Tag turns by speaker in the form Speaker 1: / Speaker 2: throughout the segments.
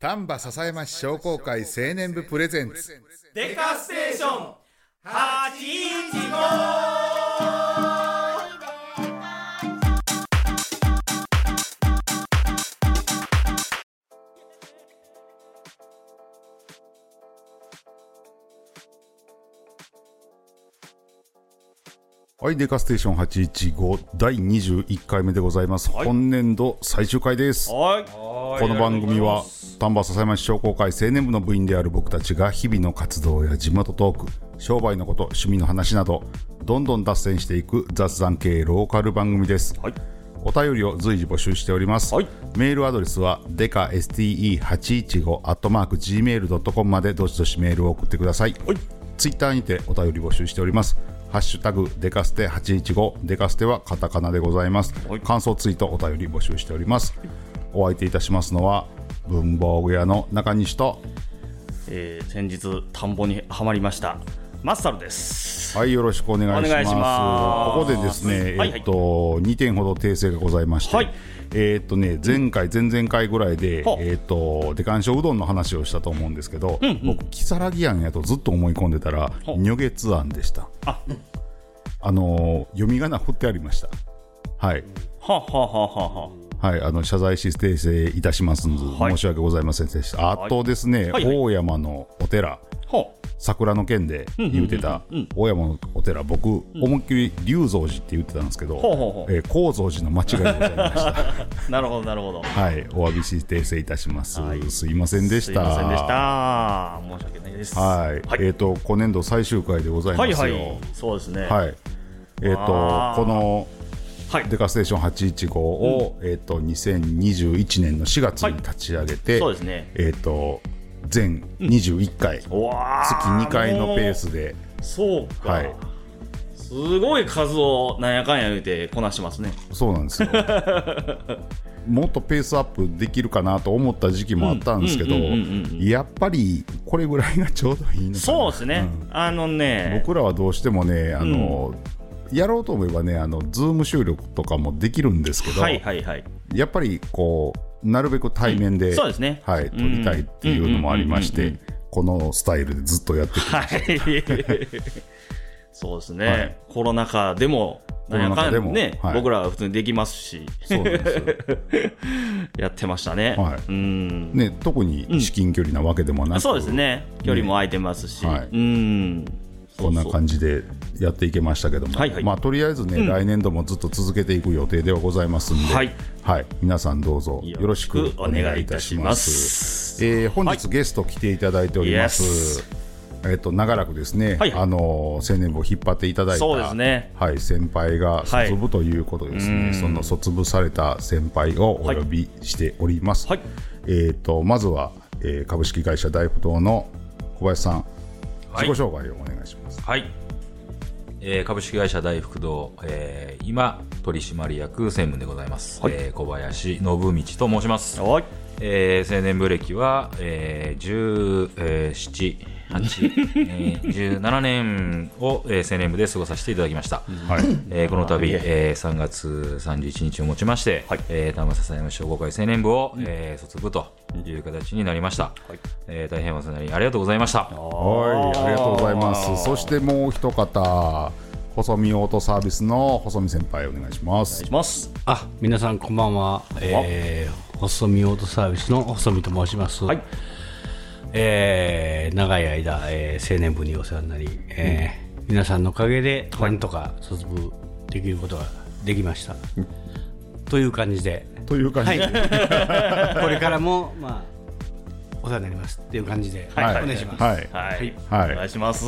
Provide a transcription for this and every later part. Speaker 1: 丹波篠山市商工会青年部プレゼンツ
Speaker 2: デカステーション8インチ
Speaker 1: はいデカステーション815第21回目でございます、本年度最終回です
Speaker 2: はい
Speaker 1: この番組は丹波篠山市商工会青年部の部員である僕たちが日々の活動や地元トーク商売のこと趣味の話などどんどん脱線していく雑談系ローカル番組です、
Speaker 2: はい
Speaker 1: お便りを随時募集しております、
Speaker 2: はい
Speaker 1: メールアドレスはデカ STE815-gmail.com までどしどしメールを送ってください、
Speaker 2: はい
Speaker 1: ツイッターにてお便り募集しておりますハッシュタグデカステ815デカステはカタカナでございます、
Speaker 2: はい
Speaker 1: 感想ツイートお便り募集しております、お相手いたしますのは文房具屋の中西と
Speaker 2: えー、先日田んぼにはまりましたマッサルです
Speaker 1: はいよろしくお願いし
Speaker 2: お願
Speaker 1: ま
Speaker 2: い
Speaker 1: す
Speaker 2: します
Speaker 1: ここでですね、
Speaker 2: はいはい
Speaker 1: えっと2点ほど訂正がございまして、
Speaker 2: はい
Speaker 1: えっとね前回前々回ぐらいで、
Speaker 2: ほう
Speaker 1: えっとデカンショうどんの話をしたと思うんですけど、僕木更木庵やとずっと思い込んでたら
Speaker 2: ほう
Speaker 1: 如月庵でした
Speaker 2: あ
Speaker 1: あのー読み仮名振ってありましたはい
Speaker 2: はあはあはあは
Speaker 1: はい、あの謝罪し訂正いたしますんで、
Speaker 2: はい
Speaker 1: 申し訳ございませんでした。あとですね、
Speaker 2: はいはい
Speaker 1: 大山のお寺、
Speaker 2: あはあ
Speaker 1: 桜の件で言うてた、大山のお寺、僕、思いっきり龍蔵寺って言ってたんですけど、
Speaker 2: ほうほうほう
Speaker 1: えー高蔵寺の間違いでござい ました。
Speaker 2: なるほどなるほど
Speaker 1: はい、お詫びし訂正いたします。
Speaker 2: はい
Speaker 1: すいませんでした。
Speaker 2: すいませんでした申し訳ないです
Speaker 1: はい、
Speaker 2: はい、
Speaker 1: えっ、と、今年度最終回でございま
Speaker 2: はい
Speaker 1: すよ。
Speaker 2: はいそうですね、
Speaker 1: はいいえっ、
Speaker 2: あー
Speaker 1: と、この、
Speaker 2: はい
Speaker 1: デカステーション815を、えっ、と2021年の4月に立ち上げて、
Speaker 2: そうですね
Speaker 1: えっ、と全21回、月
Speaker 2: うわ
Speaker 1: 2回のペー
Speaker 2: も
Speaker 1: スで
Speaker 2: うそうか、
Speaker 1: はい
Speaker 2: すごい数をなんやかんや言うてこなしてますね
Speaker 1: そうなん ですよもっとペースアップできるかなと思った時期もあったんですけど
Speaker 2: うんうんうんうんうん
Speaker 1: やっぱりこれぐらいがちょうどいいのかな
Speaker 2: そうですね、あのね
Speaker 1: 僕らはどうしてもねあの、やろうと思えばねあのズーム収録とかもできるんですけど、
Speaker 2: はいはいはい
Speaker 1: やっぱりこうなるべく対面で、
Speaker 2: うんそうですね
Speaker 1: はい、撮りたいっていうのもありまし
Speaker 2: うんうん
Speaker 1: て、このスタイルでずっとやってき
Speaker 2: はいそうですね、
Speaker 1: はい
Speaker 2: コロナ禍でもなんや
Speaker 1: コロナ禍
Speaker 2: かんや
Speaker 1: でも
Speaker 2: ね、
Speaker 1: はい
Speaker 2: 僕らは普通にできますし
Speaker 1: そうなんですよ、
Speaker 2: やってましたね、
Speaker 1: はい
Speaker 2: うん
Speaker 1: ね、特に至近距離なわけでもなく、
Speaker 2: そうですね距離も空いてますし、
Speaker 1: ねはい
Speaker 2: うん
Speaker 1: こんな感じでやっていけましたけども、
Speaker 2: はいはい
Speaker 1: まあ、とりあえずね、来年度もずっと続けていく予定ではございますんで、
Speaker 2: はい
Speaker 1: はい皆さんどうぞ
Speaker 2: よ
Speaker 1: よ
Speaker 2: ろ
Speaker 1: ろ
Speaker 2: し
Speaker 1: し
Speaker 2: く
Speaker 1: くお
Speaker 2: お願
Speaker 1: 願
Speaker 2: い
Speaker 1: い
Speaker 2: い
Speaker 1: い
Speaker 2: た
Speaker 1: た
Speaker 2: し
Speaker 1: し
Speaker 2: ま
Speaker 1: ますす。えー本
Speaker 2: はい
Speaker 1: 日ゲスト来ていただいておりま
Speaker 2: イエ
Speaker 1: す。えっと長らくですね、
Speaker 2: はい
Speaker 1: あの青年部を引っ張っていただいた
Speaker 2: そうですね
Speaker 1: はい、先輩が卒部ということですね、その卒部された先輩をお呼びしております、
Speaker 2: はい
Speaker 1: えっ、とまずは、えー株式会社大不動の小林さん、
Speaker 3: はい
Speaker 1: 自己紹介をお願いします
Speaker 3: はい、えー株式会社大福堂、えー今取締役専務でございます、
Speaker 2: はい
Speaker 3: えー小林信道と申します、
Speaker 2: はい
Speaker 3: えー青年部歴は、えー、17、8、えー17年を、えー青年部で過ごさせていただきました、
Speaker 1: はい、
Speaker 3: えーこの度、えー3月31日をもちまして、
Speaker 2: はい
Speaker 3: えー丹波篠山商工会青年部を、えー卒部という形になりました、
Speaker 2: はい
Speaker 3: えー大変お世話になりありがとうございました
Speaker 1: はい、ありがとうございますそしてもう一方細見オートサービスの細見先輩お願いします
Speaker 2: します
Speaker 4: あ、皆さんこんばんは。えー、細見オートサービスの細見と申します。
Speaker 2: はい
Speaker 4: えー長い間、えー青年部にお世話になり、えー皆さんのおかげで、なんとか卒部できることができました。という感じ で、
Speaker 1: という感じで、
Speaker 4: これからも、まあ、お世話になりますっていう感じで、
Speaker 1: はい
Speaker 4: お願いします。
Speaker 1: はい
Speaker 2: はい、
Speaker 1: はい
Speaker 2: お願いします、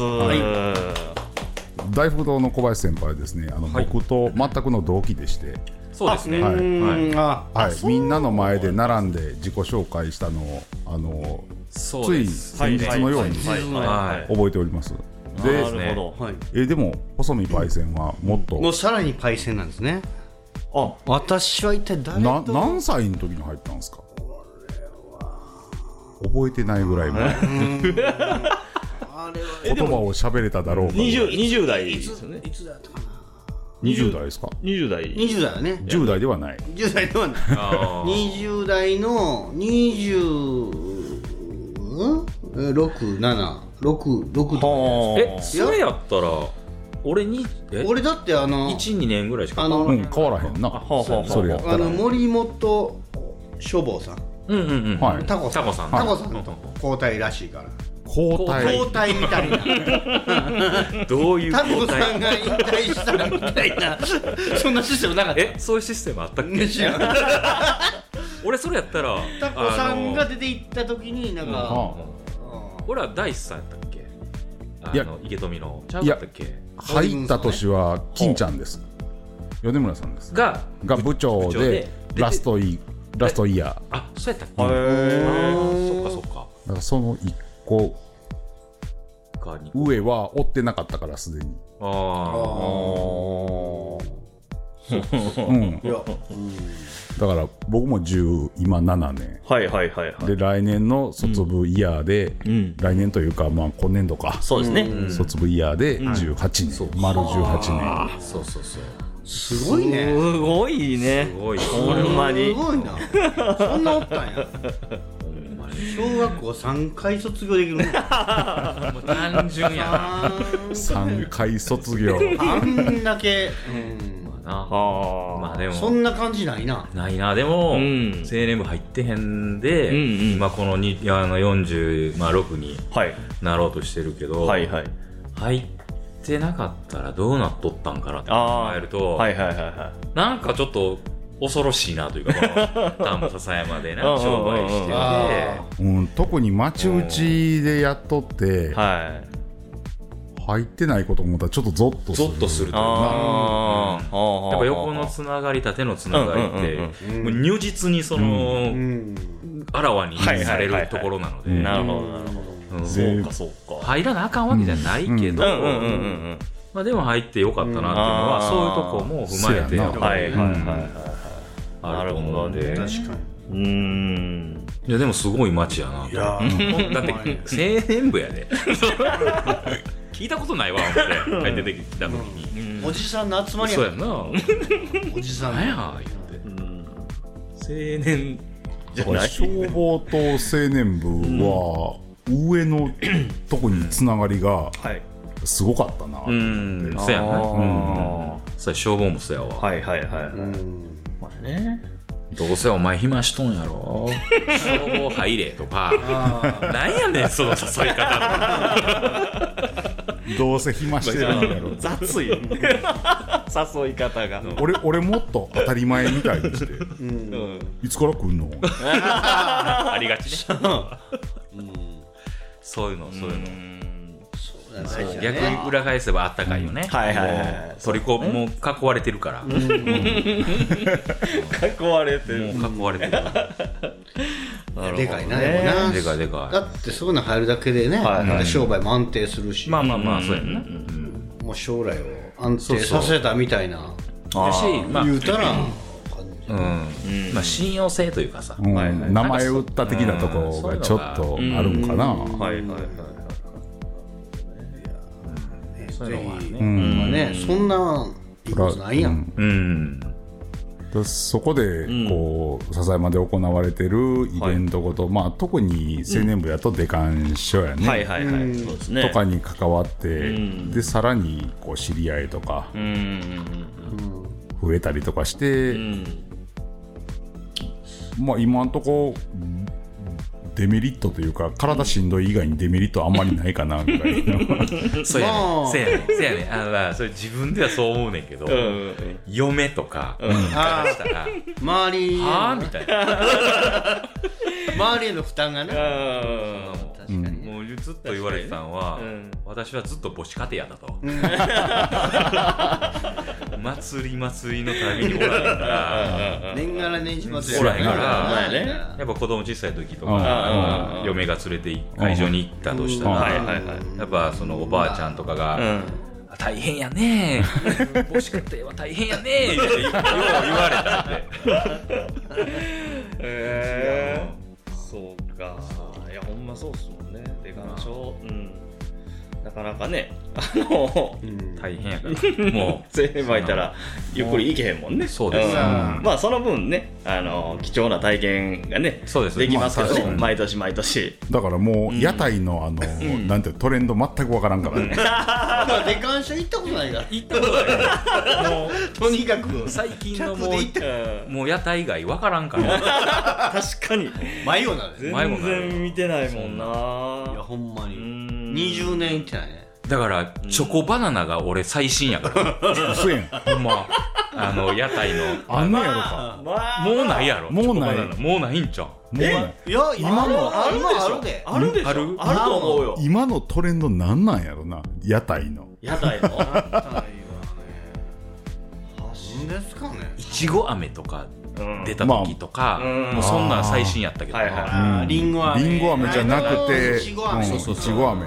Speaker 1: 大不動の小林先輩はですねあの、
Speaker 3: はい
Speaker 1: 僕と全くの同期でして
Speaker 3: そうですね
Speaker 1: は
Speaker 4: う
Speaker 1: い
Speaker 4: ーんあ
Speaker 1: はい、みんなの前で並んで自己紹介したのをあの
Speaker 3: そう
Speaker 1: つい
Speaker 3: です
Speaker 1: 先日のように
Speaker 2: はいはいはい
Speaker 1: 覚えております。
Speaker 2: な
Speaker 1: で
Speaker 2: るほ
Speaker 4: はい
Speaker 1: えでも細見パイセンはもっと
Speaker 4: もうさらにパイセンなんですね。
Speaker 2: ど、あ
Speaker 4: 私は一体誰
Speaker 1: な
Speaker 4: と
Speaker 1: 何歳の時に入ったんですか覚えてないぐらい前 言葉を喋れただろうか
Speaker 2: 20 20代ですよね
Speaker 4: いつだったかな
Speaker 1: 20代ですか
Speaker 2: 20代
Speaker 4: ?20 代だね。
Speaker 1: 10代ではない
Speaker 4: 10代ではない。
Speaker 3: あー
Speaker 4: 20代の20
Speaker 2: は
Speaker 5: 6766
Speaker 2: あ
Speaker 3: えそれやったら俺にえ
Speaker 5: 俺だってあの
Speaker 3: 12年ぐらいしか
Speaker 5: あの、
Speaker 1: うん、変わらへんな。
Speaker 2: ほうほうほう
Speaker 1: それやった
Speaker 5: あ
Speaker 1: ら。
Speaker 5: の森本書房さん
Speaker 3: うんうんうん
Speaker 1: はい
Speaker 5: タコさん
Speaker 3: タコさん
Speaker 5: タコさんと交代らしいから
Speaker 1: 交代。
Speaker 5: 交代みたいな
Speaker 3: どういう
Speaker 5: タコ
Speaker 3: 交代
Speaker 5: さんが引退したらみたいなそんなシステムなかった
Speaker 3: えそういうシステムあったっけ
Speaker 5: 知らん
Speaker 3: 俺それやったら
Speaker 5: タコさん
Speaker 3: あ
Speaker 5: が
Speaker 3: の
Speaker 5: 出て行った時になん
Speaker 1: あ
Speaker 5: か、
Speaker 1: あ
Speaker 3: 俺は大地さんやったっけあ
Speaker 1: いや
Speaker 3: の池富のちゃうかったっけ
Speaker 1: 入った年は金ちゃんです。米村さんです。
Speaker 3: が
Speaker 1: が部長
Speaker 3: 部長
Speaker 1: で
Speaker 3: で
Speaker 1: ラストイラストイヤ
Speaker 3: あそうやったっけ
Speaker 2: へえ
Speaker 3: あーそっかそっか
Speaker 1: ー。だからその一個
Speaker 3: かに
Speaker 1: 上は追ってなかったからすでに。
Speaker 3: あ
Speaker 1: うん。
Speaker 5: いや
Speaker 1: だから僕も10今7年。
Speaker 2: はいはいはいはい
Speaker 1: で来年の卒部イヤーで、
Speaker 2: ん
Speaker 1: 来年というかまあ今年度か。
Speaker 2: そうですね、
Speaker 1: 卒部イヤーで18年、丸18
Speaker 3: あそうそうそう
Speaker 5: すごいね
Speaker 2: すごいね
Speaker 3: すごい
Speaker 2: ほんますに
Speaker 5: ごいなそんなおったんや小学校3回卒業できるの
Speaker 3: 単純やな
Speaker 5: あ
Speaker 1: 年3回卒 業
Speaker 5: あんだけ、
Speaker 3: な
Speaker 2: あ
Speaker 3: まあで
Speaker 5: うん、
Speaker 3: も
Speaker 5: そんな感じないな
Speaker 3: ないなでも、
Speaker 2: うん
Speaker 3: 青年部入ってへんで、
Speaker 2: うんうん
Speaker 3: 今このにあの46に
Speaker 2: あはい
Speaker 3: なろうとしてるけど、
Speaker 2: はいはい
Speaker 3: 入ってなかったらどうなっとったんかなって考
Speaker 2: あー
Speaker 3: えると、
Speaker 2: はいはいはいは
Speaker 3: なんかちょっと恐ろしいなというかこ の丹波篠山でな
Speaker 2: うんうんうん
Speaker 3: 商売してて
Speaker 5: あ
Speaker 1: うん、特に町打ちでやっとって
Speaker 2: いはい
Speaker 1: 入ってないこと思ったらちょっとゾッとす
Speaker 3: ゾ
Speaker 1: る
Speaker 3: ッとするというか
Speaker 2: あーあー
Speaker 3: やっぱ横のつながり縦のつながりって、
Speaker 2: うん
Speaker 5: うん
Speaker 3: もう如実にその、
Speaker 5: うん
Speaker 3: あらわに
Speaker 2: はいはい
Speaker 3: さ
Speaker 2: はい
Speaker 3: れ
Speaker 2: はい
Speaker 3: るところなので、
Speaker 2: なるほどなるほ
Speaker 3: うん
Speaker 2: ど
Speaker 1: ぜ
Speaker 2: そうかそうか
Speaker 3: 入らなあかんわけじゃないけど、
Speaker 2: うんうんうんうん
Speaker 3: まあ、でも入ってよかったなっていうの
Speaker 2: うんあ
Speaker 3: は、
Speaker 2: ー
Speaker 3: そういうとこも踏まえ
Speaker 1: そ
Speaker 3: て
Speaker 1: う
Speaker 3: や
Speaker 1: や
Speaker 3: っ
Speaker 1: な
Speaker 3: ぱ
Speaker 2: はい
Speaker 3: り
Speaker 2: はいはいはい
Speaker 3: あると思うん
Speaker 2: な
Speaker 3: で
Speaker 2: るほど
Speaker 5: 確か
Speaker 2: うーん
Speaker 3: いやでもすごい街やな
Speaker 5: にいや
Speaker 3: だって青年部やで 聞いたことないわ思って帰ってきた時に
Speaker 5: おじさんの集まりや
Speaker 3: そうやんな
Speaker 5: おじさんの
Speaker 3: 何や言って青年じゃ
Speaker 1: これ
Speaker 3: ない
Speaker 1: 消防と青年部は上の特につながりが
Speaker 2: はい
Speaker 1: すごかったな、
Speaker 3: うんそうやんな
Speaker 2: あー
Speaker 3: うんそうや消防もそうやわ
Speaker 2: はいはいはい
Speaker 5: うん
Speaker 2: まあね
Speaker 3: どうせお前暇しとんやろ消防入れとかなんやねんその誘い方
Speaker 1: どうせ暇してるん だろう
Speaker 2: 雑い誘い方が
Speaker 1: 俺俺もっと当たり前みたいにして
Speaker 2: うん
Speaker 1: いつから来んの
Speaker 3: ありがちねそういうのそういうの
Speaker 5: そうや大事や
Speaker 3: 逆
Speaker 5: ね
Speaker 3: に裏返せばあったかいよね、
Speaker 2: はいはいはい
Speaker 3: もうトリコもう囲われてるから、もう
Speaker 2: 囲われてる
Speaker 3: 囲われてるから
Speaker 5: でかいな
Speaker 2: ね
Speaker 5: でもな
Speaker 3: でかいでかい
Speaker 5: だってそういうの入るだけでね、
Speaker 2: はいはい
Speaker 5: 商売も安定するし、
Speaker 3: まあまあまあそうやんな、
Speaker 5: もう将来を安定させたみたいな
Speaker 3: だしまあ、
Speaker 5: 言うたら、
Speaker 3: うんまあ、信用性というかさ、
Speaker 1: うん
Speaker 2: はいはい
Speaker 1: 名前打った的なとこがちょっとあるんかな、
Speaker 2: はいはいはい
Speaker 3: そういうのはね、
Speaker 5: まあねそんないいことないやん、
Speaker 3: うん
Speaker 1: でそこでこう笹山で行われてるイベントごと、まあ、特に青年部やと出願書やね、
Speaker 2: はいはいはいそうですね
Speaker 1: とかに関わって、でさらにこう知り合いとか
Speaker 2: うんうん
Speaker 1: 増えたりとかして、
Speaker 2: うん
Speaker 1: まあ、今んとこうんデメリットというか体しんどい以外にデメリットあんまりないか なぐらいの
Speaker 3: そうやね
Speaker 5: まあ
Speaker 3: そうやねそうやねあのなそれ自分ではそう思うねんけど、
Speaker 2: うん
Speaker 3: 嫁とかからしたら「
Speaker 5: 周りへ
Speaker 3: はあ?」
Speaker 5: の
Speaker 3: みたいな
Speaker 5: 周りへの負担がね
Speaker 2: うん
Speaker 5: 確かにね、
Speaker 3: もうずっと言われてたのは、
Speaker 2: うん
Speaker 3: 私はずっと母子家庭やだと、 祭り祭りのたびにおらへんから
Speaker 5: 年がら年始末
Speaker 3: おらへんから
Speaker 2: まあね
Speaker 3: やっぱ子供小さい時と
Speaker 2: うん
Speaker 3: か
Speaker 2: うん
Speaker 3: 嫁が連れてい会場に行ったとした
Speaker 2: はい
Speaker 3: ら
Speaker 2: はいはい
Speaker 3: やっぱそのおばあちゃんとか
Speaker 2: う
Speaker 3: が
Speaker 2: ん
Speaker 3: 「大変やね母子家庭は大変やね」ってよう言われたって
Speaker 2: へえそうかいやほんまそうっすもんね出願書うんなかなかね、あの、
Speaker 3: 大変やから。もう。
Speaker 2: 全員巻いたら、ゆっくり行けへんもんね。
Speaker 3: そうです
Speaker 2: んまあ、その分ね、あの、貴重な体験がね、
Speaker 3: そうです
Speaker 2: できますけ
Speaker 1: まあ確
Speaker 2: ど、
Speaker 1: かに
Speaker 2: 毎年毎年。
Speaker 1: だからもう屋台のあの、なんていうのトレンド全くわからんから、 ね、
Speaker 5: だから出鑑賞行ったことないから
Speaker 3: 行ったことない。も
Speaker 5: とにかく
Speaker 3: う、最近の
Speaker 5: 客
Speaker 3: も
Speaker 5: で行った
Speaker 3: う、もう屋台以外わからんから。
Speaker 2: 確かに。
Speaker 5: 迷うなで
Speaker 3: 前も
Speaker 2: 全
Speaker 3: ない
Speaker 2: 然見てないもんない
Speaker 5: やほんま
Speaker 2: う
Speaker 5: に
Speaker 2: ん
Speaker 5: 20年行ってないね
Speaker 3: だから、チョコバナナが俺最新やから。
Speaker 1: 嘘やん
Speaker 3: ほんま。あの、屋台の。
Speaker 1: あんねやろか
Speaker 2: まあ
Speaker 3: もうないやろ。
Speaker 1: もうない
Speaker 3: チョコバナナもうないんちゃう
Speaker 1: もうない
Speaker 5: いや今もあるでしょ
Speaker 2: あるでしょ
Speaker 3: ある
Speaker 2: あると思うよ
Speaker 1: 今のトレンドなんなんやろな屋台の
Speaker 2: 屋台の
Speaker 5: 何ですかね
Speaker 3: いちご飴とか
Speaker 2: うん
Speaker 3: 出た時とか、
Speaker 2: まあうん
Speaker 3: もうそんなん最新やったけどな、
Speaker 2: はいはい
Speaker 5: あーリンゴ飴
Speaker 1: りんご飴じゃなくて
Speaker 5: いちご飴
Speaker 1: うん
Speaker 5: そうそうそう
Speaker 1: いちご飴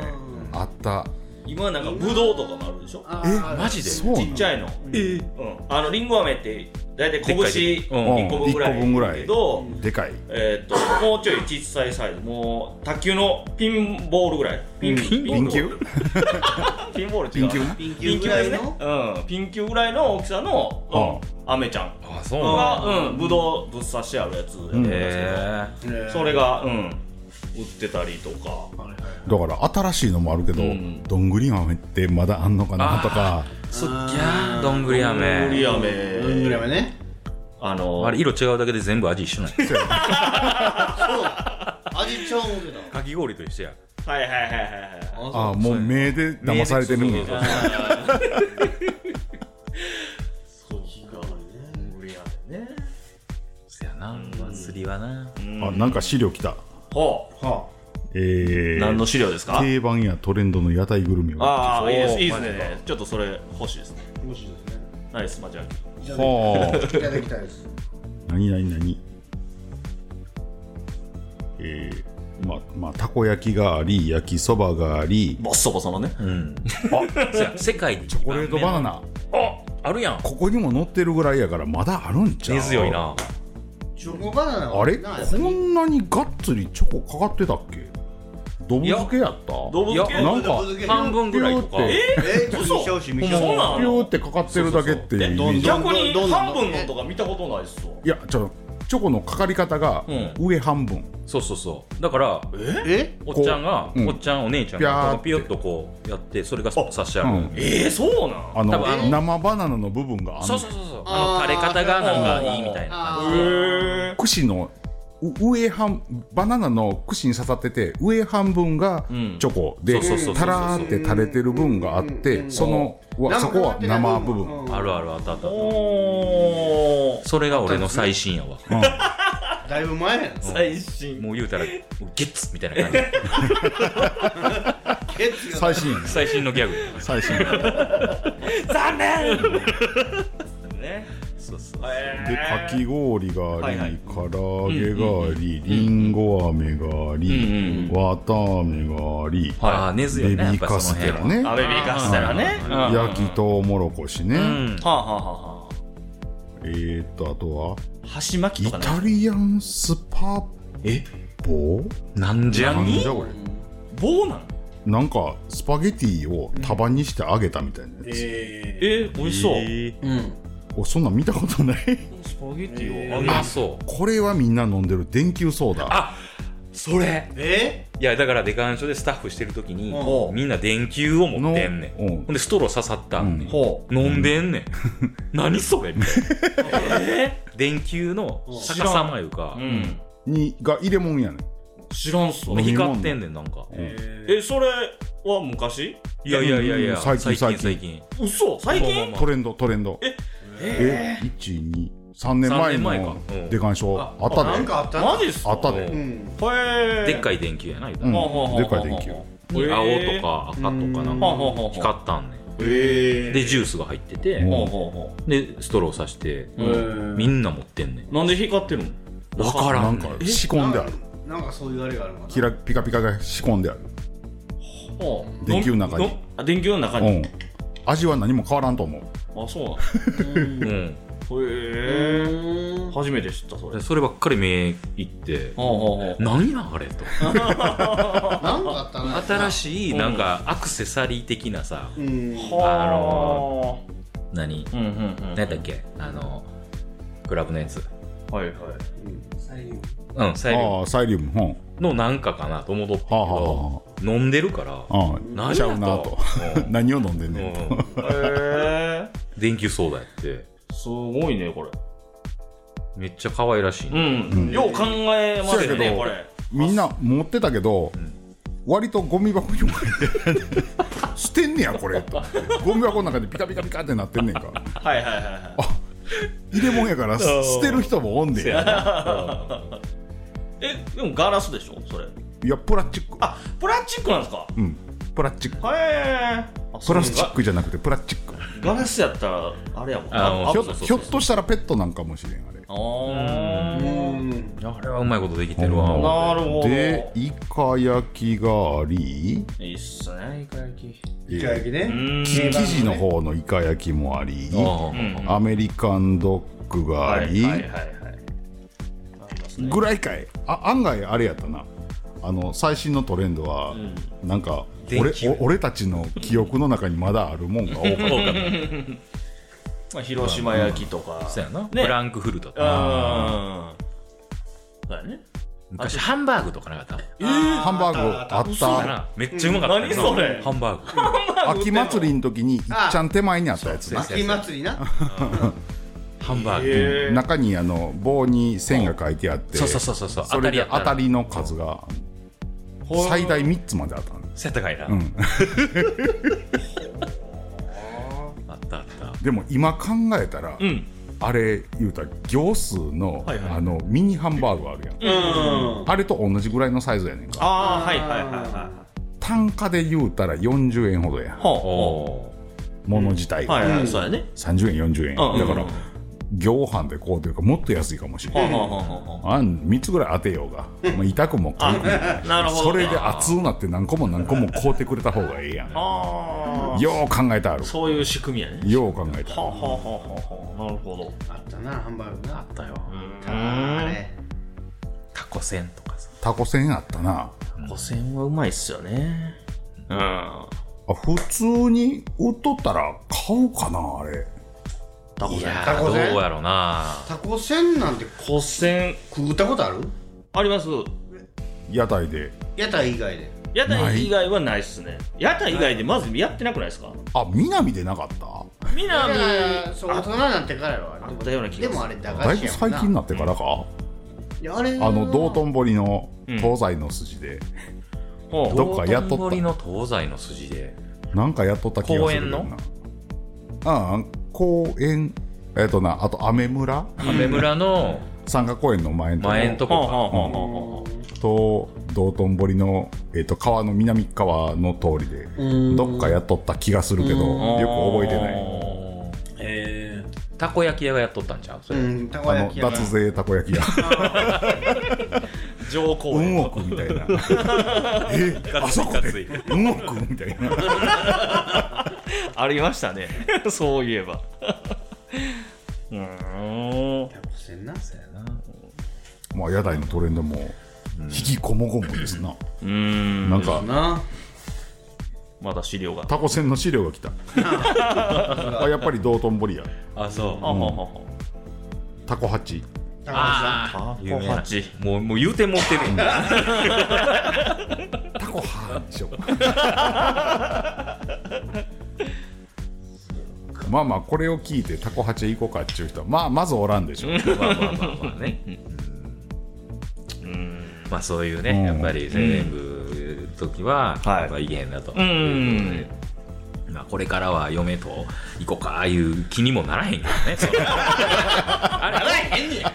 Speaker 1: あった
Speaker 2: 今なんかブドウとかもあるでしょ
Speaker 5: あ
Speaker 1: え
Speaker 5: ー
Speaker 3: マジで
Speaker 1: そうな
Speaker 2: ちっちゃいの
Speaker 3: えー
Speaker 2: うんあのりんご飴って大体
Speaker 3: でっかいで
Speaker 2: 拳
Speaker 3: うん
Speaker 2: 1個分ぐらい
Speaker 1: うん一個分ぐらい
Speaker 2: だけど
Speaker 1: でかい
Speaker 2: えーっともうちょい小さいサイズもう卓球のピンボールぐらいピン
Speaker 1: ピン球
Speaker 2: ピンボール違う
Speaker 1: ピン球
Speaker 5: ピン
Speaker 2: ピ
Speaker 5: キ
Speaker 2: ン
Speaker 5: ー
Speaker 2: 球で
Speaker 5: ぐら
Speaker 2: す
Speaker 5: い
Speaker 2: ね
Speaker 5: の
Speaker 2: うんピン球ぐらいの大きさのうん飴ちゃん
Speaker 3: あそうなん
Speaker 2: がうんぶどうぶっ刺してあるやつやったんですけど
Speaker 3: へ
Speaker 2: それが、うん、売ってたりとか、
Speaker 1: だから新しいのもあるけど、
Speaker 2: うん
Speaker 1: どんぐり飴ってまだあんのかなとか
Speaker 3: えそっきゃーどんぐり
Speaker 2: のり
Speaker 3: 飴
Speaker 5: うんぐらいは
Speaker 2: 飴、
Speaker 5: ね
Speaker 2: あの、
Speaker 3: あれ色違うだけで全部味一緒なんや
Speaker 5: 味ちゃうんけど
Speaker 3: かき氷と一緒や
Speaker 2: はいはいはいはいはい。
Speaker 1: ああもう目で騙されてるん
Speaker 3: そうそ
Speaker 1: や
Speaker 3: うそう
Speaker 2: ね、
Speaker 3: そうやな祭りはな
Speaker 1: あなんか資料きた
Speaker 2: ほう、
Speaker 1: えー、
Speaker 2: 何の資料ですか
Speaker 1: 定番やトレンドの屋台グルメをは
Speaker 2: ああ、いいです
Speaker 3: おー
Speaker 2: いいです
Speaker 3: マジ
Speaker 2: ね。ちょっとそれ欲しいですね。
Speaker 5: 面白いですね
Speaker 2: ナイスマジャンキ
Speaker 1: あ
Speaker 5: いただきたいです
Speaker 1: 何何何えー、ままあたこ焼きがあり焼きそばがあり
Speaker 2: ボッソボソのね。
Speaker 3: うんあそうや世界チ
Speaker 1: チ
Speaker 3: ョ
Speaker 1: ョコレートバナナ
Speaker 3: ああるやん
Speaker 1: ここにも載ってるぐらいやからまだあるんちゃう
Speaker 3: 根強いな
Speaker 5: チョコバナナは
Speaker 1: あれ
Speaker 5: な
Speaker 1: こんなにがっつりチョコかかってたっけどぶ漬けやった
Speaker 2: 動物系
Speaker 3: いや
Speaker 1: なんか
Speaker 3: 半分ぐらいと
Speaker 1: ピ
Speaker 3: か
Speaker 1: ューって
Speaker 5: えー
Speaker 2: 嘘
Speaker 5: 見せてほしい見せ
Speaker 2: そ
Speaker 5: てほし
Speaker 2: ん
Speaker 5: い
Speaker 2: なんあ
Speaker 1: ピ
Speaker 2: ん
Speaker 1: ュー
Speaker 2: の
Speaker 1: ってかかってるだけっていうイメージ
Speaker 5: どん
Speaker 2: 逆に
Speaker 5: どんどん
Speaker 2: 半分のとか見たことないっすわ。
Speaker 1: いやちょっとチョコのかかり方が上半分、
Speaker 3: そうそうそうだから
Speaker 5: え
Speaker 3: おっちゃんが、
Speaker 1: こううん
Speaker 3: おっちゃんお姉ちゃんがピヨッとこうやってそれが差してある、
Speaker 1: うん
Speaker 2: えー、そうなん
Speaker 1: あ
Speaker 3: 多
Speaker 1: の
Speaker 3: 分あの
Speaker 1: 生バナナの部分があの
Speaker 3: そうそうそうそうあの垂れ方がなんかいいみたいな感じ
Speaker 2: へ
Speaker 1: 串のう上半バナナの串に刺さってて上半分が
Speaker 2: ん
Speaker 1: チョコで
Speaker 3: そうそうそうそう
Speaker 1: タラーって垂れてる分があってそのわそこは生部分
Speaker 5: うん
Speaker 3: あるあるあったあった
Speaker 2: ー。おー、
Speaker 3: それが俺の最新やわ、
Speaker 5: だいぶ前やん
Speaker 2: 最新。
Speaker 3: もう言うたらゲッツみたいな感じ
Speaker 5: ケツが
Speaker 1: 最新やね
Speaker 3: 最新のギャグ
Speaker 1: 最新で
Speaker 2: 残念ね。
Speaker 3: そうそう
Speaker 1: かき氷があ
Speaker 2: はいは
Speaker 1: り
Speaker 2: い
Speaker 1: 唐揚げがありりんご飴がありわたあめがあり
Speaker 3: はいああ根強
Speaker 1: ベ
Speaker 3: い
Speaker 1: ビ
Speaker 3: ねやっ
Speaker 1: ー
Speaker 3: ぱ
Speaker 1: カ
Speaker 3: そ
Speaker 1: ス
Speaker 3: の
Speaker 1: テ
Speaker 3: 辺
Speaker 1: ラ
Speaker 3: は
Speaker 1: ね
Speaker 2: アベビーカステラね。うん
Speaker 1: 焼きとうもろこしね、
Speaker 3: うん
Speaker 2: はあ、はあはあは
Speaker 1: えー、っとあとは
Speaker 2: あ、箸巻き
Speaker 1: イ
Speaker 2: とかね
Speaker 1: タリアンスパ
Speaker 3: え
Speaker 1: ボ
Speaker 3: なんじゃ
Speaker 1: なん
Speaker 3: に
Speaker 1: じゃこれ
Speaker 2: 棒なん
Speaker 1: なんかスパゲティを束にして揚げたみたいなやつ、
Speaker 2: えー、美味しそう、
Speaker 1: おそんなん見たことない
Speaker 2: スパゲティを、
Speaker 3: あそう
Speaker 1: これはみんな飲んでる電球ソーダ
Speaker 3: あそれ
Speaker 5: え
Speaker 3: いやだからデカン所でスタッフしてる時に
Speaker 2: うん
Speaker 3: みんな電球を持ってんね
Speaker 1: の
Speaker 3: ん
Speaker 1: うん
Speaker 3: ほんでストロー刺さったんねん
Speaker 2: ほ
Speaker 3: 飲んでんねん 何それみ たいな電球の逆さまいうか
Speaker 2: ううん
Speaker 1: にが入れもんやねん
Speaker 2: 知らんっすわ
Speaker 1: 飲み物
Speaker 3: 光ってんねんなんか
Speaker 2: えそれは昔
Speaker 3: いやいやいやいや
Speaker 1: 最近最近
Speaker 3: 最近
Speaker 2: 嘘最近
Speaker 1: トレンドトレンド
Speaker 2: え
Speaker 1: え123年前
Speaker 3: 三年前か
Speaker 1: の
Speaker 3: うん
Speaker 1: デカンショーあっ
Speaker 5: ーな
Speaker 1: た
Speaker 5: ん
Speaker 1: で
Speaker 5: かあった
Speaker 2: マジっすか
Speaker 1: あった
Speaker 2: へ
Speaker 1: で
Speaker 3: うん
Speaker 5: うん
Speaker 2: え
Speaker 3: でっか
Speaker 2: い
Speaker 3: い電球やな言うた
Speaker 1: う
Speaker 3: ら
Speaker 1: ん
Speaker 2: はあはあはあ
Speaker 1: でっかい電球
Speaker 3: 青
Speaker 2: へえ
Speaker 3: とか赤とかなん
Speaker 2: はあは
Speaker 3: か
Speaker 2: あはあ
Speaker 3: 光ったんねん
Speaker 5: え
Speaker 3: でジュースが入ってて
Speaker 1: うん
Speaker 2: はあはあは
Speaker 3: でストローさして
Speaker 5: うん
Speaker 3: みんな持ってんねん
Speaker 2: あなんで光ってるの
Speaker 3: 分から
Speaker 1: なんん
Speaker 3: ねん
Speaker 1: か仕込んである
Speaker 5: なんかそういうあれがあるのかな
Speaker 1: キラピカピカが仕込んである
Speaker 2: はあ
Speaker 1: 電球の中に
Speaker 2: のあ電球の中
Speaker 1: う
Speaker 2: に
Speaker 1: ん味は何も変わらんと思う
Speaker 2: あそうなの
Speaker 3: うん
Speaker 2: へえ初めて知ったそれ
Speaker 3: でそればっかり目いって
Speaker 2: ほうほうほう
Speaker 3: 何やあれと
Speaker 5: なんかあったな
Speaker 3: 新しいなんかアクセサリー的なさ
Speaker 5: うん
Speaker 2: は
Speaker 3: あの何
Speaker 2: うんうんうん
Speaker 3: 何だっけあのクラブのやつ
Speaker 2: はいはい
Speaker 3: うんサイリウム
Speaker 1: ああ、サイリウム、うん。
Speaker 3: のなんかかなと思っとったけ
Speaker 1: はあはあは
Speaker 3: ど飲んでるから
Speaker 1: あ
Speaker 3: 何
Speaker 1: あ、
Speaker 3: や
Speaker 1: ちゃうなと。 何を飲んでん
Speaker 3: うん
Speaker 1: ねんと。
Speaker 3: うん
Speaker 2: へえ
Speaker 3: 電球ソーダやって
Speaker 2: すごいねこれ
Speaker 3: めっちゃ可愛らしいね
Speaker 2: うんよう考えま
Speaker 1: そう
Speaker 2: す
Speaker 1: や
Speaker 2: よ
Speaker 1: けど
Speaker 2: ねこれ
Speaker 1: みんな持ってたけど、割とゴミ箱に置いて 捨てんねやこれとゴミ箱の中でピカピカピカってなってんねんから
Speaker 2: はいはいはいはい
Speaker 1: 入れ物やからす捨てる人もおんねん
Speaker 3: せ
Speaker 1: い
Speaker 3: や
Speaker 1: や
Speaker 3: なうん
Speaker 2: えでもガラスでしょそれ
Speaker 1: プラスチック
Speaker 2: あプラスチックなんですか
Speaker 1: うんプラスチック
Speaker 2: へえあ
Speaker 1: プラスチックじゃなくてプラスチック
Speaker 2: そうガラスやったらあれやもん
Speaker 3: あの
Speaker 1: ひょ
Speaker 3: そうそうそう
Speaker 1: ひょっとしたらペットなんかもしれんあれ
Speaker 2: あー
Speaker 3: あれはうまいことできてるわ思
Speaker 2: な
Speaker 3: って
Speaker 2: るほど
Speaker 1: でイカ焼きがあり、
Speaker 2: いいっすねイカ焼き
Speaker 1: えー
Speaker 5: 一回
Speaker 2: う
Speaker 5: ね
Speaker 2: ん
Speaker 1: き生地の方のイカ焼きもあり
Speaker 3: ああ
Speaker 2: うん
Speaker 1: アメリカンドッグがあり、
Speaker 2: はいはいはいはいありますね
Speaker 1: ぐらいかいあ案外あれやったなあの最新のトレンドは、なんか俺
Speaker 3: 電気
Speaker 1: お俺たちの記憶の中にまだあるもんが多かっ
Speaker 3: そうかも
Speaker 2: まあ広島焼きとか
Speaker 3: そうやなフ
Speaker 2: ね
Speaker 3: ランクフルトと
Speaker 2: う
Speaker 3: か
Speaker 2: んそうやね
Speaker 3: 昔ハンバーグとかなかった
Speaker 1: たハンバーグあった
Speaker 3: なめっちゃうまかったよな
Speaker 2: 何それ
Speaker 3: ハンバーグ
Speaker 1: 秋祭りの時にいっちゃん手前にあったやつな
Speaker 5: 秋祭りな
Speaker 3: ハンバーグ
Speaker 2: へえ
Speaker 1: 中にあの棒に線が書いてあって
Speaker 3: そうそうそうそうそう
Speaker 1: それで
Speaker 3: 当
Speaker 1: 当
Speaker 3: た
Speaker 1: た
Speaker 3: り
Speaker 1: りの数が
Speaker 2: ほう
Speaker 1: 最大3つまであったの
Speaker 3: 背高いな
Speaker 1: うん
Speaker 3: あったあった
Speaker 1: でも今考えたら、
Speaker 2: うん
Speaker 1: あれ言うたら行数の,、
Speaker 2: はいはい
Speaker 1: あのミニハンバーグあるやん、
Speaker 2: うん
Speaker 1: あれと同じぐらいのサイズやねんか
Speaker 2: ああはいはいはいはい
Speaker 1: 単価で言うたら40円ほどや
Speaker 2: ほうほ
Speaker 3: お
Speaker 1: もの自体
Speaker 2: うはい
Speaker 1: が、
Speaker 2: はいそうやね
Speaker 1: 30円40円、
Speaker 2: うん
Speaker 1: だから、
Speaker 2: うん
Speaker 1: 行飯でこうというかもっと安いかもしれ
Speaker 2: ほ
Speaker 1: な
Speaker 2: う
Speaker 1: い、
Speaker 2: ほうほうほうほ
Speaker 1: あん3つぐらい当てようが、まあ、痛くも軽くも
Speaker 2: うなるほど
Speaker 1: それで熱うなって何個も何個も買うてくれた方がええやんよ
Speaker 2: ああ
Speaker 1: う考えたある
Speaker 2: そういう仕組みやね
Speaker 1: よう考え
Speaker 2: はあ
Speaker 1: た
Speaker 2: はあはあはあなるほど
Speaker 5: あったなハンバーグな
Speaker 3: あったよ
Speaker 5: あれ
Speaker 3: タコせんとかさ
Speaker 1: タコせんあったな
Speaker 2: 五千はうまいっすよねうん
Speaker 1: あ普通に売っとったら買おうかなあれ
Speaker 2: タコ
Speaker 3: い
Speaker 2: せ
Speaker 3: や
Speaker 2: ん
Speaker 3: ー
Speaker 5: タ
Speaker 3: どう
Speaker 5: コせん
Speaker 3: やろうな
Speaker 5: タコせんなんて
Speaker 2: 五千
Speaker 5: 食ったことある
Speaker 2: あります
Speaker 1: 屋台で
Speaker 5: 屋台以外で
Speaker 2: 屋台以外はないっすね屋台以外でまずやってなくないですか
Speaker 1: あ南でなかった
Speaker 2: 南
Speaker 5: そう大人になってからやろあ
Speaker 2: あったような気がする
Speaker 5: でもあれ駄
Speaker 1: だ
Speaker 5: 菓
Speaker 1: い
Speaker 5: 子
Speaker 1: ぶ
Speaker 5: やもん
Speaker 1: 最
Speaker 5: な
Speaker 1: 近になってからか、
Speaker 5: いやあれ
Speaker 1: あの道頓堀の東西の筋で、
Speaker 2: ほう
Speaker 1: どっかやっとった
Speaker 3: 道頓堀の東西の筋で
Speaker 1: なんかやっとった気がするけどなああ公園えっとなあと雨村
Speaker 3: 亀村の
Speaker 1: 三河公園の前の
Speaker 3: 前んと
Speaker 2: ほうほう
Speaker 3: こか
Speaker 2: ほうほうほう
Speaker 1: と道頓堀の、えっと川の南側の通りでどっかやっとった気がするけどよく覚えてない
Speaker 3: へえたこ焼き屋がやっとったんちゃうそれ
Speaker 5: うんたこ
Speaker 1: あの
Speaker 5: 焼き屋が
Speaker 1: 脱税たこ焼き屋
Speaker 2: 上皇
Speaker 1: うん
Speaker 2: 園
Speaker 1: おくみたいなえあそこでうんおくみたいな
Speaker 2: ありましたね そういえばうーん
Speaker 5: タコせんな
Speaker 1: まあ屋台のトレンドも引きこもごもですな、
Speaker 2: うーん
Speaker 1: なんか
Speaker 5: な
Speaker 2: まだ資料が
Speaker 1: タコ船の資料が来 たあやっぱり道頓堀や
Speaker 3: あそう
Speaker 2: あははは
Speaker 1: タコ八
Speaker 5: タコ
Speaker 3: あ
Speaker 5: さ
Speaker 3: あ
Speaker 2: タ
Speaker 3: 有
Speaker 2: コ
Speaker 3: 名な
Speaker 2: 八
Speaker 3: もうもう言うてもってるんだ
Speaker 1: タコハーでしょ まあまあこれを聞いてタコ八行こうかっちゅう人はまあまずおらんでしょう
Speaker 3: まあまあまあまあねまあそういう
Speaker 1: うん
Speaker 3: ねやっぱり青年部の時は
Speaker 2: はい
Speaker 3: やっぱいけへんなと
Speaker 2: ん
Speaker 3: いうことでまあこれからは嫁と行こうかああいう気にもなら へんけどねそんなあれ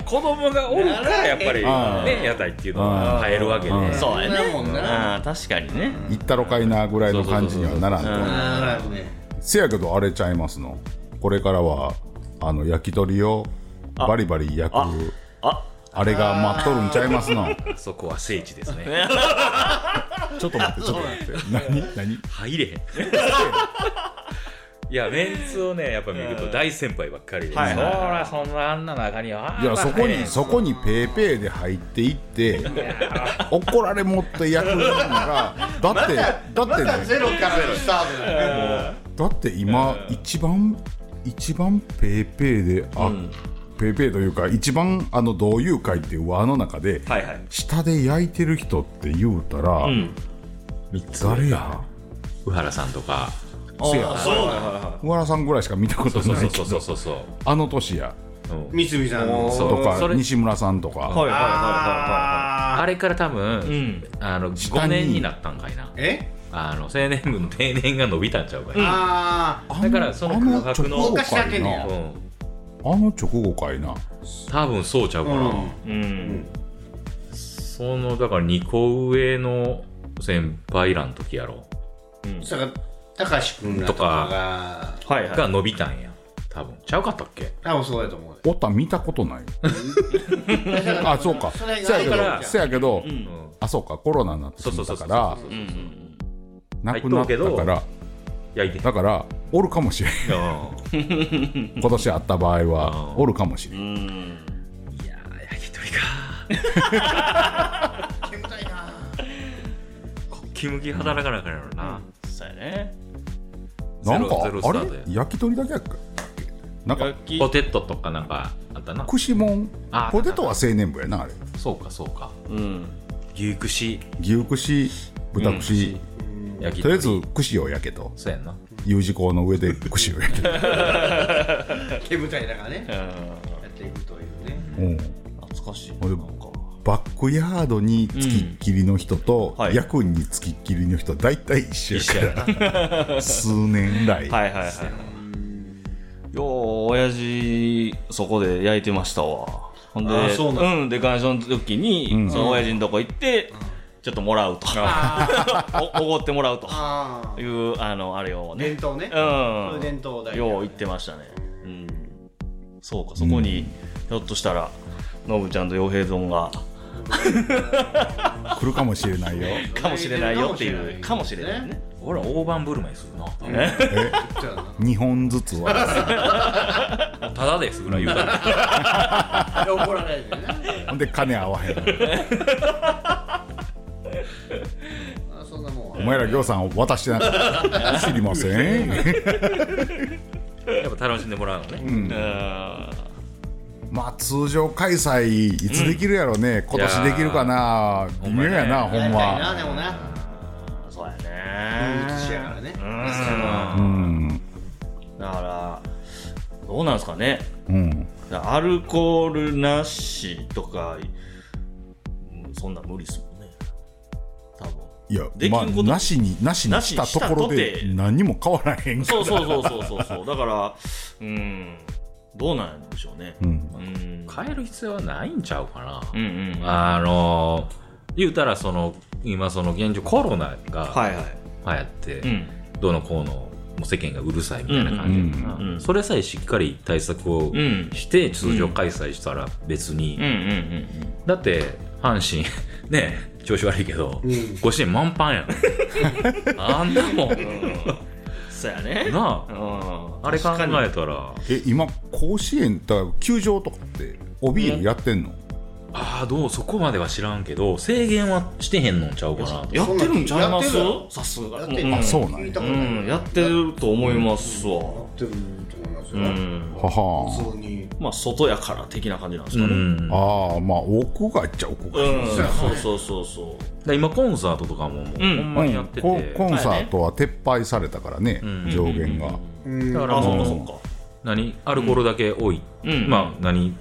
Speaker 3: 子供がおるからやっぱり
Speaker 1: ならへん
Speaker 3: ね屋台っていうのは入るわけで
Speaker 1: うん
Speaker 2: そうやね
Speaker 5: そんなもんな
Speaker 2: あー確かにね
Speaker 1: 行ったろかいなぐらいの感じにはならんと
Speaker 2: そうそうそうそううん
Speaker 5: ああね
Speaker 1: せやけどあれちゃいますのこれからはあの焼き鳥をバリバリ焼くあ
Speaker 2: あ
Speaker 1: れが待っとるんちゃいますの
Speaker 3: そこは聖地ですね
Speaker 1: ちょっと待ってちょっと待って何何
Speaker 3: 入れへんいやメンツをねやっぱ見ると大先輩ばっかりで、
Speaker 2: はいはいは
Speaker 3: そらそんなあんな中にはい
Speaker 1: やそこにそこにペーペーで入っていって怒られもって役になるの がだってだって
Speaker 5: また
Speaker 1: ね
Speaker 5: ゼロからのスタートだよね
Speaker 1: だって今一番一番ペーペーであ、ペーペーというか一番あの同友会っていう輪の中で、
Speaker 2: はいはい
Speaker 1: 下で焼いてる人って言うたら、
Speaker 2: ん
Speaker 1: 誰や
Speaker 3: 上原さんとか
Speaker 1: せや
Speaker 2: そうだは
Speaker 1: 小原さんぐらいしか見たこと
Speaker 3: そう
Speaker 1: な
Speaker 3: そ
Speaker 1: いうけ
Speaker 3: そう
Speaker 1: ど
Speaker 3: そうそう
Speaker 1: あの年や
Speaker 3: そう、うん
Speaker 5: 三菱さんの
Speaker 1: とか
Speaker 3: それ
Speaker 1: 西村さんとか、
Speaker 2: いはいはいはいは
Speaker 5: あ
Speaker 3: あれから多分、
Speaker 2: いはいうん
Speaker 3: あの
Speaker 1: 下に
Speaker 3: 5年になったんかいな
Speaker 5: ーえ
Speaker 3: あの青年部の定年が伸びたんちゃうかいな、
Speaker 5: ああ
Speaker 1: あ
Speaker 3: だからその空白
Speaker 1: あ直
Speaker 3: の
Speaker 1: 後
Speaker 5: お菓子だけ
Speaker 1: かい
Speaker 5: ね
Speaker 1: な
Speaker 3: うん
Speaker 1: あの直後かいな
Speaker 3: 多分そうちゃうかな、
Speaker 2: うん
Speaker 3: そのだから2個上の先輩らの時やろ
Speaker 5: うんそれから高橋君らとかが
Speaker 2: はいはい
Speaker 3: が伸びたんや多分ちゃうかったっけ
Speaker 5: 多分そうだと思う
Speaker 1: おったん見たことないあそうか
Speaker 5: そ
Speaker 1: せ
Speaker 5: れが
Speaker 1: やけ
Speaker 5: だか
Speaker 1: ど
Speaker 5: ら
Speaker 1: せやけど、
Speaker 2: うん
Speaker 3: うん
Speaker 1: あそうかコロナになって
Speaker 3: そうそうそ
Speaker 1: たか
Speaker 3: うそう
Speaker 1: ら
Speaker 3: そう
Speaker 2: うんう
Speaker 3: そうそうん
Speaker 1: なくなった
Speaker 3: 入っと
Speaker 1: か
Speaker 3: うけ
Speaker 1: ら
Speaker 3: 焼いて
Speaker 1: だからおるかもしれん
Speaker 3: いや
Speaker 1: 今年あった場合
Speaker 3: う
Speaker 1: は
Speaker 3: ん
Speaker 1: おるかもしれん
Speaker 2: うん
Speaker 3: ー焼き鳥か
Speaker 5: 煙たいな
Speaker 3: こっきむき働かなあかんやろな、
Speaker 2: そうやね
Speaker 1: なんか
Speaker 3: ゼロゼロス
Speaker 1: あ
Speaker 3: タ
Speaker 1: れ
Speaker 3: ートや
Speaker 1: 焼き鳥だけやっけなんか
Speaker 2: き
Speaker 3: ポテトとかなんかあったな
Speaker 1: 串もん
Speaker 3: あ
Speaker 1: ポテトは青年部やなあれ
Speaker 3: そうかそうか
Speaker 2: うん
Speaker 3: 牛串
Speaker 1: 牛串豚串、
Speaker 3: 焼き鳥
Speaker 1: とりあえず串を焼けと
Speaker 3: そうやんな
Speaker 1: U 字工の上で串を焼けと、
Speaker 5: 煙たいだからね
Speaker 2: うん
Speaker 5: やっていくというね
Speaker 1: うん
Speaker 2: 懐かしい
Speaker 1: 俺バックヤードにつきっきりの人と、
Speaker 2: うんはい
Speaker 1: 夜訓につきっきりの人大体一緒やから 数年来、
Speaker 2: はいはいはいよう親父そこで焼いてましたわほんで
Speaker 5: あーそうなんだ
Speaker 2: んで願書の時に、
Speaker 1: うん
Speaker 2: その親父のとこ行って、ちょっともらうとおおごってもらうと
Speaker 5: ああ
Speaker 2: いうあのあれを
Speaker 5: 伝
Speaker 2: ね
Speaker 5: 統ねそ
Speaker 2: う
Speaker 5: ういうん伝統だ
Speaker 2: よう行ってましたねうんそうかそこに、ひょっとしたらノブちゃんと洋平丼が
Speaker 1: 来るかもしれないよ
Speaker 2: かもしれないよっていう
Speaker 5: か
Speaker 2: か
Speaker 5: も
Speaker 2: も
Speaker 5: し
Speaker 2: し
Speaker 5: れ
Speaker 2: れ
Speaker 5: な
Speaker 2: ないい
Speaker 5: ね
Speaker 2: ね
Speaker 3: 俺大盤振る舞いするな
Speaker 1: え
Speaker 5: そうだな
Speaker 1: 2本ずつは
Speaker 3: ただです ぐらい言うたら
Speaker 5: 怒られるよね
Speaker 1: ほんで金合わへん
Speaker 5: あそんなもんは
Speaker 1: お前らぎょうさんを渡してなかった知りません
Speaker 3: やっぱ楽しんでもらうのね、
Speaker 2: うん
Speaker 1: まあ通常開催いつできるやろね、今年できるかな微妙やな
Speaker 3: ほ
Speaker 1: ほ
Speaker 3: ん
Speaker 1: ん
Speaker 5: やりたいな
Speaker 1: ま
Speaker 5: でもな
Speaker 2: そうや
Speaker 5: 風物詩やか
Speaker 2: ね
Speaker 5: らね
Speaker 1: う
Speaker 2: うん
Speaker 1: ん
Speaker 2: だからどうなんですかね
Speaker 1: うん
Speaker 2: アルコールなしとか、うんそんな無理ですもんね。多分。
Speaker 1: いや
Speaker 2: できん
Speaker 1: まあ
Speaker 2: こと
Speaker 1: なしになしに
Speaker 2: なし
Speaker 1: し
Speaker 2: に
Speaker 1: た
Speaker 2: し
Speaker 1: と
Speaker 2: た
Speaker 1: ころ
Speaker 2: と
Speaker 1: で
Speaker 2: て
Speaker 1: 何も変わらへんから
Speaker 2: そうそうそうそうそうそう。 だから、うん、どうなんでしょうね。
Speaker 1: うん
Speaker 2: うん。
Speaker 3: 変える必要はないんちゃうかな、
Speaker 2: うんうん。は
Speaker 3: あの言うたらその今その現状コロナが
Speaker 2: いは
Speaker 3: 流行って、
Speaker 2: い。うん。
Speaker 3: どうのこうのもう世間がうるさいみたいな感じやから
Speaker 2: うんうんうんうん
Speaker 3: それさえしっかり対策を
Speaker 2: うん。
Speaker 3: して通常開催したら別に、
Speaker 2: うんうん
Speaker 3: だって阪神 ね調子悪いけど、
Speaker 5: ん
Speaker 3: 甲子園満帆やん あんなも
Speaker 2: うんう
Speaker 3: ん
Speaker 2: ん。うん。そうやね。
Speaker 3: な
Speaker 2: う
Speaker 3: あ
Speaker 2: ん。
Speaker 3: あれ考
Speaker 2: 確か
Speaker 3: え
Speaker 2: に
Speaker 3: たら
Speaker 1: え今甲子園だから球場とかっておビールやってんの、
Speaker 3: ああどうそこまでは知らんけど制限はしてへんのんちゃうかなと
Speaker 2: やってるんちゃいます
Speaker 5: やって
Speaker 2: さすが
Speaker 5: やって
Speaker 2: ん
Speaker 1: あそうなん
Speaker 5: 聞い
Speaker 1: や
Speaker 2: う
Speaker 5: たことない
Speaker 2: ん。やってると思います
Speaker 5: や
Speaker 2: わ。
Speaker 5: ってると思います
Speaker 2: う
Speaker 5: よ
Speaker 2: ん。
Speaker 1: はは
Speaker 5: 普通に
Speaker 2: まあ、外やから的な感じなんです
Speaker 3: う
Speaker 2: かね。
Speaker 3: ん、だか
Speaker 1: ああまあ屋外っちゃ屋外、
Speaker 2: うん、そうそうそうそう。
Speaker 3: ら今コンサートとかももうほ
Speaker 2: うん
Speaker 3: んまにやってて、
Speaker 1: ココンサートは撤廃されたからね、
Speaker 3: うん
Speaker 1: 上限が、
Speaker 5: うん
Speaker 3: だから
Speaker 2: あ、そっ
Speaker 3: も
Speaker 2: か
Speaker 3: う
Speaker 2: そっか。
Speaker 3: 何アルコールだけ多い、
Speaker 2: うん
Speaker 3: まあ何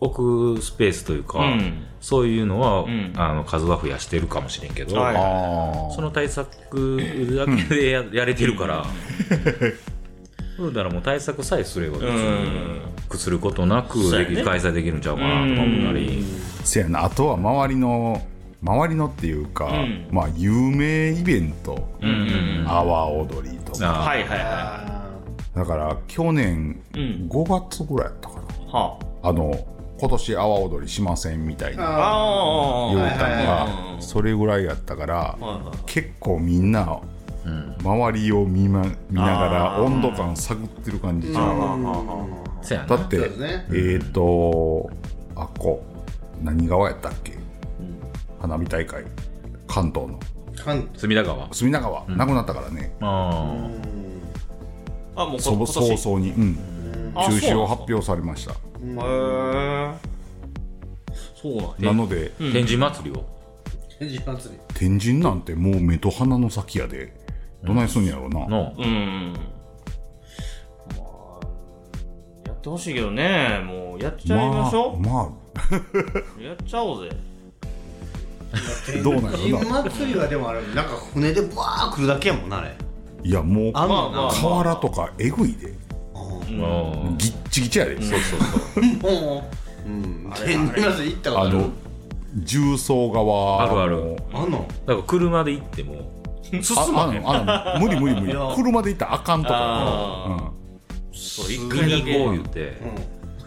Speaker 3: 置くスペースというか、
Speaker 2: うん
Speaker 3: そういうのは、
Speaker 2: ん
Speaker 3: あの数は増やしてるかもしれんけど、
Speaker 2: はいはい
Speaker 1: ああ
Speaker 3: その対策だけでや,、やれてるから、そうだからもう対策さえすれば別に
Speaker 2: うん
Speaker 3: くすることなく
Speaker 2: そう
Speaker 3: で
Speaker 2: やね
Speaker 3: き開催できるんちゃうかなとか思ったり、
Speaker 1: せやなあとは周りの周りのっていうか、
Speaker 2: ん
Speaker 1: まあ有名イベント、
Speaker 3: うん
Speaker 1: 阿波踊りとか
Speaker 3: あ
Speaker 2: はいはいはいは
Speaker 5: あ
Speaker 1: だから去年
Speaker 2: うん
Speaker 1: 5月ぐらいやったかな、
Speaker 2: い。は
Speaker 1: あの今年阿波踊りしませんみたいな
Speaker 2: あ。
Speaker 5: あ
Speaker 2: あ
Speaker 1: 言う
Speaker 2: あ
Speaker 1: たの
Speaker 5: はい
Speaker 2: はいはいはい
Speaker 1: がそれぐらいやったから
Speaker 2: はいはい
Speaker 1: 結構みんな周りを見,、ま、見ながら温度感探ってる感じじゃん
Speaker 3: そや
Speaker 1: だ
Speaker 3: な
Speaker 1: って、
Speaker 5: そうですね
Speaker 1: えっ、ー、とあっこ何川やったっけ、花火大会関東の
Speaker 5: 関
Speaker 3: 隅田川
Speaker 1: 隅田川、なくなったからね
Speaker 3: あ
Speaker 2: あもうこ
Speaker 1: そ
Speaker 2: 今
Speaker 1: 早
Speaker 2: 年
Speaker 1: 々に、うん、中止を発表されました
Speaker 2: へえそうなん
Speaker 1: なので、
Speaker 3: あ天神祭りを
Speaker 5: 天神祭り
Speaker 1: 天神なんてもう目と鼻の先やでどないすんやろうな、
Speaker 3: の
Speaker 2: うんまあやってほしいけどねもうやっちゃいましょう、
Speaker 1: まあ、ま
Speaker 2: やっちゃおうぜ
Speaker 1: あ、どうなんやろな
Speaker 5: 天神祭りはでもあれなんか船でバー来るだけやもんなあれ
Speaker 1: いやもう
Speaker 5: あん
Speaker 2: ま
Speaker 5: の
Speaker 2: あまあ
Speaker 1: 河原とかえぐいで
Speaker 3: うん
Speaker 1: ギッチギチやで、
Speaker 3: そうそうそう
Speaker 5: もううん天神祭り行ったこ
Speaker 1: あ
Speaker 5: と
Speaker 1: の重曹川
Speaker 3: あるある
Speaker 5: あるあんの
Speaker 3: だから車で行っても進
Speaker 1: あ
Speaker 3: ま
Speaker 1: あ
Speaker 3: へん
Speaker 1: のあの無理無理無理
Speaker 5: いや
Speaker 1: 車で行ったらあかんと
Speaker 2: あ
Speaker 1: か、
Speaker 3: そう一回に行こう言って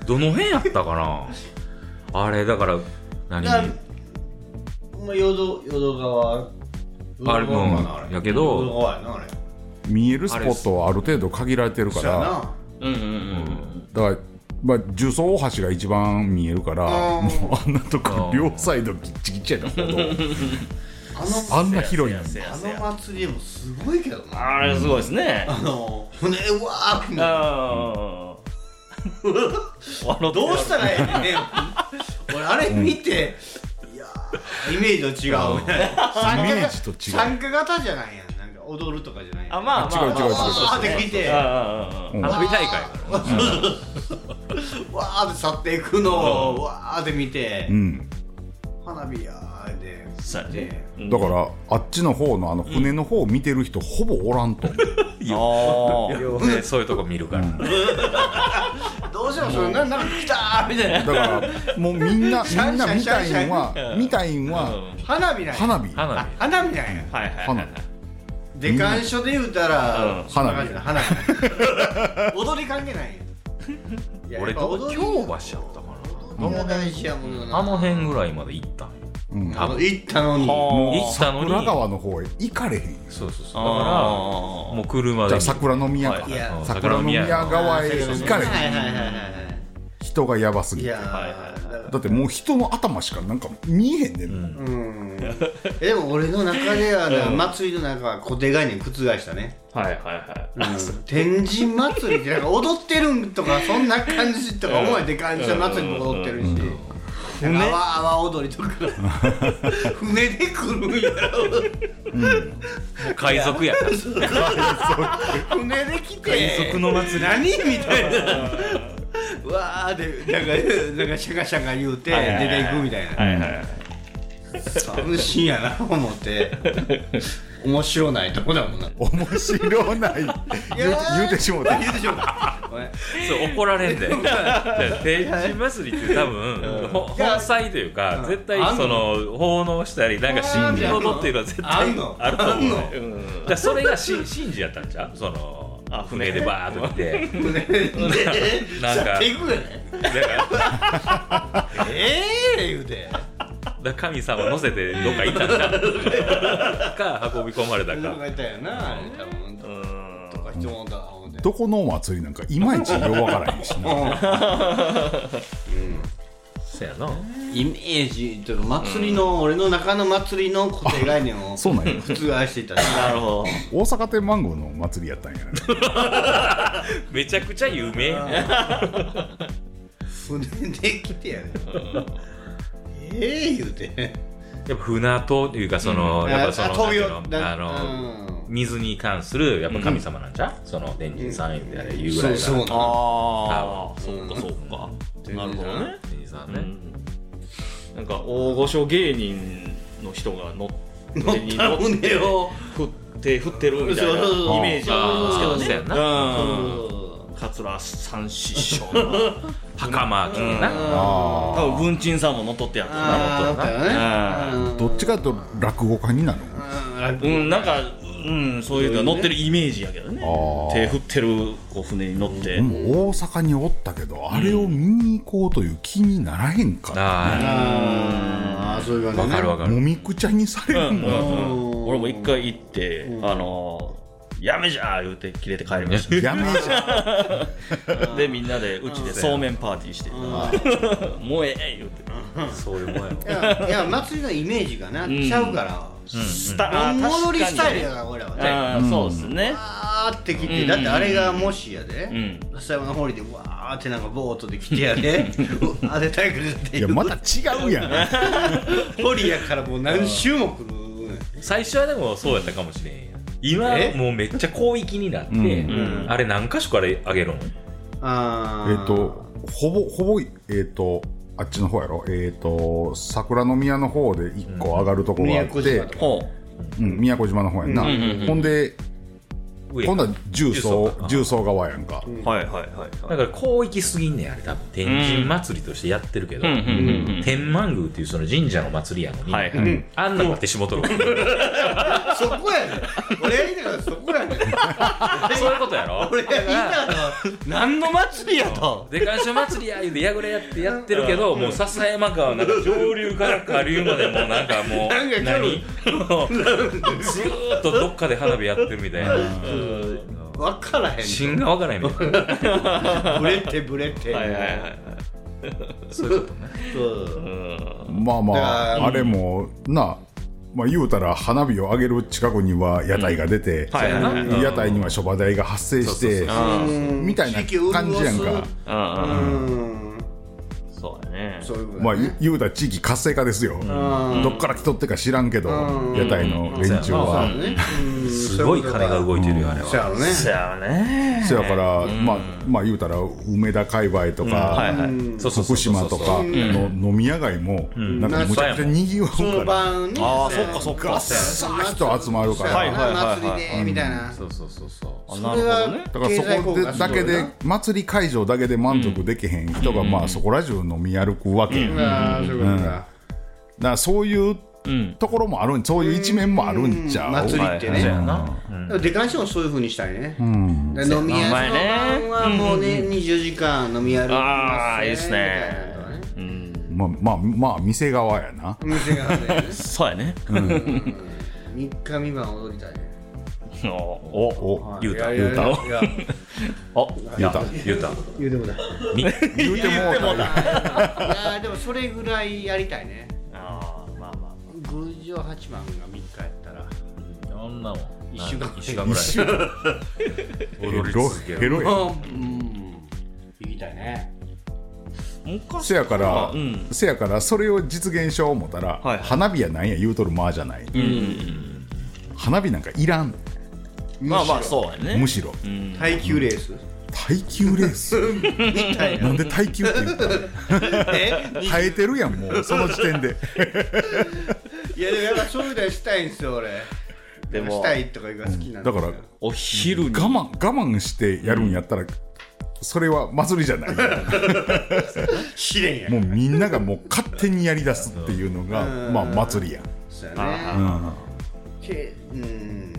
Speaker 5: う
Speaker 3: どの辺やったかなあれだから
Speaker 5: ん
Speaker 3: 何
Speaker 5: だからほんま淀淀
Speaker 3: あ
Speaker 5: 川
Speaker 3: れ
Speaker 5: 淀川かな
Speaker 3: うん
Speaker 5: あれ
Speaker 3: やけど
Speaker 5: 淀川やなあれ
Speaker 1: うん、見えるスポットはある程度限られてるか
Speaker 5: そうや
Speaker 1: ら
Speaker 5: な
Speaker 2: うんうんうん
Speaker 1: だから、まあ、重曹大橋が一番見えるから
Speaker 5: あー
Speaker 1: もうあんなとこ
Speaker 3: あー
Speaker 1: 両サイドギッチギチやなほど
Speaker 5: あの
Speaker 1: あんな広いの
Speaker 2: や
Speaker 1: に
Speaker 2: せや
Speaker 5: あ
Speaker 2: せや
Speaker 5: の祭りもすごいけどな。
Speaker 2: あれすごいですね
Speaker 5: あの、船うわーってな
Speaker 2: ああ
Speaker 5: どうしたらええねん。俺、あれ見て、いやー、イメージと違う。
Speaker 3: うん
Speaker 5: みたいな参加
Speaker 1: イメージと違う
Speaker 5: 参加型じゃないやん。なんか踊るとかじゃないやん。
Speaker 2: あまあまあ
Speaker 1: 違う違う違う
Speaker 2: まあ
Speaker 5: わーって来て、
Speaker 2: ああ
Speaker 5: わ
Speaker 2: ああああ
Speaker 1: うん
Speaker 3: 花火大会からね
Speaker 5: ーって去っていくのを、わーって見て
Speaker 1: う、ん
Speaker 5: 花火やーで。
Speaker 2: そうやね
Speaker 1: だからあっちの方のあの船の方を見てる人ほぼおらんと思う、
Speaker 2: ああ
Speaker 3: ねそういうとこ見るから
Speaker 5: どうしてもそれ、ななんか来たーみたい
Speaker 1: だ
Speaker 5: な。
Speaker 1: からもうみんなみんな見たいんは見たいんは
Speaker 5: 花火なんや。
Speaker 1: 花火
Speaker 3: 花
Speaker 5: あ
Speaker 3: 火
Speaker 5: 花火なんや。
Speaker 2: はいはい
Speaker 1: 花火
Speaker 5: で鑑賞で言うたら、
Speaker 2: うん
Speaker 1: 花火
Speaker 5: 火花火踊り関係ない んや
Speaker 3: 俺どこ京橋やったかな
Speaker 5: どの大事やものな
Speaker 3: あの辺ぐらいまで行ったんよ
Speaker 1: うん
Speaker 5: あの行ったのに
Speaker 2: も
Speaker 3: 行ったのに
Speaker 1: 桜川の方へ行かれへん
Speaker 3: そうそうそうだから
Speaker 2: あー
Speaker 3: もう車
Speaker 1: じ
Speaker 3: で
Speaker 1: ゃあ桜の宮か、
Speaker 2: はい
Speaker 5: や
Speaker 1: 桜の宮
Speaker 5: は
Speaker 1: 川へ
Speaker 5: いはい
Speaker 1: 行かれへん
Speaker 5: はいはいは
Speaker 1: 人がやばす
Speaker 5: い
Speaker 1: ぎ
Speaker 5: い
Speaker 1: て
Speaker 5: や
Speaker 2: はいはい
Speaker 5: ーだから
Speaker 1: だってもう人の頭しかなんか見えへんねん、
Speaker 3: ん
Speaker 5: うんえでも俺の中ではな
Speaker 2: うん
Speaker 5: 祭りの中は固定概念覆したね
Speaker 2: はいはいはい
Speaker 5: うん天神祭りってなんか踊ってるんとかそんな感じとか思えて感謝祭りも踊ってるしなんか泡泡踊りとか船で来るんやろ
Speaker 3: もう海賊やから
Speaker 5: 船で来て
Speaker 3: 海賊の祭り
Speaker 5: 何みたいなわーでなんかなんかシャカシャカ言うて出
Speaker 2: はいはいはい
Speaker 5: ていくみたい
Speaker 2: は
Speaker 5: ない
Speaker 2: はいはい
Speaker 5: 寂しいやな思って面白ないとこだもんな
Speaker 1: 面白ない言う言うてしもうた
Speaker 5: 言うでしょうかごめん
Speaker 3: そう怒られんで天神祭りって多分ほ本祭というか絶対
Speaker 5: あんの
Speaker 3: その奉納したりなんか神事踊っていうのは絶対
Speaker 5: あんの
Speaker 3: あると思うね
Speaker 2: うんうん
Speaker 3: だからそれがし 神事やったんちゃうその
Speaker 2: あ
Speaker 3: 船でバーッと来て
Speaker 5: 船で
Speaker 3: なんか
Speaker 5: 去っていくよね
Speaker 3: だから
Speaker 5: ええー、言うて
Speaker 3: だから神様乗せてどっか行ったんちゃ うか運び込まれた
Speaker 5: なんか
Speaker 3: か
Speaker 5: いたよなあれ多分
Speaker 2: うん
Speaker 5: とか質問だ思って
Speaker 1: どこのお祭りなんかいまいちようわからへんしな
Speaker 3: そやな
Speaker 5: イメージというか祭りの、俺の中の祭りの固定概念を
Speaker 1: そうなん や
Speaker 5: 覆していたな
Speaker 2: なるほど
Speaker 1: 大阪天満宮のお祭りやったんやね
Speaker 3: めちゃくちゃ有名やん
Speaker 5: 船で来てやねええ言うて
Speaker 3: やっぱ船というかその、やっぱその
Speaker 5: 飛び
Speaker 3: なんていうのあの、水に関するやっぱ神様なんじゃ、うその天神さんっていうぐらいが、
Speaker 5: そうそうなの
Speaker 2: ああ
Speaker 3: ー
Speaker 2: そうかそうかなるほどね
Speaker 3: 天神さん
Speaker 2: う
Speaker 3: ね、
Speaker 2: んなんか大御所芸人の人が乗っ乗って
Speaker 5: 乗った船を
Speaker 2: 振って振ってるみたいな
Speaker 5: そうそうそう
Speaker 2: イメージはありますけどね
Speaker 3: そうやな
Speaker 2: うん桂三師匠の
Speaker 3: 袴着てな、
Speaker 1: あ
Speaker 2: 多分文鎮さんも乗っとってやったな
Speaker 5: あーだったよね
Speaker 1: ーどっちかというと落語家になる
Speaker 5: うん
Speaker 2: うんなんかうんそういうのが乗ってるイメージやけどね
Speaker 1: あー
Speaker 2: 手振ってるこう船に乗って、
Speaker 1: でも大阪におったけどあれを見に行こうという気にならへんから
Speaker 3: あ
Speaker 5: あーそういう
Speaker 3: あわ
Speaker 5: 感じね
Speaker 3: かるわかる、
Speaker 1: もみくちゃにされるもん、
Speaker 2: 俺もも一回行って、あのーやめじゃー言うて切れて帰りまし
Speaker 1: やめじゃ
Speaker 2: たでみんなでうちでそうめんパーティーして「もうええ」言うて
Speaker 3: そういうもんやろ
Speaker 5: いやいや祭りのイメージがな、
Speaker 2: ん
Speaker 5: ちゃうから
Speaker 2: スタあー
Speaker 5: 盆踊り
Speaker 2: 確
Speaker 5: ス
Speaker 2: か
Speaker 5: タ
Speaker 2: に
Speaker 5: イル
Speaker 2: ね
Speaker 5: やから俺らはね
Speaker 2: あーそうですね
Speaker 5: わーって来て、だってあれがもしやで、
Speaker 2: ん
Speaker 5: 浅山のホリでわーってなんかボートで来てやで、うわーで体育出て、
Speaker 1: いやまた違うやん
Speaker 5: ホリやからもう何周も来る。
Speaker 3: 最初はでもそうやったかもしれんやん今
Speaker 5: え
Speaker 3: もうめっちゃ広域になって、
Speaker 1: うん
Speaker 2: うん
Speaker 3: あれ何箇所からあげるの
Speaker 5: あ
Speaker 1: えっ、
Speaker 5: ー
Speaker 1: と、ほぼ、ほぼ、えっ、と、あっちの方やろえっ、と、桜の宮の方で一個上がるとこがあっ
Speaker 5: 宮古島
Speaker 1: て
Speaker 5: と、か
Speaker 2: ほ
Speaker 1: うん、宮古島の方やんな。
Speaker 2: んうんうん
Speaker 1: ほんで、
Speaker 3: 上
Speaker 1: 今度は重
Speaker 3: 重
Speaker 1: 曹
Speaker 3: 曹か、
Speaker 1: 重曹側やんか。
Speaker 2: うはいはいはいは
Speaker 3: だ
Speaker 2: い
Speaker 3: から広域すぎんねんあれ多分天神祭りとしてやってるけど、
Speaker 2: うんうんうんうん
Speaker 3: 天満宮っていうその神社の祭りやのに、
Speaker 2: はいはい
Speaker 3: あんなんなってしもとるわ
Speaker 5: そこやねん。俺やりたかったのそこやねん。
Speaker 3: そういうことやろ
Speaker 5: 俺やりたかったの何の祭りやと。
Speaker 3: で鑑賞祭りや言うてやぐれやってやってるけど、もう笹山川なんか上流から下流までもう なんかもう
Speaker 5: なんか今日
Speaker 3: 何ずーっとどっかで花火やってるみたいな
Speaker 5: 分からへん。
Speaker 3: 芯がわからへんみたいな
Speaker 5: ブレてブレて。
Speaker 2: はいはいはい
Speaker 3: そういうことね
Speaker 5: そう。
Speaker 1: まあま
Speaker 5: だか
Speaker 1: あ、
Speaker 5: ら
Speaker 1: あれも、な、まあ言うたら花火を上げる近くには屋台が出て、
Speaker 2: はいはいはい
Speaker 1: 屋台には諸場代が発生して、みたいな感じやん
Speaker 5: 地域を潤
Speaker 1: か。
Speaker 2: うんうん
Speaker 5: うん。
Speaker 2: そうだね
Speaker 5: そういうこと
Speaker 1: まあ
Speaker 5: だね。
Speaker 1: 言うたら地域活性化ですよ。どっから来とってか知らんけど、
Speaker 5: うん
Speaker 1: 屋台の連中
Speaker 5: そう
Speaker 1: は。
Speaker 5: だね。うん
Speaker 3: すごい金が動いてるよあれ
Speaker 5: そう
Speaker 3: は
Speaker 5: やろね。
Speaker 2: そうやね
Speaker 1: せやから、まあ、まあ言うたら梅田界隈とか、
Speaker 2: はいはい
Speaker 3: そうそ
Speaker 1: 徳
Speaker 3: うそうそう
Speaker 1: 島とかの飲み屋街もなんかむちゃくちゃにぎわ
Speaker 5: そうの
Speaker 1: から
Speaker 5: 晩ね。
Speaker 2: ああそっかそっか
Speaker 1: ガッサー人集まるか
Speaker 5: そう
Speaker 1: ら
Speaker 5: やろ
Speaker 2: はいはい
Speaker 5: な
Speaker 2: はいはい
Speaker 5: 祭りでみたいな。
Speaker 3: そうそうそうそう
Speaker 5: それは
Speaker 2: ね
Speaker 1: だからそこでだけで祭り会場だけで満足できへん人がまあそこら中飲み歩くわけだか
Speaker 5: ああそういうことか
Speaker 1: らそういうところもあるんそういう一面もあるんちゃう
Speaker 5: 祭りって
Speaker 2: はい
Speaker 5: ね
Speaker 2: はい
Speaker 3: やな
Speaker 5: でも出かしてもそういうふうにしたいねだから飲み屋
Speaker 2: う
Speaker 5: その
Speaker 2: まいね
Speaker 5: 晩はもうね24時間飲み歩き
Speaker 2: あ
Speaker 5: ま
Speaker 2: あ
Speaker 5: す
Speaker 2: いい
Speaker 5: ね
Speaker 2: っすね
Speaker 5: みたいなのね
Speaker 2: うん
Speaker 1: まあまあまあ店側やな
Speaker 5: お店があるね
Speaker 2: そうやね
Speaker 5: 3日三晩踊りたいね
Speaker 2: おお
Speaker 1: お
Speaker 3: 言うた
Speaker 5: いやいやいや
Speaker 2: お
Speaker 1: 言うた
Speaker 3: 言うた
Speaker 5: 言うてもだ
Speaker 1: 言うてもうた
Speaker 5: いやでもそれぐらいやりたいね
Speaker 2: あーまあま
Speaker 5: 偶条八番が3日やったら
Speaker 3: あんなもん
Speaker 5: 一週間
Speaker 3: 一週間ぐらい
Speaker 1: 一週
Speaker 3: 踊り
Speaker 1: ヘロ
Speaker 3: 続け
Speaker 1: ヘ
Speaker 3: る
Speaker 1: ロや
Speaker 5: うん行きたいね
Speaker 2: あ昔
Speaker 1: せやから、
Speaker 2: うん
Speaker 1: せやからそれを実現しよう思ったら、
Speaker 2: はい
Speaker 1: 花火やなんや言うとるまあじゃない、花火なんかいらん
Speaker 2: まあまあそうやね
Speaker 1: むしろ
Speaker 5: 耐久レース
Speaker 1: 耐久レース
Speaker 5: みたい
Speaker 1: な
Speaker 5: なん
Speaker 1: で耐久って言ったの
Speaker 5: え
Speaker 1: 耐えてるやんもうその時点で
Speaker 5: いやでもやっぱそういうのしたいんですよ俺
Speaker 2: でも
Speaker 5: したいとかが好きなん
Speaker 1: だ
Speaker 5: で
Speaker 1: か
Speaker 5: す
Speaker 1: ら
Speaker 5: よ
Speaker 1: 我
Speaker 2: お昼に
Speaker 1: 慢我慢してやるんやったら、それは祭りじゃない
Speaker 5: 試練や
Speaker 1: もうみんながもう勝手にやりだすっていうのがまあ祭りやん
Speaker 5: そう
Speaker 2: あ
Speaker 5: やね
Speaker 1: うん
Speaker 5: けうん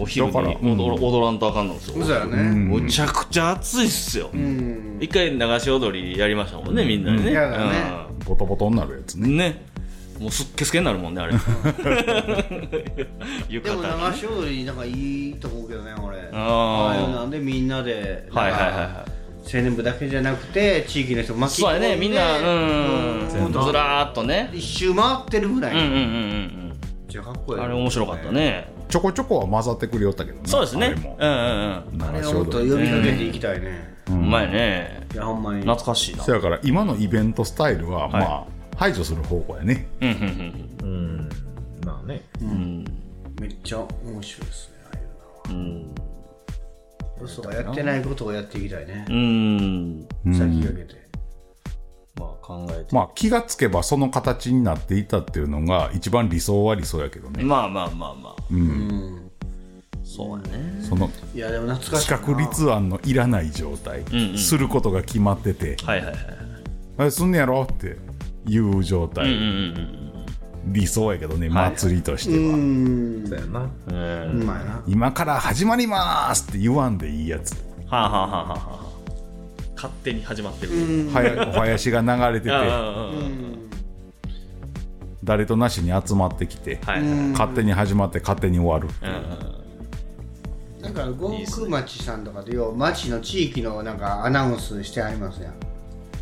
Speaker 2: お昼に
Speaker 1: だからうん
Speaker 2: 踊ら踊らんとあかんのですよ
Speaker 5: そうやね
Speaker 2: むちゃくちゃ暑いっすよ
Speaker 5: うん
Speaker 2: 一回流し踊りやりましたもんねみんなでね
Speaker 5: やだね
Speaker 1: ボトボトになるやつ
Speaker 2: う
Speaker 1: ね
Speaker 2: んねもうすっけすけになるもんねあれ浴
Speaker 5: でも
Speaker 2: 衣が
Speaker 5: 流
Speaker 2: ね
Speaker 5: し踊りなんかいいと思うけどね俺あ
Speaker 2: あ
Speaker 5: あいうなんでみんなで
Speaker 2: はいはいはい
Speaker 5: なんか
Speaker 2: は
Speaker 5: 青年部だけじゃなくて地域の人も
Speaker 2: い
Speaker 5: 巻き
Speaker 2: そう
Speaker 5: 込
Speaker 2: や
Speaker 5: んで
Speaker 2: ねみんなうん
Speaker 5: もっと
Speaker 2: ずらーっとね
Speaker 5: 一周回ってるぐら
Speaker 2: うんうん
Speaker 5: い
Speaker 2: うんうん
Speaker 5: じゃかっ
Speaker 2: う
Speaker 5: こい
Speaker 2: ん
Speaker 5: い
Speaker 2: あれ面白かったね
Speaker 1: ちょこちょこは混ざってくるよったけどな
Speaker 2: そうです
Speaker 1: あれ
Speaker 2: ね
Speaker 1: も
Speaker 2: うんうん
Speaker 5: あ
Speaker 1: 流
Speaker 5: れ
Speaker 1: し
Speaker 5: をもっと
Speaker 1: 踊り
Speaker 5: 呼びかけていきたいね
Speaker 2: うんうまいね
Speaker 5: いやほんまに
Speaker 2: 懐かしいな
Speaker 1: せやから今のイベントスタイルは、まあ排除する方向やね
Speaker 2: うんうんうん
Speaker 3: うんまあね
Speaker 5: めっちゃ面白いですねああいう
Speaker 2: うん
Speaker 5: の嘘がやってないことをやっていきたいね
Speaker 2: うん
Speaker 5: 先駆けて
Speaker 2: まあ考えて
Speaker 1: まあ気がつけばその形になっていたっていうのが一番理想は理想やけどね、
Speaker 2: まあまあまあまあ
Speaker 5: うん
Speaker 2: そうやね
Speaker 1: その
Speaker 5: いやでも懐かし
Speaker 1: 企
Speaker 5: いな
Speaker 1: 画立案のいらない状態、
Speaker 2: んうん
Speaker 1: することが決まってて
Speaker 2: はいはいはい
Speaker 1: 「あすんねやろ?」っていう状態、
Speaker 2: うんうん
Speaker 1: 理想やけどね祭りとしては、
Speaker 5: うん
Speaker 3: そうやな
Speaker 2: うんうん
Speaker 5: うまいな
Speaker 1: 今から始まりますって言わんでいいやつ、
Speaker 2: はあはあはあはあはあ勝手に始まってる
Speaker 1: はやお囃子が流れて
Speaker 2: うんう
Speaker 1: て
Speaker 2: んうんうん
Speaker 1: 誰となしに集まってきて、
Speaker 2: はい、
Speaker 1: 勝手に始まって勝手に終わる、
Speaker 5: なんか五福町さんとかでよう町の地域のなんかアナウンスしてありますやん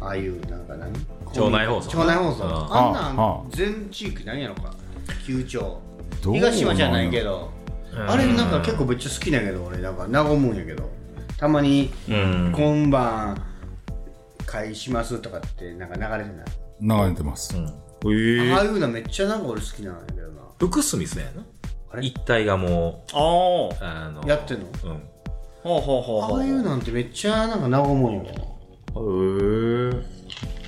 Speaker 5: ああいうなんか何
Speaker 3: 町内放送
Speaker 5: 町内放送
Speaker 3: うん
Speaker 5: あん
Speaker 1: ああ
Speaker 5: なん全地域なんやろか九町
Speaker 1: どうなんやろ
Speaker 5: 東島じゃないけどあれなんか結構めっちゃ好きなんやけど俺なんか和むんやけどたまに
Speaker 3: うん
Speaker 5: 「今晩会します」とかってなんか流れてない、
Speaker 1: 流れてます、
Speaker 5: ああいうのめっちゃなんか俺好きなんやけどな
Speaker 3: 福住すねやな
Speaker 5: あれ
Speaker 3: 一帯がも
Speaker 2: ああほう
Speaker 3: うあの
Speaker 5: やってんの
Speaker 3: うん
Speaker 2: ほうほうほ
Speaker 5: ああいうなんてめっちゃなんか和むんやけど
Speaker 2: うへ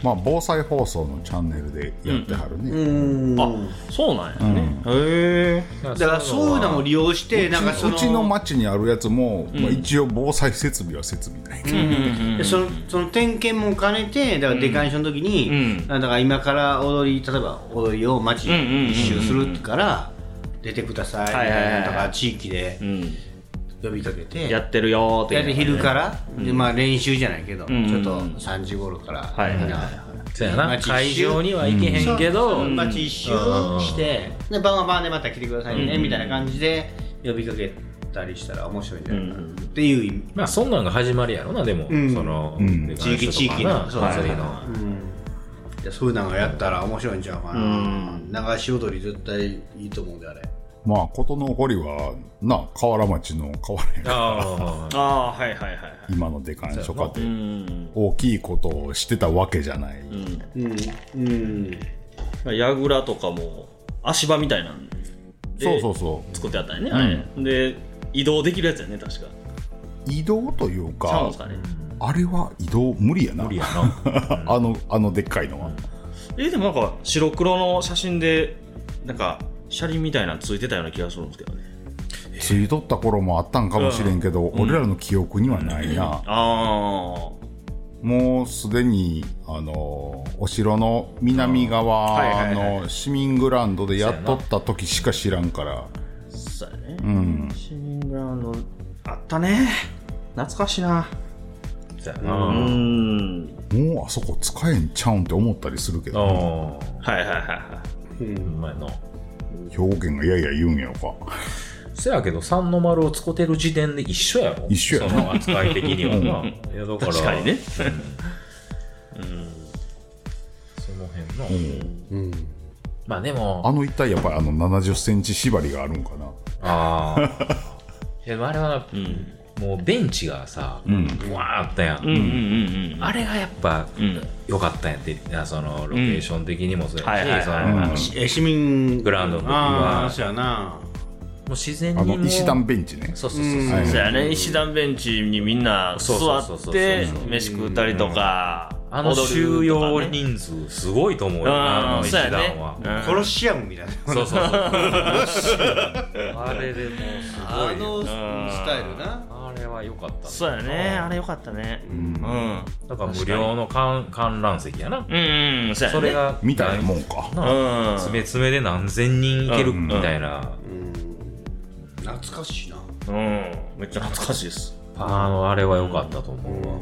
Speaker 1: まあ防災放送のチャンネルでやってはるね、
Speaker 5: うーん
Speaker 2: あそうなんやね、へえ
Speaker 5: だからそういうのも利用してなんかその
Speaker 1: うちの町にあるやつも、まあ、一応防災設備は設備ないけど、
Speaker 5: でそのその点検も兼ねてだから出鑑賞の時に、
Speaker 2: うん
Speaker 5: あだから今から踊り例えば踊りを街
Speaker 2: うんうんうんうん
Speaker 5: 一周するから出てくださいみ
Speaker 2: はいはいはい
Speaker 5: たいなとか地域で
Speaker 2: うん
Speaker 5: 呼びかけて
Speaker 2: やってるよーって
Speaker 5: だいたい昼から、でまあ、練習じゃないけど、
Speaker 2: んうん
Speaker 5: ちょっと3時頃から、
Speaker 2: はいはいはい
Speaker 5: みんな
Speaker 3: そうやな
Speaker 5: 街一周
Speaker 3: 会場には行けへんけ
Speaker 5: そう
Speaker 3: ど
Speaker 5: そう街一周して、で晩は晩でまた来てくださいね、みたいな感じで呼びかけたりしたら面白いんじゃないかな、っていう意味
Speaker 3: まあそんなんが始まりやろなでも
Speaker 5: ん
Speaker 3: その
Speaker 1: ん
Speaker 3: で
Speaker 5: 地域地域の
Speaker 3: そう
Speaker 5: そう
Speaker 3: そういうの
Speaker 5: うん、そういうのがやったら面白いんちゃうかな、流し踊り絶対いいと思うであれ
Speaker 1: まあ事の起こりはな河原町の河原や
Speaker 3: ああ
Speaker 2: ああはいはいはいはい
Speaker 1: 今の出鑑書家
Speaker 2: う
Speaker 1: で
Speaker 2: ん
Speaker 1: 大きいことをしてたわけじゃない、
Speaker 5: うんうん
Speaker 2: やぐらとかも足場みたいなんで
Speaker 1: そうそうそ
Speaker 2: 作ってあったんやねあれ、で移動できるやつやね確か
Speaker 1: う移動という
Speaker 2: ちゃう
Speaker 1: か
Speaker 2: んですかね、
Speaker 1: あれは移動無理やな
Speaker 3: 無理やな
Speaker 1: あのあのでっかいのは、
Speaker 2: えーでもなんか白黒の写真でなんか車輪みたいなのついてたような気がするんですけどね
Speaker 1: ついとった頃もあったんかもしれんけど、俺らの記憶にはないな、
Speaker 2: あ
Speaker 1: もうすでにあのお城の南
Speaker 2: はいは
Speaker 1: 側
Speaker 2: いはい
Speaker 1: の市民グラウンドでやっとった時しか知らんから
Speaker 2: あそうやね、
Speaker 1: うん
Speaker 2: 市民グラウンドあったね懐かしいな
Speaker 3: そうや
Speaker 2: う
Speaker 3: なん
Speaker 1: もうあそこ使えんちゃうんって思ったりするけど
Speaker 3: あ
Speaker 2: はいはいはいは
Speaker 3: あ前の
Speaker 1: 表現がやや言うんやろか
Speaker 3: せやけど三の丸を使ってる時点で一緒やろ
Speaker 1: 一緒やな
Speaker 3: その扱い的にはないやだ
Speaker 2: い
Speaker 3: から
Speaker 2: 確かにね
Speaker 3: その辺の、まあでも
Speaker 1: あの一帯やっぱりあの7 0ンチ縛りがあるんかな
Speaker 3: ああ いやあれは、もうベンチがさ、ブワーあったや
Speaker 2: う
Speaker 3: ん、
Speaker 2: んうんうんうん
Speaker 3: あれがやっぱ
Speaker 2: ん
Speaker 3: 良かったんやっていやそのロケーション的にもそう
Speaker 2: うんは
Speaker 3: や
Speaker 2: いはいはい
Speaker 3: しそのも
Speaker 5: しえ市民
Speaker 3: グラウンドの時は
Speaker 5: ああそうやな
Speaker 3: う自然
Speaker 1: あ
Speaker 3: にも
Speaker 1: の
Speaker 3: う
Speaker 1: 石段ベンチね
Speaker 3: そうそうそうそう、
Speaker 1: はい
Speaker 2: そうやね石段ベンチにみんな座
Speaker 3: そう
Speaker 2: っ
Speaker 3: そうそうそう
Speaker 2: て
Speaker 3: そう
Speaker 2: 飯食ったりとか
Speaker 3: あの収
Speaker 2: 踊るとか
Speaker 3: 容
Speaker 2: ね
Speaker 3: 人数すごいと思うよ
Speaker 2: うん
Speaker 3: なあの一
Speaker 2: そうや
Speaker 3: 段
Speaker 2: ね
Speaker 3: は、
Speaker 2: うん
Speaker 5: コロシアムみたいな
Speaker 3: そうそうそう あれでもう
Speaker 5: あのスタイルな
Speaker 3: あれは良かった
Speaker 2: そうやねあれよかったねうん
Speaker 3: だから無料の観観覧席やな
Speaker 2: うんうんそうやね
Speaker 3: それが
Speaker 1: みたいなもんか
Speaker 3: な
Speaker 2: うん
Speaker 3: 詰め詰めで何千人いけるみたいな、
Speaker 5: 懐かしいな
Speaker 2: うんめっちゃ懐かしいです
Speaker 3: あのあれは良かったと思うわ、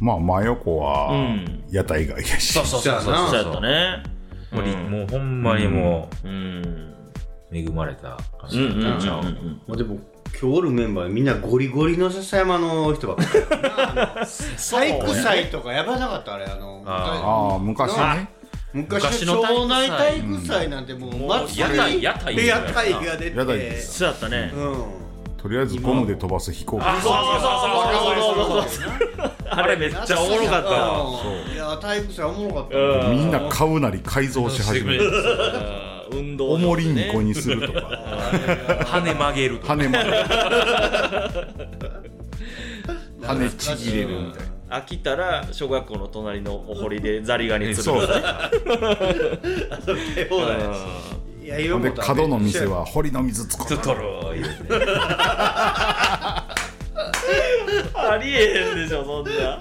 Speaker 1: まあ真横は
Speaker 2: うん
Speaker 1: 屋台街やし、
Speaker 3: そうそうそうそう
Speaker 5: そうやな
Speaker 2: そうやったね
Speaker 3: もうりもうほんまにも
Speaker 2: うん
Speaker 3: う恵まれた
Speaker 2: う
Speaker 3: 感じ、
Speaker 2: んうんうん
Speaker 5: じゃあまあでも今日おるメンバーみんなゴリゴリの笹山の人ばっかりやな 体育祭とかやばなかったあれあの
Speaker 3: あ
Speaker 1: ああ昔ね
Speaker 5: 昔
Speaker 3: 昔
Speaker 5: の
Speaker 3: の
Speaker 5: 町内体
Speaker 3: 体
Speaker 5: 育祭なんてもう
Speaker 3: もう
Speaker 5: 祭
Speaker 3: 屋
Speaker 5: り
Speaker 3: 台屋台
Speaker 5: で屋台が出て
Speaker 1: 屋台で
Speaker 2: そうやったね
Speaker 5: うん
Speaker 1: とりあえずゴムで飛ばす飛行機
Speaker 3: あそうそうそうそうそうそう
Speaker 2: あれめっちゃおもろかったわ
Speaker 5: うんいや体育祭おもろかった
Speaker 1: みんな買うなり改造し始める
Speaker 2: うん運動
Speaker 1: おもりん
Speaker 2: ね
Speaker 1: こにするとか
Speaker 3: 羽曲げるとか
Speaker 1: 羽まで羽ちぎれるみたいな
Speaker 2: 飽きたら小学校の隣のお堀でザリガニ釣
Speaker 1: そ
Speaker 2: る
Speaker 1: う
Speaker 5: そうだねいや今
Speaker 1: ほん
Speaker 5: も
Speaker 1: で
Speaker 5: 食べ
Speaker 1: 角の店は堀の水つこ
Speaker 3: ちょっとろ言うて
Speaker 2: ありえへんでしょそんな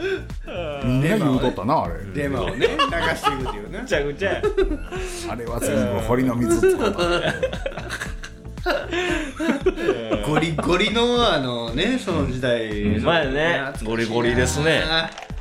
Speaker 1: みんな言うとったなあれ
Speaker 5: デマをね流していくっていうね
Speaker 2: ぐちゃぐちゃや
Speaker 1: あれは全部堀の水つこ
Speaker 5: ゴリゴリのあのねその時代
Speaker 2: 前ねゴリゴリですね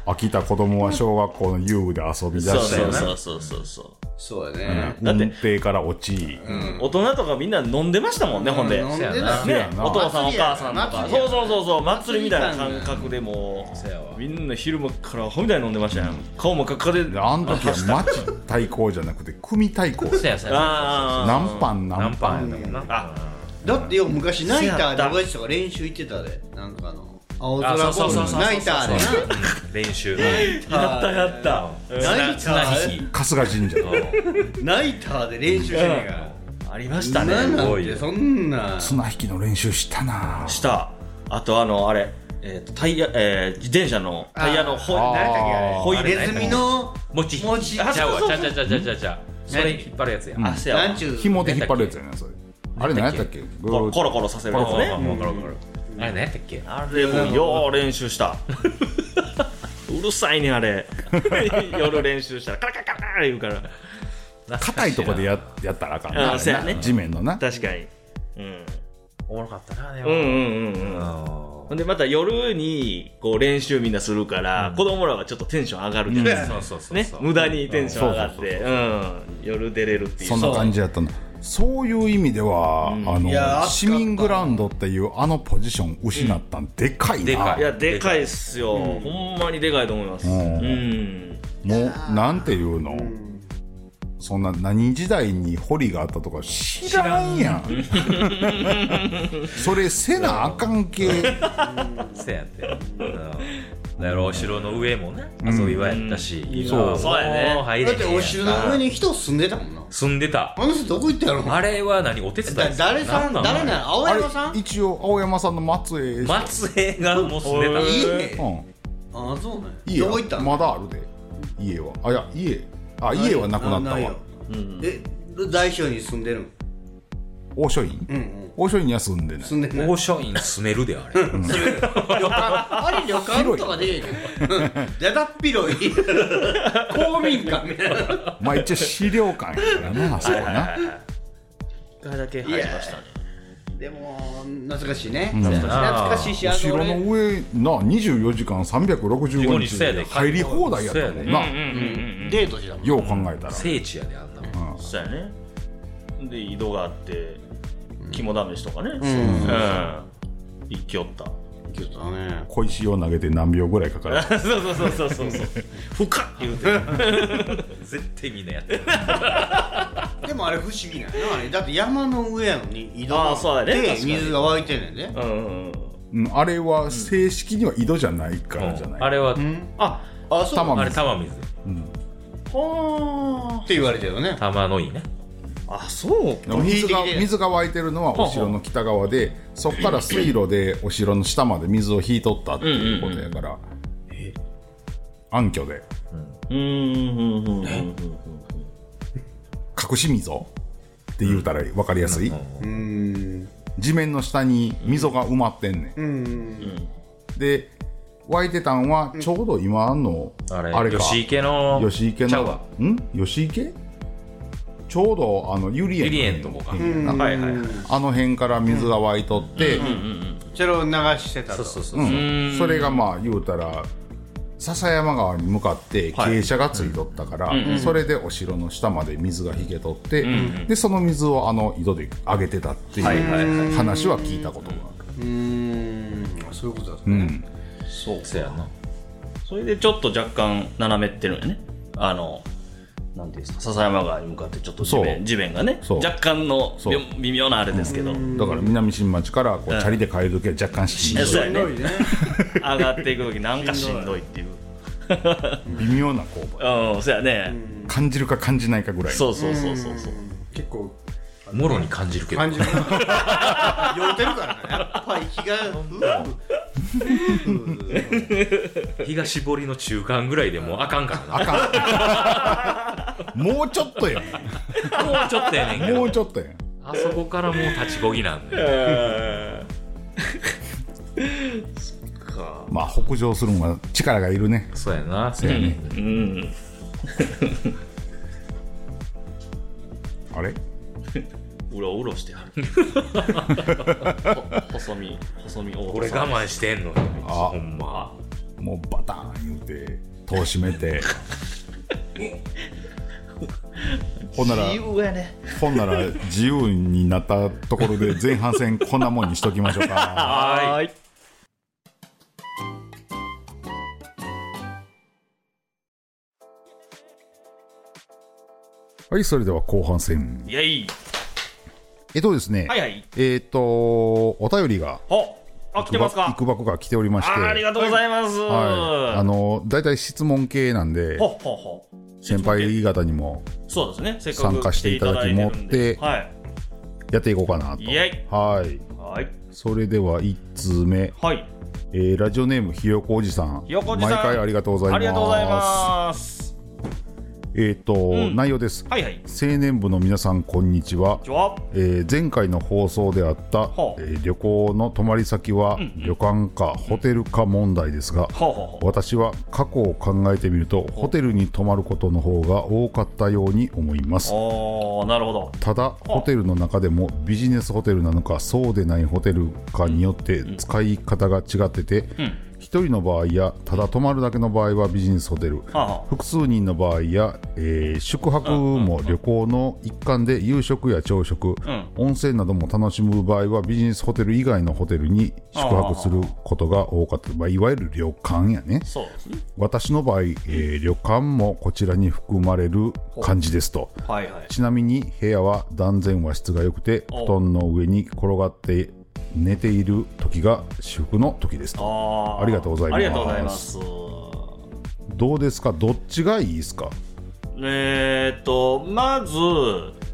Speaker 1: 飽きた子供は小学校の遊具で遊び出
Speaker 2: そう
Speaker 1: し
Speaker 2: そう
Speaker 1: て
Speaker 2: そうそうそうそう
Speaker 5: そうだね、
Speaker 2: だって
Speaker 1: 運転から落ち、
Speaker 2: 大人とかみんな飲んでましたもんね、ほんで。
Speaker 5: 飲ん
Speaker 2: ね、
Speaker 5: で
Speaker 3: せやな
Speaker 5: たね
Speaker 2: お父さん、お
Speaker 5: 祭りや
Speaker 2: 母さんとか。
Speaker 5: 祭りや
Speaker 2: そうそうそうそう、祭りみたいな感覚でも
Speaker 3: せやわ
Speaker 2: う、みんな昼間からアホみたいに飲んでましたよ。顔もかっかで。
Speaker 1: であの時は町対抗じゃなくて組対抗
Speaker 3: せやせや
Speaker 2: あ
Speaker 1: 何パ
Speaker 2: ン
Speaker 1: ン何
Speaker 3: 何
Speaker 1: パン
Speaker 3: パンやったもんな
Speaker 2: あ
Speaker 5: だってよ昔ナイター
Speaker 2: せや
Speaker 5: で
Speaker 2: った
Speaker 5: 俺たちとか練習行ってたでなんかあの青空
Speaker 3: あ
Speaker 5: ボ
Speaker 3: そうそうそうそ
Speaker 5: ール
Speaker 3: う
Speaker 5: ナイターでな
Speaker 3: うん練習
Speaker 2: やったやった。
Speaker 5: んナイター
Speaker 3: 綱引き
Speaker 1: 春日神社
Speaker 5: ナイターで練習してねえから
Speaker 2: ありましたね。
Speaker 5: 今
Speaker 3: す
Speaker 5: なん
Speaker 3: ご
Speaker 5: て
Speaker 3: いよ
Speaker 5: そんな
Speaker 1: 綱引きの練習したな
Speaker 2: した。あとあの、あれ、えーとタイヤ、えー自転車のタイヤのほ
Speaker 1: あー
Speaker 5: 誰だっけあれ
Speaker 1: あ
Speaker 2: ホイール
Speaker 5: ネズミの
Speaker 3: 餅引き
Speaker 5: 餅
Speaker 3: ちゃうわ
Speaker 2: そう
Speaker 3: ち
Speaker 2: そうそう
Speaker 3: ゃうちゃうちゃうちゃうちゃうそれ引っ張るやつや
Speaker 2: あ、せやわ
Speaker 5: なんちゅう
Speaker 1: 紐で引っ張るやつやなそれあれ何やったっけ
Speaker 2: コロコロコロさせるやつ
Speaker 3: あ
Speaker 2: ね。
Speaker 3: わかるわかるあれ何やったっけ
Speaker 2: あれもよう練習 した。うるさいね、あれ。夜練習したら、カラカラカラカラ言うから。
Speaker 1: 硬いとこでややったらあかん
Speaker 2: うん
Speaker 1: なあ
Speaker 2: そう
Speaker 1: れ
Speaker 2: やね
Speaker 1: な地面のな
Speaker 2: 確かに。うん。
Speaker 3: おもろかったなで
Speaker 2: うんう
Speaker 3: も
Speaker 2: んうんうん。
Speaker 3: うん
Speaker 2: ほんでまた夜にこう練習みんなするから、子供らはちょっとテンション上がるじゃないですか、
Speaker 3: そうそうそう
Speaker 2: ね
Speaker 3: そう
Speaker 2: 無駄にテンション上がって、うん、夜出れるっていう
Speaker 1: そんな感じやったのそういう意味では、あ
Speaker 5: いや
Speaker 1: の
Speaker 5: 熱かった
Speaker 1: 市民グラウンドっていうあのポジション失ったんでかい
Speaker 3: で
Speaker 1: な、
Speaker 3: か
Speaker 2: いやでかいっすよ、ほんまにでかいと思います、う
Speaker 1: うんんもうなんていうの、そんな何時代に堀があったとか知らんやんそれせなあかんけ
Speaker 3: せやってうんだからお城の上もね遊び場やったし
Speaker 1: そう
Speaker 2: そうやね
Speaker 3: ね
Speaker 5: だってお城の上に人住んでたもんな
Speaker 3: 住んでた
Speaker 5: あの人どこ行ったやろ
Speaker 3: あれは何お手伝い
Speaker 5: だ誰さん
Speaker 3: な
Speaker 5: 誰なの青
Speaker 1: あれ
Speaker 5: 山さん
Speaker 1: 一応青山さんの末裔
Speaker 3: 松江がもう住んでた
Speaker 5: いい
Speaker 1: うん
Speaker 5: ねあそうなんや
Speaker 1: 家
Speaker 5: どこ行った
Speaker 1: は
Speaker 5: の
Speaker 1: まだあるで家はあいや家あ家はなくなった
Speaker 5: い
Speaker 1: わ
Speaker 5: よえ大正に住んでるん
Speaker 1: 大書院、
Speaker 5: うん
Speaker 1: 大書院には住んでない
Speaker 5: 住んでない
Speaker 3: 大書院住めるであれ
Speaker 5: あれ旅館とかでええけどやだっ広い公民館みたいな
Speaker 1: まあ一応資料館やからなあそこな
Speaker 2: 1回だけ入りましたね
Speaker 5: でも懐かしいね
Speaker 1: ん
Speaker 5: 懐かしいしあ
Speaker 1: お城
Speaker 5: の
Speaker 1: の
Speaker 5: 俺
Speaker 1: 上な24時間365日
Speaker 3: そうやで
Speaker 1: 入り放題やったもんな、
Speaker 2: うんうんうん
Speaker 5: デートしたもん
Speaker 1: よう考えたら、
Speaker 3: 聖地やであんなもん
Speaker 2: うんそうやねで井戸があって肝試しとかね、うん一挙った
Speaker 5: ちょっとね
Speaker 1: 小石を投げて何秒ぐらいかかる
Speaker 2: そうそうそうそう そうそう深っ言うて
Speaker 3: 絶対みんなやってる
Speaker 5: でもあれ不思議なんやなあれだって山の上やのに井戸
Speaker 2: あーそうやね
Speaker 5: で
Speaker 2: 確かに
Speaker 5: 水が湧いてんねんで
Speaker 2: うんうんうん
Speaker 1: うんあれは正式には井戸じゃないからじゃない、
Speaker 3: あれは
Speaker 2: あ
Speaker 5: あそう
Speaker 1: 玉
Speaker 5: っ
Speaker 3: あれ玉水
Speaker 2: は
Speaker 5: て言われてるよね
Speaker 3: 玉のいね
Speaker 2: ああそう
Speaker 1: でも水が
Speaker 5: 引いてきて
Speaker 1: 水が湧いてるのはお城の北側でそこから水路でお城の下まで水を引いとったっていうことやから、暗渠で
Speaker 2: うーんうんうんうんうん
Speaker 1: 隠し溝って言うたら分かりやすい、
Speaker 5: うん
Speaker 1: 地面の下に溝が埋まってんねん、
Speaker 5: うん
Speaker 1: で湧いてたんはちょうど今あんの、
Speaker 3: あれ
Speaker 1: あれか
Speaker 3: 吉池の
Speaker 1: 吉池
Speaker 3: ちゃうわ
Speaker 1: のん吉池ちょうどあのゆり
Speaker 3: ゆりえ
Speaker 1: え
Speaker 3: ん
Speaker 1: ん
Speaker 3: と
Speaker 1: の
Speaker 3: こ
Speaker 1: 辺
Speaker 3: か
Speaker 1: やな
Speaker 2: はいはいはい
Speaker 1: あの辺から水が湧いとって、
Speaker 5: それを流してた
Speaker 3: そう
Speaker 5: と
Speaker 3: そうそううん
Speaker 1: それがまあ言うたら笹山川に向かって傾斜がついとったから、それでお城の下まで水が引けとって、でその水をあの井戸で上げてたって
Speaker 3: はいはいいう
Speaker 1: 話は聞いたことがある、
Speaker 5: うんそういうことだった
Speaker 1: うん
Speaker 5: ね
Speaker 2: そう
Speaker 3: せやな
Speaker 2: それでちょっと若干斜めってるんやねあのなんていうんですか笹山川に向かってちょっと地
Speaker 1: そ
Speaker 2: 面
Speaker 1: う
Speaker 2: 地面がね
Speaker 1: そう
Speaker 2: 若干の
Speaker 1: そう
Speaker 2: 微微妙なあれですけど
Speaker 1: だから南新町からこう、チャリで帰るときは若干しんど
Speaker 2: え
Speaker 1: い
Speaker 2: そうや
Speaker 5: 広
Speaker 2: ね
Speaker 5: いね
Speaker 2: 上がっていく時なん かしんどいっていう
Speaker 1: 微妙な勾配
Speaker 2: うんそうやね
Speaker 1: 感じるか感じないかぐらい
Speaker 2: そうそうそうそうそう
Speaker 5: 結構
Speaker 3: もろに感じるけど
Speaker 5: 感じ る酔うてるからねやっぱ息が
Speaker 3: 東堀の中間ぐらいでもうあかんからな
Speaker 1: あかん もうちょっとや
Speaker 3: もう ちょっとやねんけ
Speaker 1: んも
Speaker 3: ど
Speaker 1: うちょっとやん
Speaker 3: あそこからもう立ちこぎなんで
Speaker 1: まあ北上するのは力がいるね
Speaker 3: そうやな
Speaker 1: せやね、
Speaker 2: うん
Speaker 1: あれ
Speaker 2: うろうろしてはる ほ細身細身大
Speaker 3: 俺我慢してんのにほんま
Speaker 1: もうバ ターン言うて戸を閉めてほんなら
Speaker 2: 自由やね
Speaker 1: ほんなら自由になったところで前半戦こんなもんにしときましょう か
Speaker 2: はーい
Speaker 1: はいそれでは後半戦
Speaker 2: イエイ
Speaker 1: えっとですね、
Speaker 2: はいはい
Speaker 1: えっ、とお便りが
Speaker 2: おあ来てます
Speaker 1: い
Speaker 2: か
Speaker 1: くばくが来ておりまして
Speaker 2: あありがとうございます、
Speaker 1: はい、あの大体質問系なんで
Speaker 2: ほっほっほ
Speaker 1: 先輩方にも
Speaker 2: そうですねせっかく
Speaker 1: 参加していただき
Speaker 2: 来ていただいてる
Speaker 1: 持
Speaker 2: ん
Speaker 1: っ
Speaker 2: で
Speaker 1: て
Speaker 2: はい
Speaker 1: やっていこうかなと
Speaker 2: イエ
Speaker 1: はい
Speaker 2: はい
Speaker 1: それでは1通目、
Speaker 2: はい
Speaker 1: えーラジオネームひよこおじさん
Speaker 2: ひよこおじさん
Speaker 1: 毎回ありがとうございます
Speaker 2: ありがとうございます
Speaker 1: えっ、と、
Speaker 2: うん
Speaker 1: 内容です
Speaker 2: はいはい
Speaker 1: 青年部の皆さんこんにちは
Speaker 2: じゃあ
Speaker 1: えー前回の放送であった、
Speaker 2: ほう
Speaker 1: えー旅行の泊まり先は旅館かホテルか問題ですが、
Speaker 2: ほうほうほう
Speaker 1: 私は過去を考えてみるとホテルに泊まることの方が多かったように思います
Speaker 2: おーなるほど
Speaker 1: ただホテルの中でもビジネスホテルなのかそうでないホテルかによって使い方が違ってて、1人の場合やただ泊まるだけの場合はビジネスホテル、
Speaker 2: はあは
Speaker 1: 複数人の場合や、えー宿泊も旅行の一環で夕食や朝食、温泉なども楽しむ場合はビジネスホテル以外のホテルに宿泊することが多かった、まあ、いわゆる旅館やね
Speaker 2: そうですね
Speaker 1: 私の場合、えー旅館もこちらに含まれる感じですと
Speaker 2: はいはい
Speaker 1: ちなみに部屋は断然和室が良くて
Speaker 2: お
Speaker 1: 布団の上に転がって寝ている時が至福の時ですと
Speaker 2: あー
Speaker 1: ありがとうございます
Speaker 2: ありがとうございます
Speaker 1: どうですかどっちがいいですか
Speaker 2: えーっとまず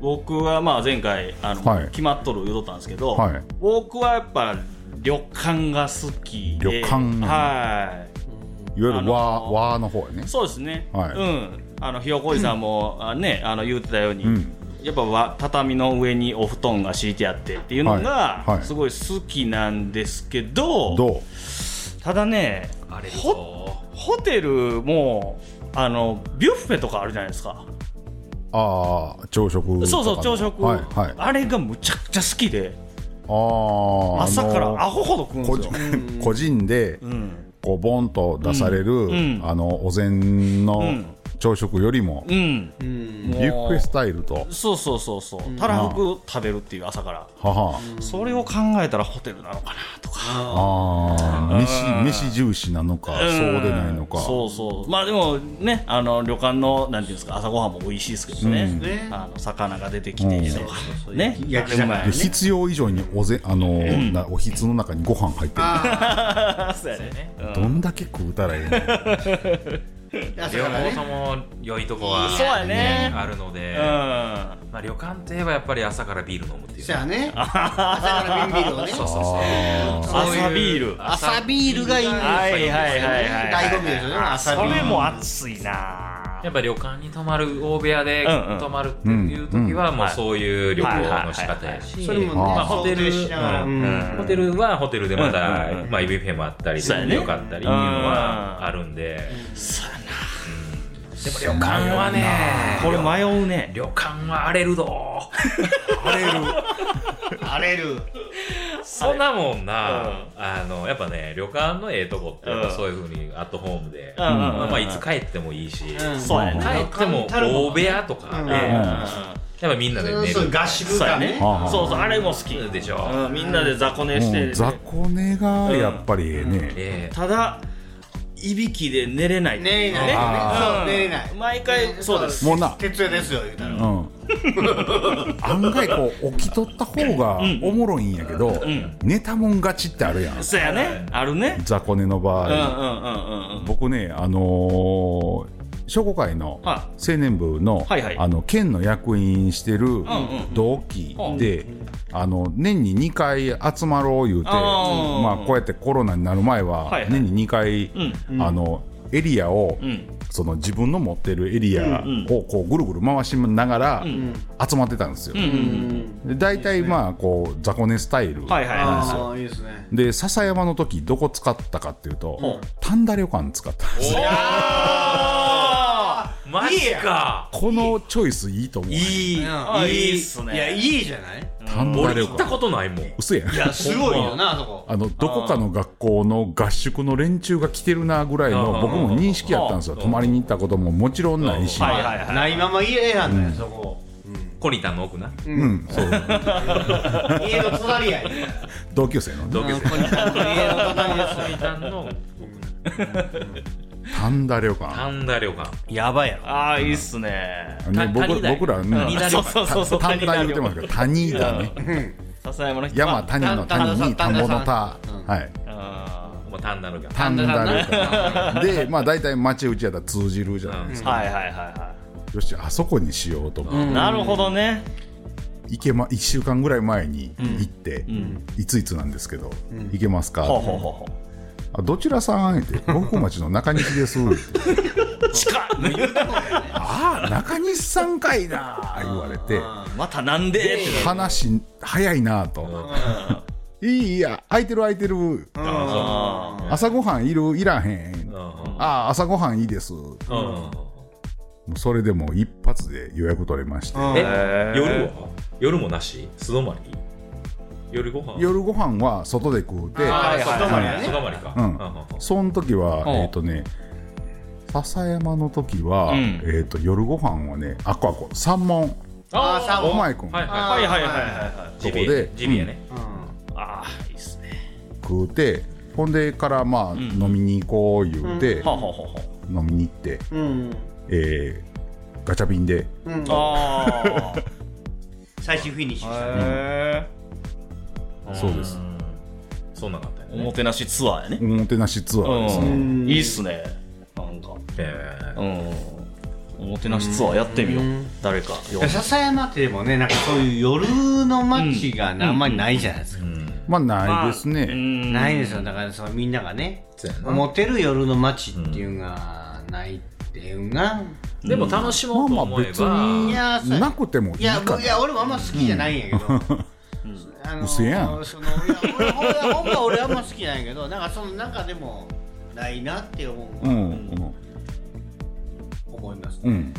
Speaker 2: 僕はまあ前回あの、
Speaker 1: はい
Speaker 2: 決まっとる言うとったんですけど、
Speaker 1: はい
Speaker 2: 僕はやっぱ旅館が好きで
Speaker 1: 旅館
Speaker 2: はい
Speaker 1: わゆ
Speaker 2: あ
Speaker 1: る
Speaker 2: の
Speaker 1: 和,、和の方やね
Speaker 2: そうですね、
Speaker 1: はい
Speaker 2: うん、あのひよこおじさんも、あね、あの言ってたように、
Speaker 1: うん
Speaker 2: やっぱわ畳の上にお布団が敷いてあってっていうの
Speaker 1: は
Speaker 2: が、
Speaker 1: いはい
Speaker 2: すごい好きなんですけど、
Speaker 1: どう
Speaker 2: ただね、
Speaker 3: あれ
Speaker 2: ほホテルもあのビュッフェとかあるじゃないですか、
Speaker 1: ああ朝食とかの
Speaker 2: そうそう、朝食、
Speaker 1: はいはいあ
Speaker 2: あれがむちゃくちゃ好きで、
Speaker 1: あ
Speaker 2: 朝から
Speaker 1: あ
Speaker 2: アホほど食うん
Speaker 1: の
Speaker 2: で
Speaker 1: 個
Speaker 2: すよ
Speaker 1: 人。個人で
Speaker 2: うん
Speaker 1: こうボンと出される、
Speaker 2: ん
Speaker 1: あのお膳の
Speaker 2: ん
Speaker 1: 朝食よりも、
Speaker 2: うん、
Speaker 5: うん
Speaker 1: ビュッフェスタイルと
Speaker 2: そうそうそうそう、たらふく食べるっていう朝から、
Speaker 1: はは
Speaker 2: それを考えたらホテルなのかなとか、
Speaker 1: ああ飯飯重視なのか、
Speaker 2: ん
Speaker 1: そうでないのか
Speaker 2: そうそうまあでもねあの旅館のなんていうんですか朝ごはんも美味しいですけどね,、
Speaker 5: ね
Speaker 2: あの魚が出てきてとか、ね
Speaker 5: 焼
Speaker 2: あれ
Speaker 5: き魚
Speaker 1: で
Speaker 2: うまいね
Speaker 1: 必要以上におぜあの、なおひつの中にご飯入ってる
Speaker 2: そうやね
Speaker 1: どんだけ食うたらええの
Speaker 5: 朝
Speaker 3: 両
Speaker 5: から
Speaker 3: 方
Speaker 5: ね
Speaker 3: とも良いとこは
Speaker 2: そうやね
Speaker 3: あるので、
Speaker 2: うんあ
Speaker 3: まあ、旅館といえばやっぱり朝からビール飲むっていう
Speaker 5: じゃ あね朝から瓶ビールをね
Speaker 3: そうそうそうそういう
Speaker 2: 朝ビール
Speaker 5: 朝ビールがいいんですよ
Speaker 2: はいはいはいはいはい
Speaker 5: 醍醐味ですよね朝ビー
Speaker 2: そ
Speaker 5: ル
Speaker 2: れも熱いな
Speaker 3: やっぱ旅館に泊まる大部屋で
Speaker 2: うんうん
Speaker 3: 泊まるっていう時はもうそういう旅行の仕方やし
Speaker 5: それもね
Speaker 3: まあホテル
Speaker 5: 想定しながら
Speaker 3: う
Speaker 5: うんん
Speaker 3: ホテルはホテルでまた
Speaker 2: うんうんうん
Speaker 3: まあ EVP もあったり
Speaker 2: そうやね
Speaker 3: よかったりっていうのはあるんでそうやなでも旅館はね
Speaker 2: これ迷うね
Speaker 3: 旅館は荒れるど荒れる
Speaker 5: 荒れる
Speaker 3: そんなもんな、あの、やっぱね、旅館のええとこって、やっぱそういうふうにアットホームで、
Speaker 2: うん
Speaker 3: まあまあ、いつ帰ってもいいし、
Speaker 5: ん
Speaker 2: そうやね
Speaker 3: 帰っても大部屋とかで、
Speaker 5: うん
Speaker 3: やっぱみんなで寝
Speaker 5: そう
Speaker 3: る。
Speaker 5: 合宿
Speaker 2: そうや
Speaker 5: 感
Speaker 2: ね
Speaker 5: ね
Speaker 1: はあはあ
Speaker 2: そうそうあれも好き
Speaker 3: でしょ
Speaker 2: うんみんなで雑魚寝して、
Speaker 1: うん雑魚寝がやっぱりええね、
Speaker 3: え
Speaker 2: ただいびきで寝れないって
Speaker 5: 寝
Speaker 2: い
Speaker 5: れ
Speaker 2: う
Speaker 5: ない
Speaker 1: あ
Speaker 5: そう寝れない
Speaker 2: 毎回そうです
Speaker 1: もうな
Speaker 5: 徹夜ですよ言 うたら
Speaker 1: うん、案外こう起きとった方がおもろいんやけど、寝たもん勝ちってあるやん
Speaker 2: そうやねあるね
Speaker 1: 雑魚寝の場
Speaker 2: うんう
Speaker 1: 合、
Speaker 2: んうんうんうん
Speaker 1: 僕ねあのー商工会の青
Speaker 2: は
Speaker 1: 年部の,、
Speaker 2: はいはい
Speaker 1: あの県の役員してる
Speaker 2: ん
Speaker 1: 同期で、あの年に2回集まろう言うて、
Speaker 2: あー
Speaker 1: まあ、こうやってコロナになる前は
Speaker 2: はいはい
Speaker 1: 年に2回、あのエリアを、
Speaker 2: ん
Speaker 1: その自分の持ってるエリアをこうぐるぐる回しながら集まってたんですよ。で大体まあこう雑魚寝スタイル、
Speaker 2: はいはいはい
Speaker 5: ああいいですね
Speaker 1: で笹山の時どこ使ったかっていうと丹田旅館使ったんですよ
Speaker 3: えマジか
Speaker 1: このチョイスいいと思う
Speaker 3: いい。
Speaker 2: あいいっすね
Speaker 5: いやいいじゃない
Speaker 1: 丹田
Speaker 3: 俺
Speaker 1: 旅
Speaker 3: 行った
Speaker 1: 館
Speaker 3: ことないもん。
Speaker 1: 嘘やん
Speaker 5: いやすごいよなあそこ
Speaker 1: あのどこかの学校の合宿の連中が来てるなぐらいの
Speaker 3: あー
Speaker 1: 僕も認識やったんですよ泊まりに行ったことももちろんないし
Speaker 2: はいはいはい
Speaker 5: ないまま家選んだよそこ
Speaker 3: ポリタンの奥な
Speaker 1: うん、そう
Speaker 6: 家の隣やね
Speaker 1: 同級生のね
Speaker 3: 同級生
Speaker 6: ここに家の隣です
Speaker 3: ポリタンの
Speaker 1: タンダ旅館
Speaker 3: 神田旅館
Speaker 5: やばいやろ
Speaker 2: ああいいっすね
Speaker 1: ね
Speaker 3: た
Speaker 1: 僕
Speaker 3: 谷田
Speaker 1: 僕らね
Speaker 3: 谷田旅
Speaker 2: そう
Speaker 3: 館
Speaker 2: そうそうそう
Speaker 1: タンダ言ってますけど谷だね
Speaker 2: 笹山の人
Speaker 1: 山
Speaker 2: は
Speaker 1: 谷の谷に田んぼの田はい
Speaker 2: あ
Speaker 3: もうタンダ旅館
Speaker 1: タンダ旅館でまあ大体町打ちやったら通じるじゃないです
Speaker 2: ー
Speaker 1: か
Speaker 2: はいはいはいは
Speaker 1: よしあそこにしようと思って
Speaker 2: いなるほどね
Speaker 1: 行けま1週間ぐらい前に行って、いついつなんですけど、行けますか、
Speaker 2: ほうほうほうほう
Speaker 1: あどちらさんって大小町の中西です
Speaker 2: 近い
Speaker 1: ああ中西さんかいな言われて
Speaker 2: またなんでってなる
Speaker 1: 話早いなと、いいいいや空いてる空いてる
Speaker 2: あ
Speaker 1: 朝ごはんいるいらへん、
Speaker 3: う
Speaker 1: あ
Speaker 3: ん
Speaker 1: あ朝ごはんいいですも
Speaker 3: うん
Speaker 1: うそれでもう一発で予約取れまして、
Speaker 6: うん
Speaker 3: え
Speaker 2: へー
Speaker 3: 夜は夜もなし素泊まり夜ご飯
Speaker 1: 夜ごはんは外で食うて
Speaker 3: あ
Speaker 2: は
Speaker 3: ー
Speaker 2: い
Speaker 3: そう
Speaker 2: はい
Speaker 3: 素泊まり
Speaker 6: はい
Speaker 3: 素泊まりか
Speaker 1: うん
Speaker 3: うん
Speaker 1: その時は、
Speaker 2: うん
Speaker 1: えっ、とね、笹山の時は、
Speaker 2: うん
Speaker 1: えっ、と、夜ご飯はね、あっこあっこ、三門、
Speaker 6: あーサーモ
Speaker 1: お前くん、
Speaker 3: はい
Speaker 2: ー
Speaker 3: は
Speaker 2: はいいはいはいはいはい
Speaker 3: い
Speaker 1: そ
Speaker 3: ジ
Speaker 1: こ
Speaker 3: ビエ
Speaker 1: で
Speaker 3: ジビエね
Speaker 2: ああいいっすね
Speaker 1: 食うて、ほんでから、まあ、
Speaker 2: ん
Speaker 1: 飲みに行こう言うて、
Speaker 2: ほうほうほうほう
Speaker 1: 飲みに行って、
Speaker 6: うん
Speaker 1: えーガチャピンで、
Speaker 6: うん
Speaker 2: ああ
Speaker 6: 最終フィニッシュした
Speaker 2: へえ
Speaker 1: そうです。
Speaker 3: んそんなんかあったよ
Speaker 2: お
Speaker 3: ね
Speaker 2: もてなしツアーやね
Speaker 1: おもてなしツアーです
Speaker 2: う
Speaker 1: ね。
Speaker 2: んいいっすねなんか
Speaker 3: えー
Speaker 2: うんおもてなしツアーやってみよう誰か呼んで
Speaker 5: 笹山ってでもねなんかそういう夜の街がなあんまりないじゃないですか、
Speaker 1: まあ、ないですね。
Speaker 2: うん
Speaker 5: ないですよだからそのみんながね
Speaker 3: そうやな
Speaker 5: モテる夜の街っていうのがないっていうな、
Speaker 3: でも楽しもうと
Speaker 1: まあま
Speaker 3: 思
Speaker 1: あ
Speaker 3: え
Speaker 1: 別
Speaker 3: ば
Speaker 1: に
Speaker 5: いやそう
Speaker 1: なくてもい
Speaker 5: い
Speaker 1: いか
Speaker 5: や
Speaker 1: な
Speaker 5: 僕いや俺もあんま好きじゃないんやけど、あの
Speaker 1: 嘘やん
Speaker 5: そのいや俺俺はほんま俺はあんま好きなんやけどなんかその中でもないなって思
Speaker 1: う
Speaker 5: う、
Speaker 1: ん、うん
Speaker 5: 思います、
Speaker 1: うん。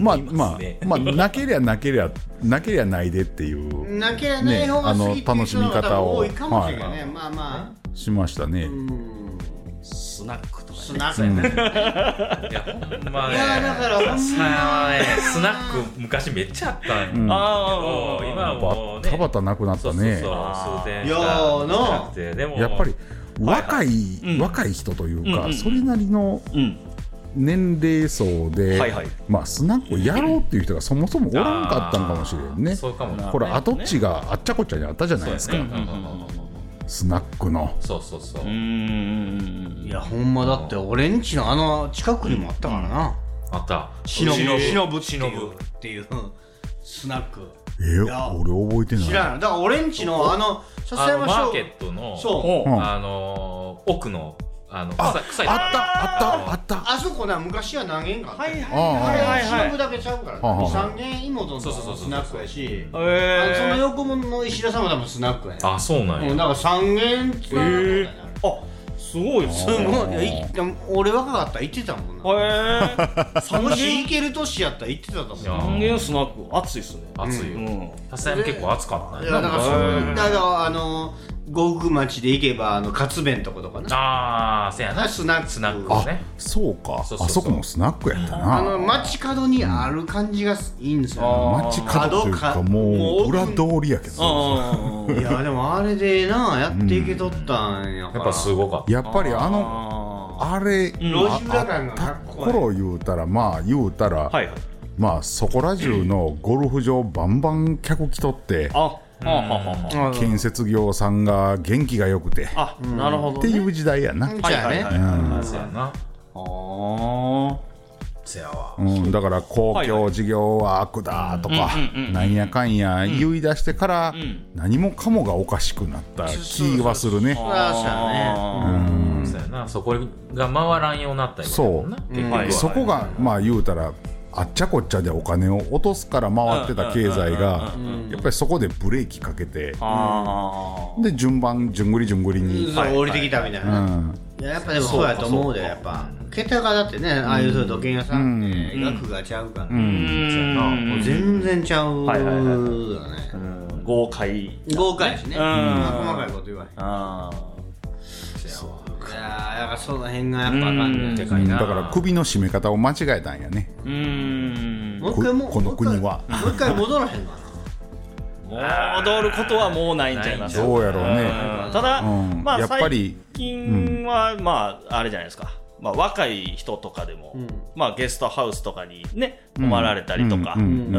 Speaker 1: まあ、
Speaker 3: い
Speaker 1: ま
Speaker 3: ますね
Speaker 1: あ、まあ、なけりゃなけりゃ、なけりゃないでっていう、
Speaker 5: なければない方が好きっていう人の方が多いかもしれないね、
Speaker 1: ねあ
Speaker 5: まあまあ、
Speaker 1: しましたね。
Speaker 5: うん、
Speaker 2: スナックとか
Speaker 5: スナック
Speaker 1: うん
Speaker 3: いやほんま
Speaker 5: い
Speaker 3: ね
Speaker 5: やだからほん
Speaker 3: さ
Speaker 5: ま
Speaker 3: あねスナック昔めっちゃあったんやけど
Speaker 1: うん
Speaker 3: 今
Speaker 2: あー
Speaker 3: はもうね
Speaker 1: 田畑なくなった
Speaker 3: そうそうそう
Speaker 1: ね
Speaker 3: 数点
Speaker 5: いやーな
Speaker 3: なくてでも
Speaker 1: やっぱり若い、
Speaker 2: うん
Speaker 1: 若い人というか、
Speaker 2: うんうんうん
Speaker 1: それなりの
Speaker 2: うん
Speaker 1: 年齢層で、
Speaker 2: はいはい
Speaker 1: まあ、スナックをやろうっていう人がそもそもおらんかったんかもしれんね
Speaker 3: そうかもな
Speaker 1: これ跡地があっちゃこっちゃにあったじゃないですか、
Speaker 3: そうやねうんうんうんうん
Speaker 1: スナックの
Speaker 3: そうそうそう
Speaker 2: うん
Speaker 5: いやほんまだって俺んちのあの近くにもあったからな、
Speaker 3: あった
Speaker 5: 忍ぶ忍ぶ
Speaker 3: 忍ぶ
Speaker 5: っていううんスナック
Speaker 1: え
Speaker 5: いや
Speaker 1: 俺覚えてない
Speaker 5: 知らないだから俺んちのあの
Speaker 3: あ
Speaker 5: 笹
Speaker 3: の
Speaker 5: 山
Speaker 3: マ
Speaker 5: 商
Speaker 3: ーケットの
Speaker 5: そう
Speaker 1: うん
Speaker 3: あのー奥のあの
Speaker 1: あ
Speaker 3: 草草や
Speaker 1: あったあったあった
Speaker 5: あそこな昔は何軒かあった
Speaker 2: はいはい
Speaker 1: あー
Speaker 2: はい
Speaker 5: あれ
Speaker 2: は
Speaker 5: 忍ぶ
Speaker 2: い
Speaker 5: だけちゃうから
Speaker 1: はあはあ
Speaker 5: 23軒妹のと
Speaker 3: そうそうそうそ
Speaker 5: こ
Speaker 3: う
Speaker 5: スナックやしあのその
Speaker 2: えー
Speaker 5: 横の石田様だもスナックやね
Speaker 3: あそうなん
Speaker 5: う
Speaker 3: や
Speaker 5: んだから3軒つながってたんだよね
Speaker 2: あすごいっす
Speaker 5: すごいいやいでも俺若かったら行ってたもんな
Speaker 2: へえ三
Speaker 5: もし
Speaker 2: 軒
Speaker 5: 行ける年やったら行ってたと思う
Speaker 3: いや
Speaker 2: 三軒スナック熱いっすね
Speaker 3: 暑いうよ
Speaker 2: ん
Speaker 3: 笹山結構暑かった
Speaker 5: い
Speaker 3: ね
Speaker 5: やだからそ
Speaker 2: へ
Speaker 5: う
Speaker 2: ー
Speaker 5: だからあの呉服町で行けばあの勝弁とことかな
Speaker 3: ああせやな
Speaker 5: スナック
Speaker 3: スナックをね
Speaker 1: そうか
Speaker 3: そうそうそう
Speaker 1: あそこもスナックやった
Speaker 5: あの
Speaker 1: な
Speaker 5: 街角にある感じがいいんですよ、
Speaker 1: 街角というかもう裏
Speaker 5: 角か
Speaker 1: 通りやけど
Speaker 2: あ
Speaker 5: いやでもあれでなやっていけとったんや
Speaker 3: や
Speaker 5: から
Speaker 3: っぱすごかった
Speaker 1: やっぱりあの
Speaker 2: あ
Speaker 1: あれ、
Speaker 5: 路
Speaker 1: あ
Speaker 5: 地裏感がかっこいい
Speaker 1: 頃言うたらまあ言うたら、
Speaker 2: はいはい
Speaker 1: まあそこら中のゴルフ場バンバン客来とって
Speaker 2: あはあはあはあ
Speaker 1: 建設業さんが元気が良くてっ
Speaker 2: あなるほど
Speaker 1: てい
Speaker 2: ね
Speaker 1: う時代やな、
Speaker 5: うん
Speaker 2: はいはいはい
Speaker 3: あせやな
Speaker 2: あ
Speaker 3: せやわ
Speaker 1: うん、だから公共事業は悪だとかなんやかんや言い出してから何もかもがおかしくなった気はするね
Speaker 5: そうや
Speaker 2: あ
Speaker 3: そうやなそこが回らんようになったり
Speaker 1: そう
Speaker 2: はい
Speaker 1: そこがまあ言うたらあっちゃこっちゃでお金を落とすから回ってた経済がやっぱりそこでブレーキかけて
Speaker 2: あ
Speaker 1: で順番順繰り順繰り
Speaker 5: ね
Speaker 1: に、
Speaker 5: そう降りてきたみたいな、いややっぱでもそうやと思うでやっぱ桁がだってねああいうそういう土建屋さんって額がちゃうから、もう全然ちゃうよね、
Speaker 2: はいはいはい
Speaker 5: うん
Speaker 2: 豪快
Speaker 5: 豪快やしね、
Speaker 2: うん
Speaker 5: まあ細かいこと言わへん
Speaker 2: ああ
Speaker 5: いややーだからその辺がやっぱあかんね
Speaker 3: でかいな
Speaker 1: だから首の締め方を間違えたんやね
Speaker 2: うーん
Speaker 5: もう一回もう
Speaker 1: ここの国は
Speaker 5: もう一回戻らへんわ
Speaker 2: 戻ることはもうないんちゃいます
Speaker 1: どうやろうね
Speaker 2: うんただ、
Speaker 1: うん
Speaker 2: まあ、
Speaker 1: やっぱり
Speaker 2: 最近は、まああれじゃないですか、まあ、若い人とかでも、
Speaker 5: ん
Speaker 2: まあ、ゲストハウスとかにね泊られたりとか、
Speaker 1: うんうん
Speaker 2: うん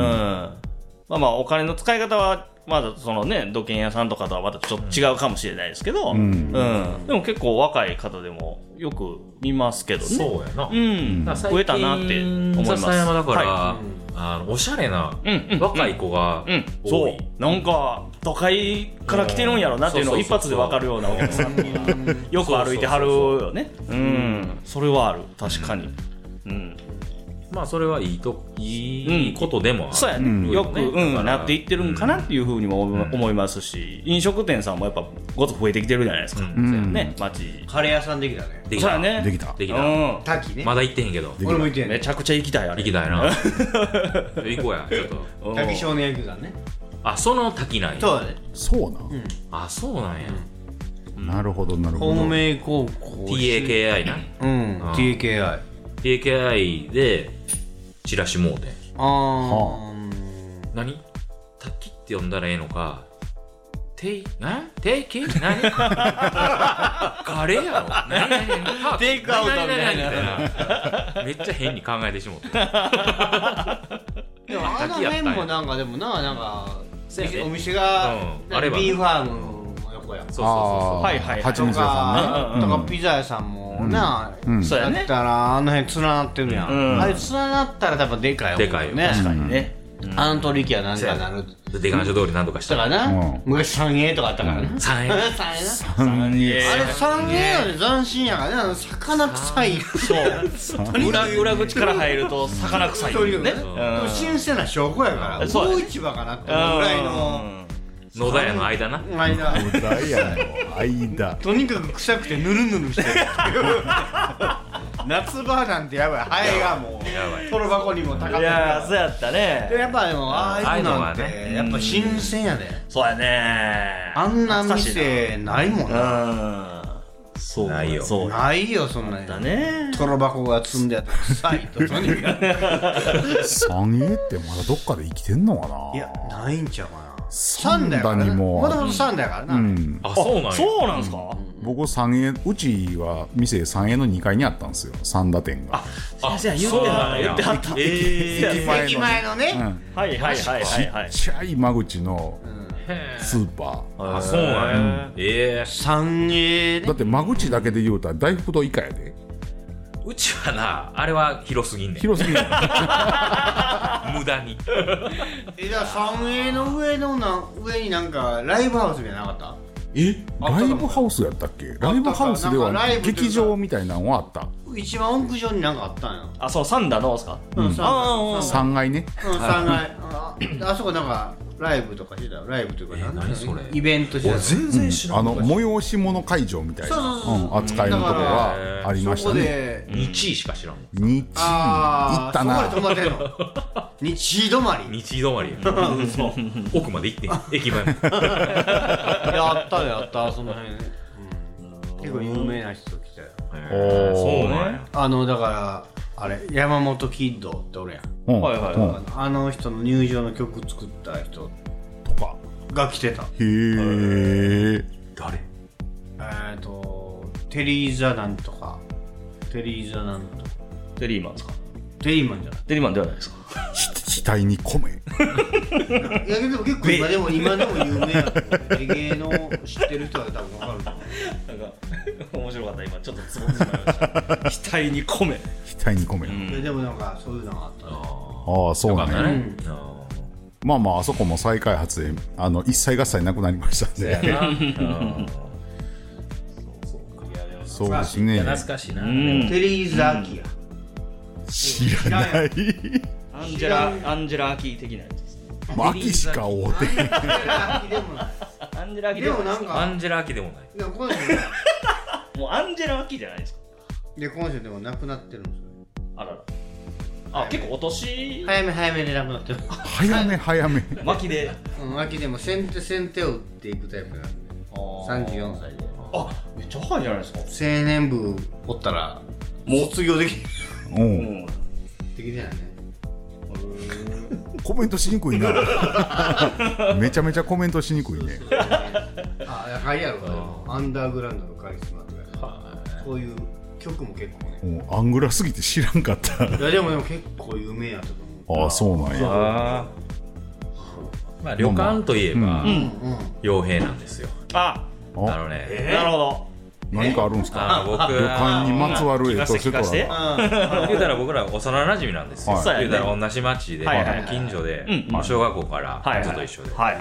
Speaker 2: まあまあお金の使い方はまだそのね土建屋さんとかとはまたちょっと違うかもしれないですけど、うん
Speaker 1: ん
Speaker 2: でも結構若い方でもよく見ますけどね
Speaker 3: そうやな、
Speaker 2: う、ん、
Speaker 3: だから
Speaker 2: 増えたなって思います
Speaker 3: 笹山だから、
Speaker 2: は
Speaker 3: あのおしゃれな
Speaker 2: うんうんうん
Speaker 3: 若い子が
Speaker 2: いうん、
Speaker 3: 多
Speaker 2: そ
Speaker 3: い、
Speaker 2: うなんか都会から来てるんやろなっていうのを
Speaker 3: うん
Speaker 2: 一発で分かるようなお客さんがよく歩いてはるよねうんそれはある確かにうん
Speaker 3: まあそれはいいといいことでもある、
Speaker 2: そうや
Speaker 1: う
Speaker 2: ね
Speaker 1: ん
Speaker 2: よく
Speaker 3: だ
Speaker 2: う
Speaker 3: から
Speaker 2: んなっていってるんかなっていうふうにも思
Speaker 3: うん
Speaker 2: 思いますし飲食店さんもやっぱごつ増えてきてるじゃないですか
Speaker 3: うんんそうやね
Speaker 2: ね街
Speaker 5: カレー屋さんできたね
Speaker 3: でき
Speaker 2: そう
Speaker 3: た
Speaker 2: やね
Speaker 1: できた
Speaker 3: でき
Speaker 2: う
Speaker 3: た
Speaker 2: ん
Speaker 5: 滝ね
Speaker 3: まだ行ってへんけど
Speaker 5: 俺も行ってん
Speaker 2: め
Speaker 5: ね
Speaker 2: ちゃくちゃ行きたいあれ
Speaker 3: 行きた いな行こうやちょっと
Speaker 2: うん
Speaker 5: 滝少年野球団ね
Speaker 3: あその滝なんや
Speaker 5: そうだね
Speaker 1: そうなん、
Speaker 3: あそうなんや、
Speaker 1: なるほどなるほど
Speaker 4: 孔明高校
Speaker 3: TAKI な
Speaker 4: うん
Speaker 3: あ
Speaker 4: TKI あ
Speaker 3: TAKI でチラシもうてん
Speaker 4: あ
Speaker 3: 何滝って呼んだらええのかてい、なていき何カレーやろ何何何
Speaker 2: テイクアウトみたいな
Speaker 3: 何何何めっちゃ変に考えてしもって
Speaker 5: でもあの辺もなんかでもななんか
Speaker 3: そうやね
Speaker 5: お店が
Speaker 3: うん
Speaker 5: なん
Speaker 3: あ
Speaker 5: か
Speaker 3: ればね
Speaker 5: ビーファームの横やん
Speaker 3: そうそうそう
Speaker 1: ああ
Speaker 2: はいはいはい
Speaker 1: はち
Speaker 5: と
Speaker 1: みつ屋さ
Speaker 5: か
Speaker 1: んね
Speaker 5: と
Speaker 1: う
Speaker 5: か
Speaker 1: ん
Speaker 5: ピザ屋さんもな
Speaker 1: うん
Speaker 2: そうや
Speaker 5: だ
Speaker 2: ね
Speaker 5: ったらあの辺連なってるや
Speaker 2: うん
Speaker 5: んあれ連なったら多分でかい方
Speaker 3: でかいよ
Speaker 5: ね
Speaker 3: 確
Speaker 2: 確かにね
Speaker 5: あの取引はなんかなる
Speaker 3: そう出願書通りなんとかし
Speaker 5: だ
Speaker 3: た
Speaker 5: からら
Speaker 1: うん
Speaker 5: な昔 3A とかあったからな 3A
Speaker 3: 3円
Speaker 5: な
Speaker 2: え
Speaker 5: あれ 3A なんで斬新やからねあの魚臭い
Speaker 2: そう裏裏口から入ると魚臭い
Speaker 5: そういう
Speaker 2: ね
Speaker 5: ね
Speaker 2: うん
Speaker 5: 新鮮な証拠やから
Speaker 2: そうやね
Speaker 5: 魚市場かなって思うぐらいの
Speaker 3: 野田屋の間な
Speaker 5: 間
Speaker 1: うんダイヤの間
Speaker 5: とにかく臭くてぬるぬるしてる夏場なんてやばいハエがも
Speaker 3: やばいう
Speaker 5: トロ箱にも高く
Speaker 2: いやーそうやった
Speaker 5: で
Speaker 2: ね
Speaker 5: やっぱでもああいうのなん
Speaker 3: ああいうのは
Speaker 5: て
Speaker 3: ね
Speaker 5: やっぱ新鮮やで
Speaker 2: そうやね
Speaker 5: あんな店ないもんな
Speaker 2: うんそう
Speaker 3: ないよ
Speaker 2: そうだ
Speaker 5: ないよそんなんや
Speaker 2: ね
Speaker 5: トロ箱が積んであった臭いととにかく
Speaker 1: 三栄ってまだどっかで生きてんのか ない
Speaker 5: やないんちゃうかな
Speaker 1: 三
Speaker 5: 三だ
Speaker 1: 段
Speaker 5: よね
Speaker 1: にも
Speaker 5: もともと三だから
Speaker 1: う
Speaker 5: なん
Speaker 3: あそうなんや
Speaker 2: そうなんすか
Speaker 1: 僕三栄うちは店三栄の2階にあったんですよ三田店が
Speaker 2: あそうや言ってはった言ってはった
Speaker 3: え
Speaker 1: 駅
Speaker 5: 駅前の
Speaker 1: う
Speaker 5: ね
Speaker 1: ん
Speaker 2: はいはいはいはいはい
Speaker 1: ちっちゃい間口のスーパー
Speaker 3: あそうなんやええ
Speaker 5: 三 a
Speaker 1: だって間口だけで言うたら大福と以下やで
Speaker 3: うちはなあれは広すぎんねん
Speaker 1: 広すぎる
Speaker 3: 無駄に
Speaker 5: えだから 3A の上のなん上になんかライブハウスみたいなのなかっ
Speaker 1: えライブハウスやったっけライブハウスでは
Speaker 5: なんかライブというか
Speaker 1: 劇場みたいなのはあった
Speaker 5: た一番屋上になんかあったんや
Speaker 2: あそうサンダのっすか
Speaker 5: うん三
Speaker 2: あ
Speaker 5: 階
Speaker 1: 3階ね
Speaker 5: うん三階ああそこなんかライブとかしてたよライブというかなんだろうね
Speaker 3: え何それ
Speaker 5: イベントしてたよ
Speaker 3: 然
Speaker 1: あの催し物会場みたいな
Speaker 5: そうそうそうそう
Speaker 1: うん扱いのとこがありまし
Speaker 5: そ
Speaker 1: た
Speaker 5: こ
Speaker 1: ね
Speaker 5: で
Speaker 3: 日位しか知らんもん
Speaker 1: 日行っ
Speaker 5: ああ
Speaker 1: た
Speaker 5: そ
Speaker 1: な
Speaker 5: こまで泊まってんの 日止まり
Speaker 3: 日止まりや奥まで行ってん駅前
Speaker 5: やったやったその辺結構有名な人来たよ
Speaker 1: ー
Speaker 3: そうなんや
Speaker 5: あのだからあれ山本キッドって俺やん
Speaker 1: うん
Speaker 2: はいはい
Speaker 1: うん
Speaker 5: あの人の入場の曲作った人
Speaker 1: とか
Speaker 5: が来てた
Speaker 1: へえ
Speaker 3: 誰
Speaker 5: えー、とテリーザなんとかテリーザなんとか
Speaker 2: ーテリーマンっすか
Speaker 5: テリーマンじゃな
Speaker 2: テリーマンではないですか
Speaker 1: 額に米
Speaker 5: いいやでも結構今でも今でも有名やと思う芸能知ってる人は多分わか
Speaker 2: なん
Speaker 5: ると思う
Speaker 2: か 面白かった今ちょっとつぼってしまいました額に米
Speaker 1: 額に米、
Speaker 5: いやでもなんかそういうのがあったな
Speaker 1: ああそう
Speaker 3: よか
Speaker 1: な
Speaker 3: っ
Speaker 1: ん
Speaker 3: た
Speaker 1: や
Speaker 3: ね
Speaker 1: まあまああそこも再開発であの一切合切なくなりました
Speaker 3: うん
Speaker 1: ねそうですね
Speaker 3: 懐かしいな
Speaker 2: うん
Speaker 5: テリーザ・アキや
Speaker 1: 知らない
Speaker 2: アンジェラアンジェラアキー的なやつです
Speaker 1: マキしか会うてへん
Speaker 5: でもない
Speaker 2: アンジェラアキー
Speaker 5: でもなん
Speaker 3: ア
Speaker 5: か
Speaker 3: ンジェラ・アキでもない
Speaker 5: でもこの人
Speaker 2: もうアンジェラアキーじゃないですか
Speaker 5: でこの人でも亡くなってるんですよ
Speaker 2: あららあ結構お年
Speaker 5: 早め早めで亡くなってる
Speaker 1: 早め早め
Speaker 2: 巻きで
Speaker 5: うん、秋でも先手先手を打っていくタイプなんで34歳で
Speaker 2: あめっちゃ早いじゃないですか
Speaker 5: 青年部おったらもう卒業でき
Speaker 1: う
Speaker 2: うんん
Speaker 5: できないね
Speaker 1: コメントしにくいなめちゃめちゃコメントしにくいね
Speaker 5: ああはいやろうなアンダーグラウンドのカリスマとかこういう曲も結構ね
Speaker 1: うんアングラすぎて知らんかった
Speaker 5: いやでもでも結構有名やと思う
Speaker 1: ああそうなんや
Speaker 2: あ
Speaker 3: まあ、旅館といえば、
Speaker 5: うんうん
Speaker 3: 傭兵なんですよ。
Speaker 2: ーあ
Speaker 1: あ
Speaker 3: あのね、
Speaker 2: なるほど
Speaker 1: 何かあるんですか
Speaker 3: あの僕
Speaker 1: 旅館にまつわる
Speaker 2: 聞
Speaker 1: エ
Speaker 2: か
Speaker 1: ト
Speaker 2: せて
Speaker 1: セ
Speaker 2: 聞
Speaker 1: ト
Speaker 2: かせて
Speaker 1: ラ
Speaker 3: 言うたら僕ら幼馴染なんですよ、
Speaker 1: はい
Speaker 2: そうや
Speaker 3: 言
Speaker 2: ね
Speaker 3: うたら同じ町で、
Speaker 2: はいはいはい
Speaker 3: 近所で、
Speaker 2: うん
Speaker 3: まあ小学校か
Speaker 2: はい
Speaker 3: らずっと一緒で、
Speaker 2: はい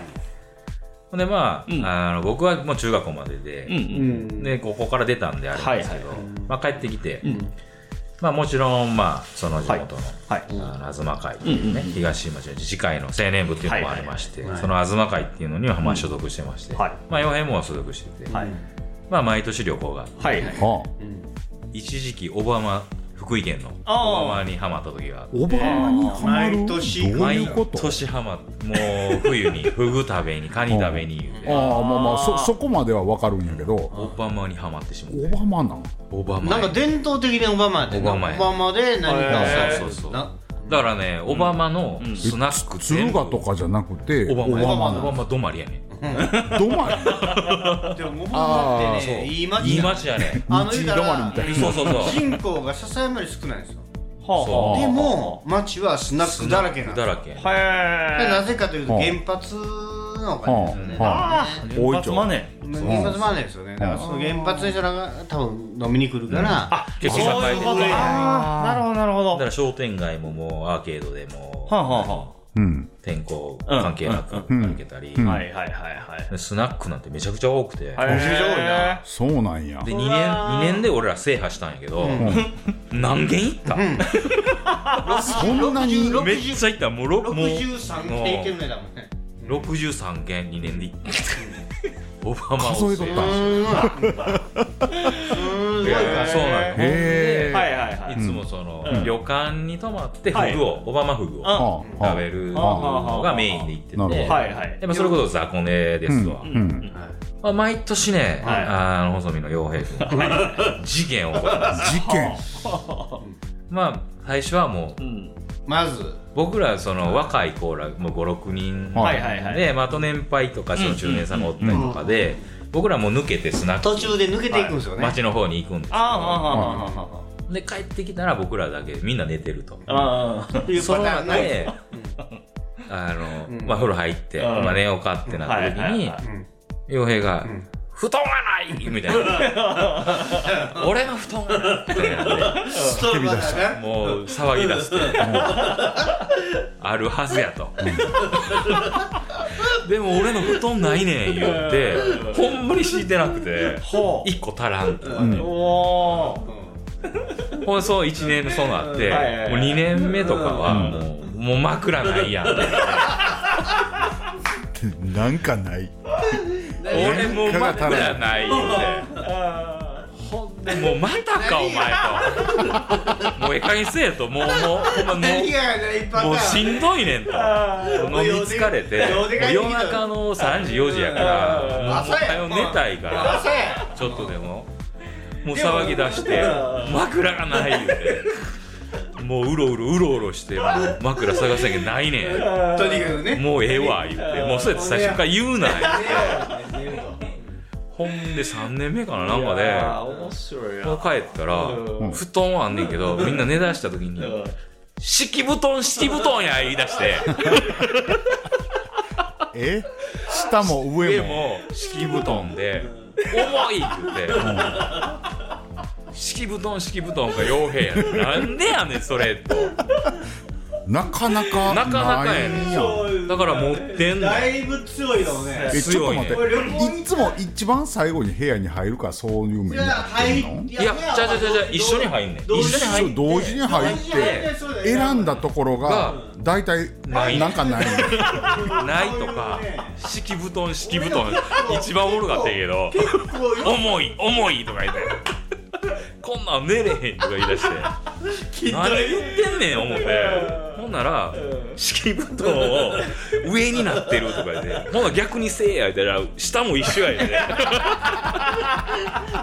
Speaker 3: ほんでまあ,、
Speaker 2: うん
Speaker 3: あの僕はもう中学校までで、
Speaker 2: うんう
Speaker 5: うんん
Speaker 3: でここから出たんであれなんですけど、
Speaker 2: はい
Speaker 3: まあ、帰ってきて、
Speaker 2: ん
Speaker 3: まあ、もちろん、まあ、その地元の,、
Speaker 2: はい
Speaker 3: あの東会っていうね、東町の自治会の青年部っていうのもありまして、
Speaker 5: はいはい
Speaker 3: その東会っていうのにはまあ所属してまして、
Speaker 2: はい
Speaker 3: まあ、傭兵も所属してて、
Speaker 2: はい
Speaker 3: まあ、毎年旅行があって
Speaker 2: はいはい
Speaker 1: あ
Speaker 3: 一時期小浜福井県の
Speaker 2: あー
Speaker 3: 小浜にハマった時があって
Speaker 1: オバマにハマる
Speaker 5: 毎
Speaker 1: どう
Speaker 5: 年
Speaker 1: いうこと
Speaker 3: 毎年ハマもう冬にフグ食べにカニ食べに言うて
Speaker 1: ああまあまあそそこまではわかるんやけど
Speaker 3: オバマにハマってしま
Speaker 1: オ
Speaker 3: う
Speaker 1: バマなん
Speaker 3: オバマ
Speaker 5: なんか伝統的にオバマやで
Speaker 3: オバマや
Speaker 5: オバマで何か
Speaker 2: へー
Speaker 3: そうそうそう
Speaker 5: な
Speaker 3: だからねオバマのスナック全
Speaker 1: 敦
Speaker 3: 部
Speaker 1: 賀とかじゃなくて
Speaker 3: オバマ
Speaker 1: オ
Speaker 3: や
Speaker 1: バマ
Speaker 3: オバマ止まりやね
Speaker 1: どまり
Speaker 5: でもオバマって
Speaker 3: そう
Speaker 5: ねいい街
Speaker 3: いい
Speaker 5: なの
Speaker 3: 街やね
Speaker 5: あの言うた
Speaker 1: 道止まりみ
Speaker 5: ら
Speaker 1: たい
Speaker 3: そうそうそう
Speaker 5: 人口がささやまり少ないんですよ
Speaker 1: あ
Speaker 2: は
Speaker 1: ー
Speaker 5: でも町はスナックだらけなんです
Speaker 3: だ
Speaker 5: よ
Speaker 3: らけ
Speaker 2: あはあ
Speaker 5: でな
Speaker 2: へえ
Speaker 5: ぜかというと
Speaker 1: はあ
Speaker 5: 原発のお金ですよね
Speaker 1: はあは
Speaker 2: ああ
Speaker 1: 多い
Speaker 2: 連発マネー
Speaker 5: 原発マネーですよねだからその原発の人らが多分飲みに来るから
Speaker 2: あ
Speaker 3: 結
Speaker 2: そ
Speaker 3: 構
Speaker 2: う
Speaker 3: 栄
Speaker 2: い
Speaker 3: え
Speaker 2: う
Speaker 3: て
Speaker 2: こと
Speaker 3: る
Speaker 2: ああなるほどなるほど
Speaker 3: だか
Speaker 2: は
Speaker 3: ら商店街ももうアーケードでもう
Speaker 2: あはあは
Speaker 1: うん
Speaker 3: 天候関係なく
Speaker 1: んうん
Speaker 3: 歩けたり、
Speaker 2: あはいはいはいはい
Speaker 3: でスナックなんてめちゃくちゃ多くて、
Speaker 2: め
Speaker 5: ちゃくちゃ多いな
Speaker 1: そうなんや
Speaker 3: で2
Speaker 5: う
Speaker 3: 年
Speaker 5: わ
Speaker 3: 2
Speaker 5: ー
Speaker 3: 年で俺ら制覇したんやけど、何軒行った、
Speaker 1: そんなに
Speaker 5: 60
Speaker 3: めっちゃ行ったもうろもう
Speaker 5: 63経験目だもんね
Speaker 3: 63件2年で行ったオバマ
Speaker 1: 数えとったん
Speaker 5: う
Speaker 1: や
Speaker 5: ーんうわうーんすごい
Speaker 3: やそうなの
Speaker 1: へ
Speaker 2: はいはいはい
Speaker 3: いつもその、旅館に泊まってフグを、オバマフグを
Speaker 2: あ
Speaker 1: はあはあ
Speaker 3: 食べる
Speaker 2: あ
Speaker 3: のがメインで行ってて、
Speaker 1: なるほど
Speaker 2: はいはい
Speaker 3: でもそれこそ雑魚寝ですわ、
Speaker 1: うんうん
Speaker 3: まあ、毎年ね、
Speaker 2: はい
Speaker 3: あの細身の傭兵君、事件を起こします
Speaker 1: 事件
Speaker 3: まあ最初はもう
Speaker 2: うん
Speaker 5: まず
Speaker 3: 僕らその若い子らもう56人で、
Speaker 2: はいはいはい
Speaker 3: まあ、あと年配とかその中年さんがおったりとかで、僕らもう抜けてスナック
Speaker 5: 途中で抜けていくんですよね
Speaker 3: 街の方に行くんです
Speaker 2: ああはあはあはあは
Speaker 3: で帰ってきたら僕らだけみんな寝てると
Speaker 2: あああ
Speaker 5: いう
Speaker 3: そ
Speaker 5: パ
Speaker 3: の
Speaker 5: ターン
Speaker 3: 中
Speaker 5: ない
Speaker 3: であの、
Speaker 5: うん
Speaker 3: まあ、風呂入って、
Speaker 2: うん
Speaker 3: まあ、寝ようかってなった時
Speaker 2: はいはい
Speaker 3: に
Speaker 2: はい
Speaker 5: うん
Speaker 3: 洋平が、
Speaker 5: ん
Speaker 3: 布団がない!」み たいな「俺の布団がない!」みたいなんで
Speaker 5: そういうパターンね
Speaker 3: もう騒ぎ出すってあるはずやと。でも俺の布団ないねん言ってほんまに敷いてなくて
Speaker 2: ほう
Speaker 3: 一個足らんってなって
Speaker 1: うん
Speaker 2: おー
Speaker 3: ほんでそう1年そうなって、
Speaker 2: はいはいはい
Speaker 3: もう2年目とかはもう,、もう枕ないやん
Speaker 1: なんかない
Speaker 3: 俺もう枕ない言う
Speaker 2: あ
Speaker 3: てほんでもうまたかお前ともうええ加減せえともうもうほんまも
Speaker 5: 何
Speaker 3: う
Speaker 5: がないパタ
Speaker 3: もう
Speaker 5: ー
Speaker 3: し
Speaker 5: ン
Speaker 3: んどいねんと
Speaker 2: あ
Speaker 3: 飲み疲れて
Speaker 5: もう夜で
Speaker 3: 夜中の3時4時やから
Speaker 2: うん
Speaker 3: もう
Speaker 5: 朝や
Speaker 3: 早う寝たいから
Speaker 5: 朝や
Speaker 3: ちょっとでももう騒ぎ出して枕がない言うてもううろうろうろうろしてもう枕探せんけどないねん
Speaker 5: とにかくね
Speaker 3: もうええわ言うてもうそうやって最初から言うなよほんで3年目かななんか
Speaker 2: い
Speaker 3: で
Speaker 2: やー面白いな
Speaker 3: もう帰ったら
Speaker 2: うん
Speaker 3: 布団はあんねんけどみんな寝だした時に
Speaker 2: うん
Speaker 3: 「敷布団敷布団や」言い出して
Speaker 1: え下も上
Speaker 3: で
Speaker 1: も
Speaker 3: も敷布団で「重い!」って言って敷布団敷布団が傭兵やねんなんでやねんそれと
Speaker 1: なかなか
Speaker 3: なかなか
Speaker 1: な
Speaker 3: やね
Speaker 1: いやん
Speaker 3: だから持ってんねん
Speaker 5: だいぶ強いだもんね
Speaker 1: えちょっと待っ
Speaker 3: 強
Speaker 5: いね
Speaker 1: ていつも一番最後に部屋に入るからそういう
Speaker 5: い
Speaker 1: 面に
Speaker 5: や
Speaker 1: なってんの
Speaker 5: 入
Speaker 3: いやじゃあじゃあじゃあじゃあ一緒に入んねん
Speaker 5: 同
Speaker 3: 一
Speaker 5: 時
Speaker 3: 緒に入んねん
Speaker 1: 同時に入っ
Speaker 5: いやい
Speaker 1: て
Speaker 5: やそうだよ
Speaker 1: 選んだところが大体
Speaker 3: ない
Speaker 1: なんかない
Speaker 3: ないとか敷布団敷布団一番おもろかったんやけど
Speaker 5: こう
Speaker 3: 重い重いとか言ってこんなん寝れへんとか言い出して何言ってんねん思ってほんなら敷布団を上になってるとか言ってほんなら逆にせえや言ったら下も一緒や言うて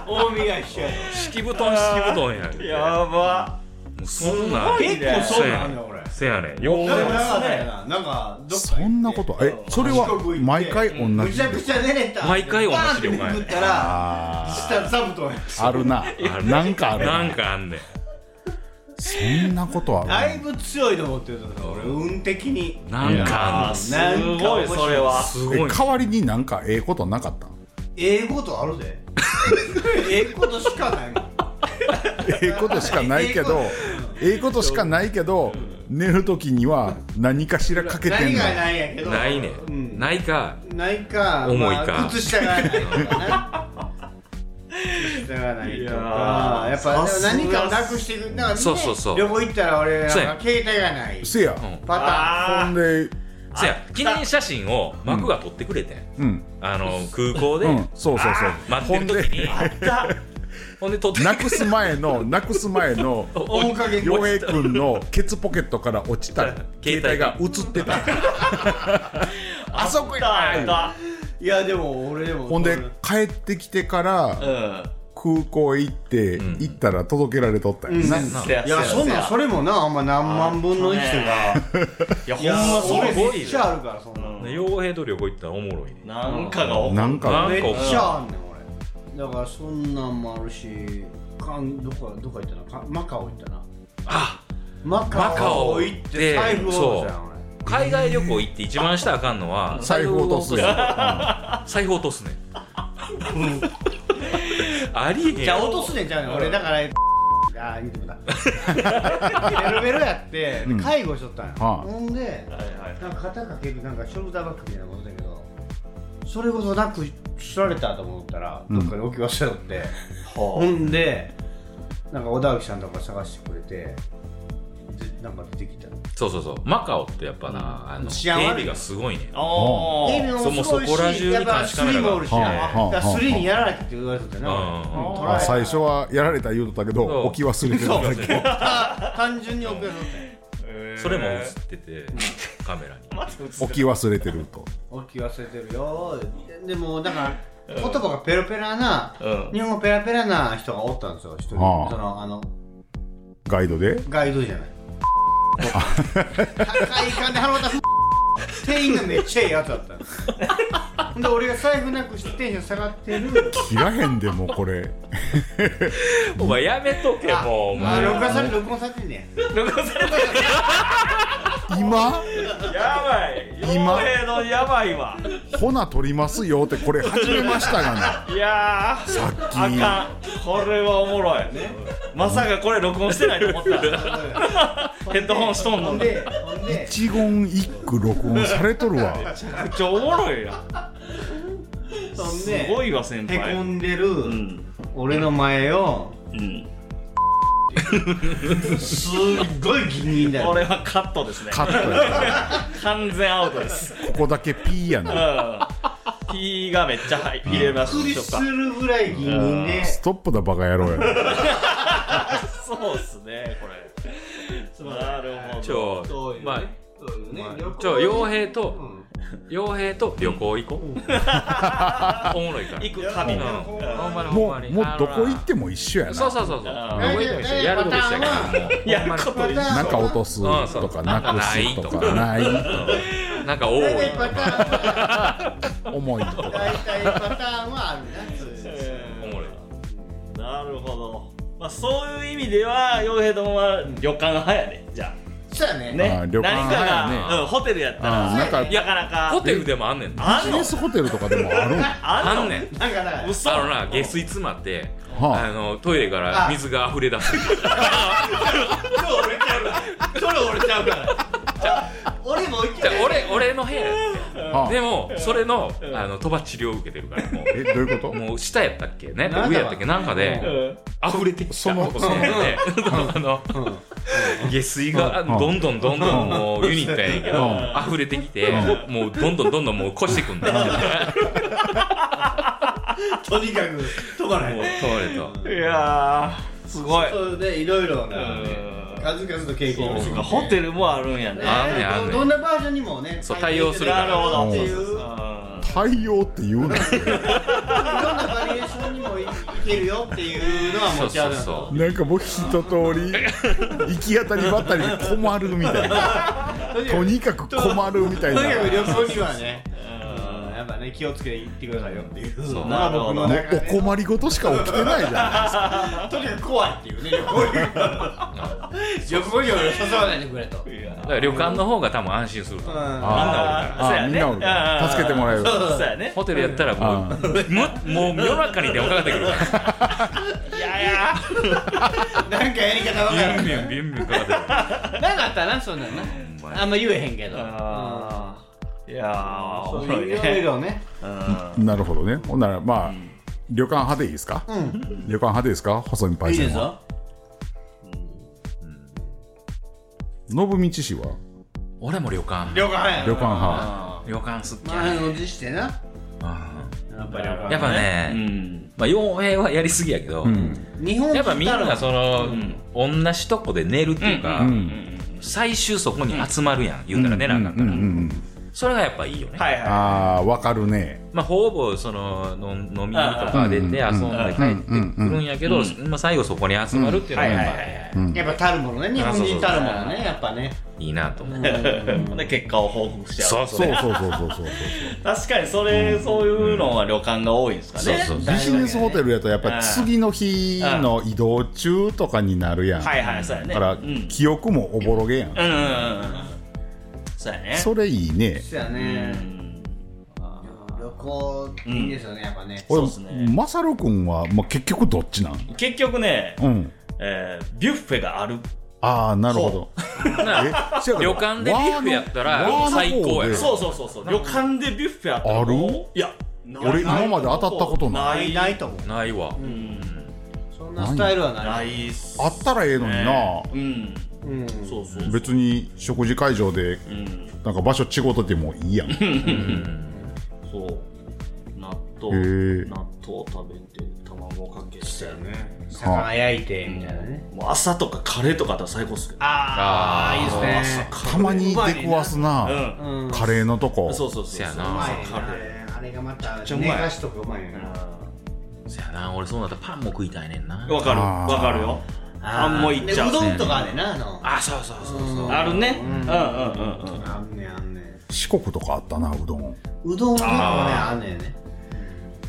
Speaker 5: 大宮市や
Speaker 3: 敷布団敷布団やん
Speaker 2: やば
Speaker 3: もうそんな
Speaker 2: すごい
Speaker 5: 結構そうなんだよ俺
Speaker 3: せやねん
Speaker 2: よ
Speaker 5: なんかなかったよななんかどっか行って
Speaker 1: そんなことえそれは毎回同
Speaker 5: む
Speaker 1: じ
Speaker 5: ちゃくちゃ寝れた
Speaker 3: 毎回同じ
Speaker 5: で
Speaker 3: よ
Speaker 5: めくったら
Speaker 1: あ
Speaker 5: 下座布団や
Speaker 1: ーあるななんかある
Speaker 3: なんかあんねん
Speaker 1: そんなことある
Speaker 5: だいぶ強いと思ってるから俺運的に
Speaker 3: なんかあん
Speaker 2: あ
Speaker 3: ね
Speaker 2: ーすごいそれは
Speaker 3: んす
Speaker 1: え
Speaker 3: ごい
Speaker 1: 代わりになんかええことなかったん
Speaker 5: ええことあるでええことしかないもん
Speaker 1: ええことしかないけど ええことしかないけど寝る時には何かしらかけてん
Speaker 5: 何
Speaker 1: の
Speaker 5: がないんやけど
Speaker 3: ないね
Speaker 5: うんん
Speaker 3: ないか
Speaker 5: ないか
Speaker 3: 重いか
Speaker 5: まあ靴下がないとかな靴下がないと
Speaker 2: いや
Speaker 5: か
Speaker 2: ー
Speaker 5: やっぱ
Speaker 2: さすが
Speaker 5: 何かをなくしていくだからね
Speaker 3: そうそうそう
Speaker 5: 旅行行ったら俺なんか
Speaker 3: そうや
Speaker 5: 携帯がない
Speaker 1: せや
Speaker 3: うん
Speaker 5: パターン
Speaker 1: ほんで
Speaker 3: せや記念写真を幕が撮ってくれてん
Speaker 1: うん
Speaker 3: あの空港で
Speaker 1: うんそうそうそう
Speaker 3: 待ってる時にほんで撮って
Speaker 1: なくす前のなくす前 の
Speaker 5: 面影
Speaker 1: 洋平君のケツポケットから落ちた携帯が映ってたあそこ
Speaker 2: だ
Speaker 1: や
Speaker 2: だ
Speaker 5: いやでも俺でも
Speaker 1: ほんで帰ってきてから
Speaker 2: うん
Speaker 1: 空港へ行って
Speaker 3: ん
Speaker 1: 行ったら届けられとったんやな
Speaker 5: うん
Speaker 3: ない
Speaker 2: せや
Speaker 5: い
Speaker 2: せ
Speaker 5: や
Speaker 2: や
Speaker 5: そん
Speaker 2: せ
Speaker 5: な
Speaker 2: や
Speaker 5: んそれもなあんま何万分の1とか
Speaker 2: いやほ
Speaker 5: い
Speaker 2: んまそ
Speaker 5: 俺
Speaker 2: れ
Speaker 5: めっちゃあるからそんな
Speaker 2: うん
Speaker 3: 洋平と旅行行ったらおもろいね
Speaker 2: なんかが起こ
Speaker 1: なんか
Speaker 5: めっちゃあんねん俺だからそんなんもあるしかんどこどこ行ったのかマカオ行ったな
Speaker 3: あ
Speaker 5: マカオ
Speaker 3: マカオ行
Speaker 5: 行
Speaker 3: っ
Speaker 5: ってて財布落としたん
Speaker 3: 海外旅行行って一番したらあかんのは
Speaker 1: 財布落とすよ
Speaker 3: 財布落とすねありえへん
Speaker 5: 俺じゃあ落とすねんちゃうねん俺だからああ言うてもだベロベロやって
Speaker 1: うん
Speaker 5: 介護しとったんや
Speaker 1: はあ
Speaker 5: ほんで
Speaker 2: はいはい
Speaker 5: なんか肩かけるなんかショルダーバッグみたいなことだけどそれこそなくしられたと思ったら
Speaker 1: うん
Speaker 5: どっかに置き忘れとって、ほ
Speaker 2: ほ
Speaker 5: んでなんか小田脇さんとか探してくれてでなんか出てきた
Speaker 3: そうそうそうマカオってやっぱなあの警
Speaker 5: 治安悪い
Speaker 3: 備がすごいね
Speaker 2: うお
Speaker 5: エビ
Speaker 2: ー
Speaker 5: もすごい
Speaker 3: そこら中
Speaker 5: し
Speaker 3: に
Speaker 5: やっぱ
Speaker 3: 監視カ
Speaker 5: ス
Speaker 3: メ
Speaker 5: リ
Speaker 3: ラが
Speaker 5: ーもおるし
Speaker 1: は
Speaker 5: な
Speaker 1: あはあ
Speaker 5: だからスリーにやられてって言われてたよ
Speaker 3: うんうんうん
Speaker 5: な
Speaker 1: あ最初はやられた言うとったけど
Speaker 3: そう
Speaker 1: 置き忘れてただけ
Speaker 5: は単純に送る
Speaker 2: へー
Speaker 3: それも映っててカメラに
Speaker 2: まず映って
Speaker 1: 置き忘れてると
Speaker 5: 置き忘れてるよででもだから言葉がペラペラな
Speaker 2: うん
Speaker 5: 日本語ペラペラな人がおったんですよ一人そ
Speaker 1: はあ
Speaker 5: のあの
Speaker 1: ガイドで
Speaker 5: ガイドじゃない高い金払った店員がめっちゃええやつだったんですよほんで俺が財布なくしてテンション下がってる
Speaker 1: 切らへんでもうこれ
Speaker 3: お前やめとけもうお
Speaker 5: あ
Speaker 3: 前
Speaker 5: 録画され録音されてんねん
Speaker 1: 今
Speaker 2: やばい
Speaker 1: 今
Speaker 2: 今のやばいわ
Speaker 1: ほな取りますよってこれ始めましたがな
Speaker 2: いやー
Speaker 1: さっき
Speaker 2: あかんこれはおもろいまさかこれ録音してないと思った ヘッドホンしとんの
Speaker 5: ほん
Speaker 2: めっ
Speaker 5: でほんで
Speaker 1: 一言一句録音されとるわ
Speaker 2: ちゃおもろいやん
Speaker 5: そん
Speaker 2: す
Speaker 5: で
Speaker 2: ごいわ先
Speaker 5: へこ
Speaker 2: 輩
Speaker 5: んでる、
Speaker 2: うん
Speaker 5: 俺の前を
Speaker 2: うん
Speaker 5: すっごい気に入りだよ
Speaker 2: これはカットですね
Speaker 1: カットや
Speaker 2: 完全アウトです
Speaker 1: ここだけピーや
Speaker 2: う
Speaker 1: なん
Speaker 2: P がめっちゃ入入れま
Speaker 5: びっくり
Speaker 2: し
Speaker 5: す
Speaker 2: ょうか
Speaker 5: るぐらい気に入りで
Speaker 1: ストップだバカ野郎やな
Speaker 2: そうっすねこれなるほど
Speaker 3: ちょまあ
Speaker 5: そうよね旅行
Speaker 3: ちょ傭兵
Speaker 5: う
Speaker 3: と
Speaker 5: ん
Speaker 3: 傭兵と旅行 行こうおもろいから
Speaker 2: 行く旅の
Speaker 5: うん
Speaker 2: うん
Speaker 3: ほんまにほん
Speaker 1: も
Speaker 3: まに
Speaker 1: うもう
Speaker 3: あのな
Speaker 1: どこ行っても一緒や
Speaker 3: そう
Speaker 1: な
Speaker 3: そうそうそう
Speaker 2: あ
Speaker 3: ど
Speaker 2: ー
Speaker 3: こ行っても一緒やること一緒やからもう
Speaker 2: やること一緒
Speaker 1: なんか落とすとかなくすとかない
Speaker 3: うんなんか多い
Speaker 5: 大体パターンは
Speaker 1: 重いとか
Speaker 5: 大体パターンはあるなそういう
Speaker 3: おもろい
Speaker 2: なるほど、まあ、そういう意味では洋平どもは旅館派やねじゃ
Speaker 5: そうや
Speaker 2: あ
Speaker 5: ね
Speaker 2: ね
Speaker 1: あー旅館派やね
Speaker 2: 何かが、うん、ホテルやったら
Speaker 1: あーなんか
Speaker 2: なかなか
Speaker 3: ホテルでもあんねんな
Speaker 1: ビ
Speaker 2: あん
Speaker 1: ジ
Speaker 2: の
Speaker 1: ネスホテルとかでもあるん
Speaker 2: あんの
Speaker 3: あんねん
Speaker 5: だから
Speaker 2: 嘘
Speaker 3: あのな下水詰まって、
Speaker 1: はあ
Speaker 3: あのトイレから水が溢れ出す
Speaker 5: それ俺ちゃうから俺も行き
Speaker 3: じゃ
Speaker 5: た
Speaker 3: あ
Speaker 5: い
Speaker 3: 俺俺の部屋やっ
Speaker 1: はあ
Speaker 3: てでもそれのあの鳥羽治療を受けてるからも
Speaker 1: えどういうこと
Speaker 3: うもう下やったっけね
Speaker 5: なんだ
Speaker 3: 上やったっけなんか
Speaker 2: う
Speaker 3: で
Speaker 2: ん
Speaker 3: 溢れてきた
Speaker 1: その
Speaker 3: そうね あの下水が
Speaker 1: うん
Speaker 3: どんどんどんどんもうユニットやねんけ
Speaker 1: う
Speaker 3: ど
Speaker 1: ん
Speaker 3: 溢れてきてもうどんどんどんどんもう越してくんだよ
Speaker 5: とにかく止まら
Speaker 3: もう
Speaker 5: へん
Speaker 3: トイレと
Speaker 2: いやーすごい
Speaker 5: そうでいろいろな
Speaker 2: うん
Speaker 5: 数々の経験をして
Speaker 2: そう
Speaker 5: き
Speaker 2: か
Speaker 5: て
Speaker 2: ホテルもあるんやね
Speaker 5: ね
Speaker 3: あんねんあんねん
Speaker 5: どどんなバージョンにもね
Speaker 3: そう対応する
Speaker 2: なるほど
Speaker 5: って
Speaker 2: そ
Speaker 5: いう
Speaker 2: そう
Speaker 5: う
Speaker 2: そううん
Speaker 1: 対応って言うない
Speaker 5: ろんなバリエーションにもいいけるよっていうのは持ち歩
Speaker 3: そうそう
Speaker 5: そ
Speaker 3: そ
Speaker 1: なんかもう一通り行き当たりばったりで困るみたいな
Speaker 5: う
Speaker 1: とにかく困るみたい
Speaker 5: とにかく
Speaker 1: な
Speaker 5: 旅行にはねうんやっぱね気をつけて行ってくださいよっていう
Speaker 3: そう
Speaker 5: のは僕の
Speaker 1: も
Speaker 5: 中
Speaker 1: う
Speaker 5: で
Speaker 1: お困りごとしか起きてないじゃ
Speaker 5: とにかく怖いっていうね旅 行には旅行には誘わないでくれと
Speaker 3: だから旅館の方が多分安心すると思う
Speaker 1: あーみんなおるから助けてもらえる
Speaker 2: そうやね
Speaker 3: ホテルやったらも
Speaker 1: あ
Speaker 3: うももう夜中に電話かかってくるか
Speaker 2: いやいや
Speaker 5: なんかやり方わかららん
Speaker 3: ビュンビュンビュンビュンかかってくる
Speaker 5: なかったなそんなんな
Speaker 3: ほんま
Speaker 5: あんま言えへんけど
Speaker 2: あーいやーお
Speaker 5: そう
Speaker 2: もろい
Speaker 5: いろい
Speaker 2: ね
Speaker 5: ろね
Speaker 2: うん
Speaker 1: んなるほどねほんならまあ、旅館派でいいですか、旅館派でいいですか細見パイ
Speaker 5: いい
Speaker 1: セ
Speaker 5: で
Speaker 1: ン
Speaker 5: す
Speaker 1: は
Speaker 5: よ
Speaker 1: 信道氏は
Speaker 3: 俺も旅館
Speaker 5: 旅館や
Speaker 1: 旅館派
Speaker 3: 旅館好きやね
Speaker 5: 前の字してなやっ
Speaker 3: う
Speaker 5: ぱ旅
Speaker 3: ん
Speaker 5: 館
Speaker 3: やっぱ
Speaker 2: う
Speaker 3: ね
Speaker 2: ん
Speaker 3: まあ傭兵はやりすぎやけど
Speaker 1: うん
Speaker 5: 日本
Speaker 3: やっぱみんなその同じとこで寝るっていうか
Speaker 1: うん
Speaker 3: 最終そこに集まるやん言うたら寝なあかんか
Speaker 1: うんう
Speaker 3: ら
Speaker 1: んうん
Speaker 3: それがやっぱいいよね
Speaker 2: はいは
Speaker 1: ああわかるね
Speaker 3: まあ、ほぼそのの飲みとか出て遊んで帰ってくるんやけど、まあ、最後そこに集まるっていう
Speaker 2: い
Speaker 3: の
Speaker 2: はいはい
Speaker 3: がやっ
Speaker 2: は
Speaker 3: ぱ
Speaker 2: い
Speaker 5: やっぱたるものね日本人たるものねやっぱね
Speaker 3: いいなと思う、
Speaker 2: ほんで結果を報告しちゃう
Speaker 1: そうそうそうそうそうそう
Speaker 2: 確かにそれ、そういうのは旅館が多いんですかね。
Speaker 3: そうそう
Speaker 1: ビジネスホテルやとやっぱり次の日の移動中とかになるやん、
Speaker 2: はいはい、そうやね。
Speaker 1: だから
Speaker 2: うん。
Speaker 1: 記憶もおぼろげやん、
Speaker 2: うんうんうんうん。そうやね。
Speaker 1: それいいね
Speaker 5: そうや
Speaker 2: う
Speaker 5: ね
Speaker 2: ん
Speaker 5: 旅行いいんですよねやっぱね
Speaker 1: これ
Speaker 2: そうっすね
Speaker 1: マサル君は、まあ、結局どっちなん
Speaker 2: 結局ね、
Speaker 1: うん
Speaker 2: えービュッフェがある。
Speaker 1: ああなるほど
Speaker 3: な
Speaker 1: えせやけ
Speaker 3: 旅
Speaker 1: ど
Speaker 3: 館でビュッフェやったら
Speaker 1: わーの
Speaker 3: 最高や
Speaker 1: わーの方で
Speaker 2: そうそうそうそう。旅館でビュッフェあったら
Speaker 1: ある
Speaker 2: いや、ない
Speaker 1: 俺今まで当たったことない
Speaker 5: ないと思う
Speaker 3: ないわ、
Speaker 5: そんなスタイルはない
Speaker 2: ないっす
Speaker 1: あったらええのにな、
Speaker 2: ねうん。
Speaker 5: うん
Speaker 2: そうそう。
Speaker 1: 別に食事会場で
Speaker 2: うん。
Speaker 1: なんか場所違うとてもいいやん
Speaker 2: そう。
Speaker 1: へ
Speaker 2: 納豆、
Speaker 1: ー
Speaker 2: 納豆食べて、卵かけして。
Speaker 5: 魚焼いてみたいなね
Speaker 2: もう朝とかカレーとかあったら最高っすけど。
Speaker 5: ああいいですね
Speaker 1: たまに出くわすな、
Speaker 2: う
Speaker 5: うん
Speaker 1: カレーのとこ
Speaker 2: ん。そうそうそうそう。
Speaker 3: せやな
Speaker 5: うまい
Speaker 2: カレー。
Speaker 5: ねあれがまた
Speaker 2: ちゃうまい
Speaker 5: 寝かしとくうまいよな
Speaker 3: そやな俺そうなったらパンも食いたいねんな
Speaker 2: わかる
Speaker 1: あー
Speaker 2: わかるよあんもいっちゃう
Speaker 5: でうどんとかねなあの
Speaker 2: あそうそうそうそううんあるねうんうんうんうん
Speaker 5: あんねんあんねん
Speaker 1: 四国とかあったなうどん
Speaker 5: うどんは結構ねあんねんね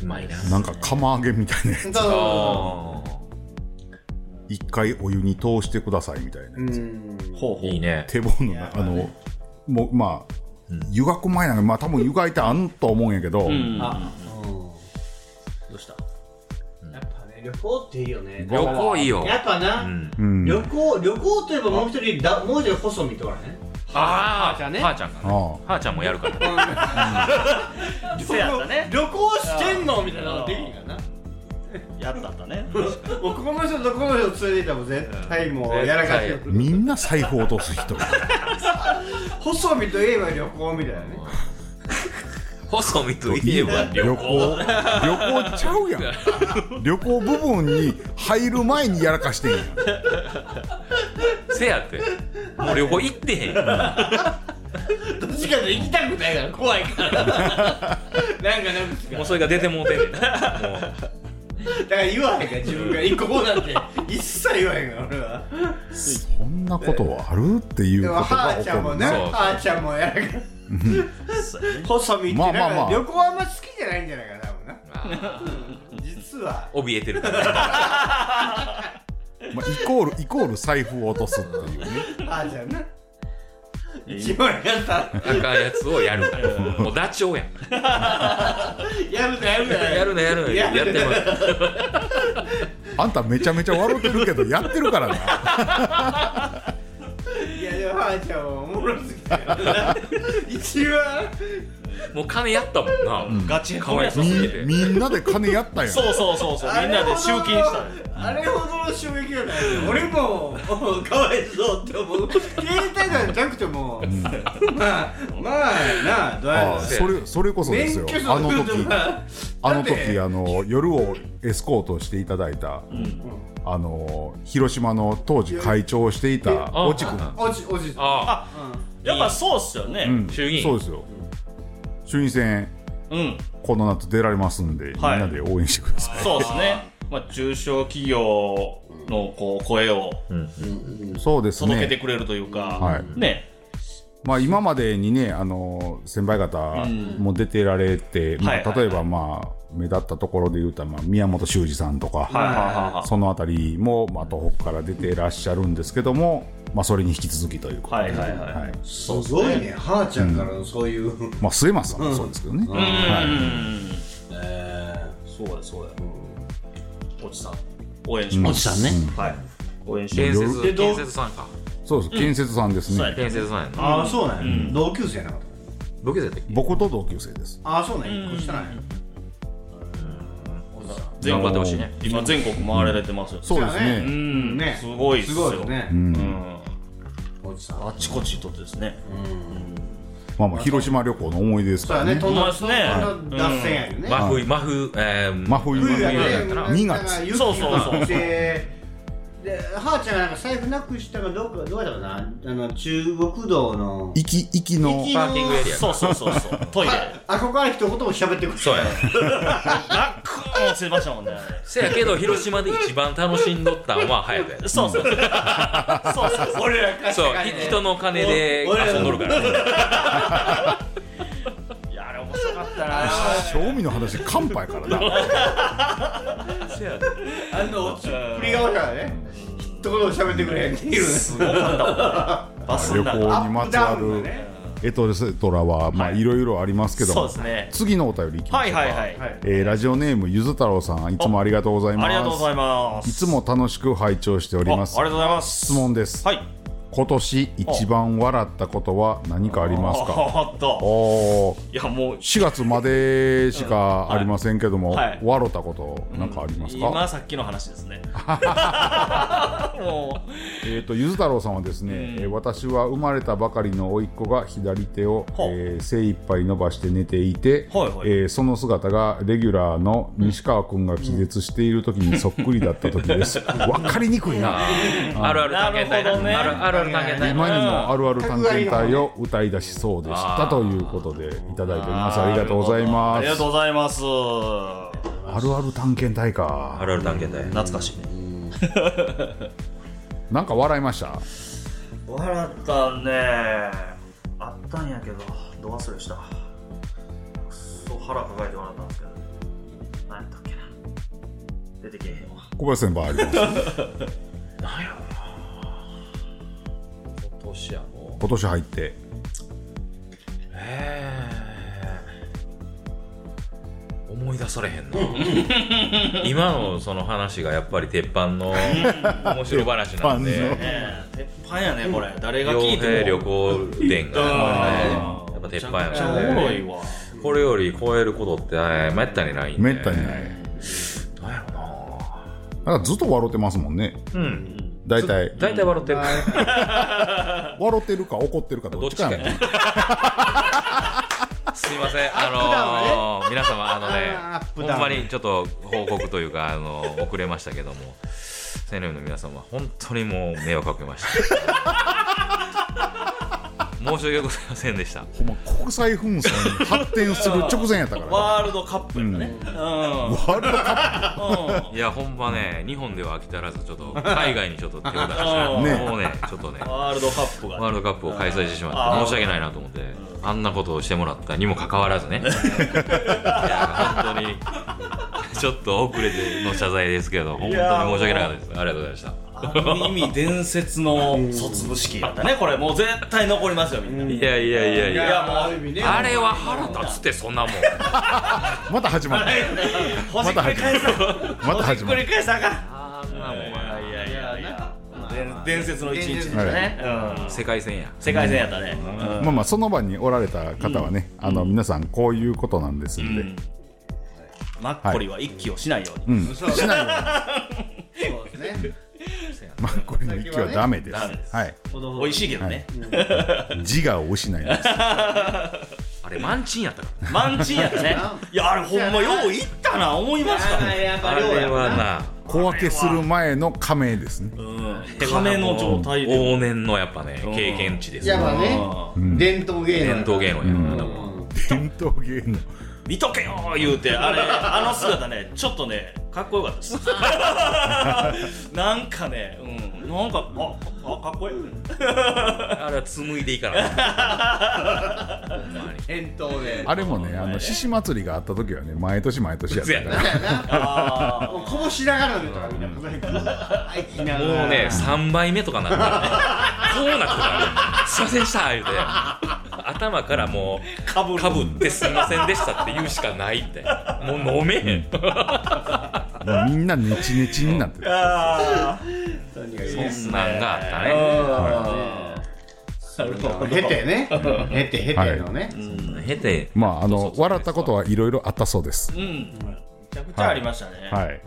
Speaker 3: うまいな
Speaker 1: なんか釜揚げみたいなやつ
Speaker 5: そう
Speaker 3: あ
Speaker 1: 一回お湯に通してくださいみたいな、
Speaker 5: うん
Speaker 2: ほうほ
Speaker 3: ー
Speaker 2: う
Speaker 3: いいね
Speaker 1: 手棒の中あのもうまあ、湯がく前なんでまあ多分湯がいてあんと思うんやけど、
Speaker 2: うん
Speaker 5: あ
Speaker 2: どうした
Speaker 5: うんやっぱね旅行っていいよね
Speaker 3: 旅行いいよ、
Speaker 5: やっぱな、
Speaker 3: うん、
Speaker 1: うん
Speaker 5: 旅行旅行といえばもう一人だもう一人細見とかね
Speaker 3: ああ
Speaker 5: はーちゃんね
Speaker 3: はーちゃんがね
Speaker 1: あ
Speaker 3: はーちゃんもやるからね
Speaker 2: せやったね
Speaker 5: 旅行してんのみたいなのができんからな
Speaker 2: やったったね
Speaker 5: 僕この人とこの人連れていたらもう絶対もうやらかして
Speaker 3: 絶
Speaker 5: る
Speaker 1: みんな財布落とす人
Speaker 5: 細見といえば旅行みたいなね
Speaker 3: 細身 といえば旅
Speaker 1: 旅
Speaker 3: 行
Speaker 1: 行旅行ちゃうやん旅行部分に入る前にやらかしてんやん
Speaker 3: せやってもう旅行行ってへん
Speaker 5: どっちかと行きたくないから怖いから なんかね
Speaker 3: もうそれが出てもうてんねんもう
Speaker 5: だから言わへんから自分が行こうなんて一切言わへんから俺は
Speaker 1: そんなことあるっていう
Speaker 5: で
Speaker 1: こ
Speaker 5: も
Speaker 1: とが
Speaker 5: はー
Speaker 1: 起
Speaker 5: ちゃ
Speaker 1: こ
Speaker 5: んも
Speaker 1: る
Speaker 5: ね
Speaker 1: な
Speaker 3: そう
Speaker 5: はーちゃんもやらか 細見ってなん
Speaker 1: まあまあま
Speaker 5: か
Speaker 1: あ
Speaker 5: 旅行あんま好きじゃないんじゃないかな多分な
Speaker 3: あ
Speaker 5: 実は
Speaker 3: ー怯えてるから
Speaker 1: まあ、イコールイコール財布を落とすっていうね
Speaker 5: あーちゃんな一番やった
Speaker 3: 赤いやつをやるからもうダチョウやん
Speaker 5: やるなやるな
Speaker 3: やるなやるな
Speaker 5: や
Speaker 3: や
Speaker 5: る
Speaker 3: っ
Speaker 5: ね
Speaker 3: てます
Speaker 1: あんためちゃめちゃ笑ってるけどやってるからない
Speaker 5: やでもはーちゃんはおもろすぎたよな一番
Speaker 3: もう金やったもんな、
Speaker 2: ガチ
Speaker 3: かわいそう
Speaker 1: み
Speaker 3: すぎて
Speaker 1: みんなで金やったやん
Speaker 2: そうそうそうそうみんなで集金したのよ
Speaker 5: あれほどの衝撃はないよ俺ももうかわいそうって思う携帯なんじゃなくてもまあまあなあどうや
Speaker 1: あ
Speaker 5: ろ
Speaker 1: あ
Speaker 5: う
Speaker 1: それそれこそですよあの時あの時あの夜をエスコートしていただいた、あの広島の当時会長をしていた
Speaker 3: あ
Speaker 1: おちくん
Speaker 5: おじおじ
Speaker 3: あ
Speaker 2: やっぱそうっすよね
Speaker 1: うん
Speaker 3: 衆議院
Speaker 1: そうですよ衆院選
Speaker 2: うん
Speaker 1: この夏出られますんで、
Speaker 2: はい
Speaker 1: みんなで応援してください
Speaker 2: そうっすねまあ、中小企業のこう声を
Speaker 1: そうです
Speaker 2: 届けて
Speaker 1: ね、
Speaker 2: くれるという
Speaker 1: は
Speaker 2: か、
Speaker 1: い
Speaker 2: ね、
Speaker 1: まあ、今までにね、あの先輩方も出てられて、まあ
Speaker 2: はいはいは
Speaker 1: 例
Speaker 2: い
Speaker 1: えば、まあ、目立ったところで言うと、まあ、宮本修二さんとか、
Speaker 2: はいはいはいはい
Speaker 1: そのあたりも、まあ、東北から出てらっしゃるんですけども、まあ、それに引き続きということ
Speaker 2: はい
Speaker 1: で、
Speaker 2: はいはい
Speaker 1: はい
Speaker 5: すごいね、はーちゃんからのそういう、
Speaker 1: まあ、末松さんもそうですけどね、
Speaker 2: う
Speaker 1: は
Speaker 2: ん
Speaker 5: え
Speaker 2: そうやそうや、おじさん応援しま
Speaker 4: お
Speaker 2: す、
Speaker 4: じさんね、
Speaker 2: はい応援し
Speaker 3: 建
Speaker 2: ますで
Speaker 3: 設
Speaker 2: ど
Speaker 3: 建
Speaker 2: う
Speaker 3: 設さんか
Speaker 1: い、そうです、建設さんです
Speaker 2: そうや
Speaker 1: ね、
Speaker 2: ね
Speaker 3: 建設さんやな
Speaker 5: ああそうなんや、同級生なかった
Speaker 3: 同級生やったっけ
Speaker 1: 僕と同級生です。
Speaker 5: ああそうなんや、一個下なんや
Speaker 2: 全
Speaker 3: 頑張
Speaker 2: 国
Speaker 3: ってほしいね
Speaker 2: 今全国回られてますよ、
Speaker 1: そうです
Speaker 5: そうや
Speaker 2: う
Speaker 1: ね、
Speaker 2: ん
Speaker 5: ね
Speaker 2: すごいっす
Speaker 5: す
Speaker 2: よ
Speaker 5: ごいよね、
Speaker 2: うん
Speaker 5: おじさん
Speaker 2: あっちこっちとってですね、
Speaker 1: まあ、まあ広島旅行の思い出です
Speaker 5: そう
Speaker 1: か
Speaker 5: や
Speaker 1: ら
Speaker 5: ね、
Speaker 1: ね、
Speaker 5: とんだ
Speaker 2: ほんまですね
Speaker 5: とんだ脱線やよね、
Speaker 3: 真冬真冬えー
Speaker 1: 真冬
Speaker 5: 冬やね
Speaker 3: 冬やったな
Speaker 1: 2月
Speaker 5: 雪
Speaker 2: そうそうそう
Speaker 5: 降ってではーちゃんがなんか財布なくしたかどうかどうやったかなあの中国道の
Speaker 1: 行き行きの
Speaker 5: 行き
Speaker 3: パーキングエリア
Speaker 2: そうそうそうそうトイレ
Speaker 5: あここから一言も喋ってくれ
Speaker 3: そうや
Speaker 2: ラックーンしてましたもんねあれ
Speaker 3: せやけど広島で一番楽しんどったんは隼人や
Speaker 2: そうそうそうそうそうそう俺ら
Speaker 3: でそうひ人のお金で
Speaker 5: 俺ら
Speaker 3: 遊んどるからね
Speaker 2: いやあれ面白かったな
Speaker 1: 正味の話、乾杯からな。
Speaker 5: あの振り側からね一言も喋ってくれっていう
Speaker 2: すごかったもんねバス
Speaker 1: 旅
Speaker 2: んだ
Speaker 1: 行にまつわ
Speaker 5: アップダウン
Speaker 1: る
Speaker 5: だね
Speaker 1: エトレストラはまあ
Speaker 2: はい
Speaker 1: いろいろありますけど
Speaker 2: そう
Speaker 1: も
Speaker 2: ですね
Speaker 1: 次のお便りいきま
Speaker 2: は
Speaker 1: し
Speaker 2: い
Speaker 1: ょう
Speaker 2: はい
Speaker 1: か
Speaker 2: はい、
Speaker 5: はい
Speaker 1: えーラジオネームゆず太郎さんいつもありがとうございます
Speaker 2: ありがとうございます
Speaker 1: いつも楽しく拝聴しており
Speaker 2: ああり
Speaker 1: ま
Speaker 2: が
Speaker 1: す
Speaker 2: とうございます
Speaker 1: 質問です
Speaker 2: はい
Speaker 1: 今年一番笑ったことは何かありますか
Speaker 2: ああった
Speaker 1: おー
Speaker 2: いやもう
Speaker 1: 4月までしかありませんけども、
Speaker 2: はい
Speaker 1: 笑ったことなんかありますか、
Speaker 2: 今さっきの話です ね もう
Speaker 1: えー、とゆず太郎さんはですね、えー私は生まれたばかりの甥っ子が左手を、
Speaker 2: ほう
Speaker 1: えー精一杯伸ばして寝ていて、
Speaker 2: はいはい
Speaker 1: えーその姿がレギュラーの西川君が気絶している時にそっくりだった時 です、わかりにくいな
Speaker 3: あるある探検隊
Speaker 2: なるほどね
Speaker 3: なあるあるある探検隊
Speaker 1: 今にもあるある探検隊を歌い出しそうでしたということでいただいておりますありがとうござい
Speaker 2: あ
Speaker 1: ま
Speaker 2: り
Speaker 1: す
Speaker 2: がとうございます
Speaker 1: あるある探検隊か
Speaker 3: あるある探検隊
Speaker 2: 懐かしいね
Speaker 1: なんか笑いました
Speaker 2: 笑ったねあったんやけどど忘れしたくそ腹抱えて笑ったんですけど何やったっけな出てけえへんわ
Speaker 1: 小林先輩あります
Speaker 3: なんやろな今年やの
Speaker 1: 今年入って
Speaker 3: えー思い出されへんな今のその話がやっぱり鉄板の面白話なんで
Speaker 2: ねえ鉄板やねこれ誰が
Speaker 3: 傭
Speaker 2: 聞い
Speaker 3: 兵
Speaker 2: て
Speaker 3: 旅
Speaker 2: も
Speaker 3: 行店がやっぱねやっぱ鉄板や
Speaker 2: めちゃく
Speaker 3: な
Speaker 2: ちゃおもろいわ
Speaker 3: これより超えることってめったにないんで
Speaker 1: めったにない
Speaker 3: なんやろな
Speaker 1: なんかずっと笑ってますもんね
Speaker 3: うん
Speaker 1: 大体
Speaker 3: 大体笑ってる
Speaker 1: 笑ってるか怒ってるかど
Speaker 3: ど
Speaker 1: っ
Speaker 3: っ
Speaker 1: ち
Speaker 3: ち
Speaker 1: か
Speaker 3: か
Speaker 1: やも
Speaker 3: や
Speaker 1: ん
Speaker 3: ね すいませんあのー皆様あの
Speaker 5: あーアップ
Speaker 3: ね
Speaker 5: ダウン
Speaker 3: ほんまにちょっと報告というかあのー遅れましたけども青年部の皆様本当にもう迷惑かけました 申し訳ございませんでした
Speaker 1: ほんま国際紛争に発展する直前やったから
Speaker 2: ワールドカップやねうん
Speaker 1: ワールドカッ
Speaker 3: いやほんまね日本では飽き足らずちょっと海外にちょっと手を出して
Speaker 1: ね
Speaker 3: もうねちょっとね
Speaker 2: ワールドカップが
Speaker 3: ワールドカップを開催してしまって申し訳ないなと思ってあんなことをしてもらったにもかかわらずねいや本当にちょっと遅れての謝罪ですけど本当に申し訳なかったですありがとうございました
Speaker 2: ある意味伝説の卒部式だったねこれもう絶対残りますよみんない
Speaker 3: やいやいやい
Speaker 5: い
Speaker 3: や
Speaker 5: もうある意味ね
Speaker 3: あれは腹立つってそんなもん
Speaker 1: プまた始まった
Speaker 2: ほじくり返 さ
Speaker 1: また
Speaker 2: ほじ
Speaker 1: 始ま
Speaker 2: く
Speaker 1: る
Speaker 2: り返さあか
Speaker 3: あんなもん
Speaker 2: んいやい
Speaker 3: や
Speaker 2: やいやいや
Speaker 5: まあ
Speaker 2: 伝伝説の一日でしたね
Speaker 5: 伝
Speaker 2: うん
Speaker 3: 世界戦や
Speaker 2: 世界戦やったね
Speaker 1: まあまあその場におられた方はね、あの皆さんこういうことなんです
Speaker 2: うん
Speaker 1: で、
Speaker 2: んマッコリは一気をしないように
Speaker 1: うん
Speaker 5: そう
Speaker 1: しないよ
Speaker 5: そうです
Speaker 1: う
Speaker 5: ね
Speaker 1: にまあこれの息はダメです
Speaker 2: ダメです
Speaker 1: はい、
Speaker 5: ほどほど
Speaker 2: 美味しいけどね
Speaker 1: 自我を失います
Speaker 3: あれマンチンやったから
Speaker 2: マンチンやったねいやあれほんまよういったな思いました
Speaker 5: あーやっぱ
Speaker 3: あ
Speaker 5: 量
Speaker 3: れ
Speaker 5: や
Speaker 3: は
Speaker 5: な
Speaker 3: な
Speaker 1: 小分けする前の加盟ですね
Speaker 2: うん亀の状態で
Speaker 3: 往年のやっぱね経験値です
Speaker 5: やっ
Speaker 3: ね
Speaker 5: ぱね伝統芸能
Speaker 3: 伝統芸能や
Speaker 5: 能
Speaker 1: 伝統芸能
Speaker 2: 見とけよー言うてあれあの姿ねちょっとねかっこよかったです なんかね、うん、なんかああかっこいい
Speaker 3: あれは紡いでいいからな ほんまに
Speaker 5: 返答で
Speaker 1: あれもね、あの獅子祭りがあった時はね、毎年毎年やったから。
Speaker 2: あ
Speaker 5: もうこぼしながらのとかみんなこないあいきながら
Speaker 3: もうね3倍目とかなってたねこうなってたからね「すいませんでした」言うて頭からもう
Speaker 2: かぶる
Speaker 3: かぶって「すいませんでした」って言うしかないみたいなもう飲めへん
Speaker 1: もうみんなネチネチになって る。
Speaker 2: あ
Speaker 3: そんなんがあった
Speaker 2: ー
Speaker 3: ね
Speaker 2: あーなるほど
Speaker 5: 経てね経て経てのね
Speaker 3: うん経て
Speaker 1: まあ、あの、笑ったことはいろいろあったそうです。
Speaker 2: うんめちゃくちゃありましたね
Speaker 1: はい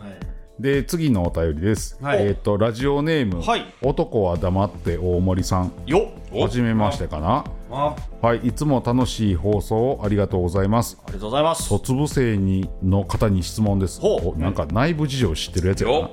Speaker 1: で、次のお便りです。
Speaker 5: はい
Speaker 1: えっ、と、ラジオネーム、
Speaker 2: はい
Speaker 1: 男は黙って大森さん。
Speaker 2: よ
Speaker 1: はじめましてかな。
Speaker 2: あ
Speaker 1: はい、いつも楽しい放送をありがとうございます。
Speaker 2: ありがとうございます
Speaker 1: 卒部生にの方に質問です。
Speaker 2: ほう
Speaker 1: おなんか内部事情知ってるやつやな
Speaker 3: よ。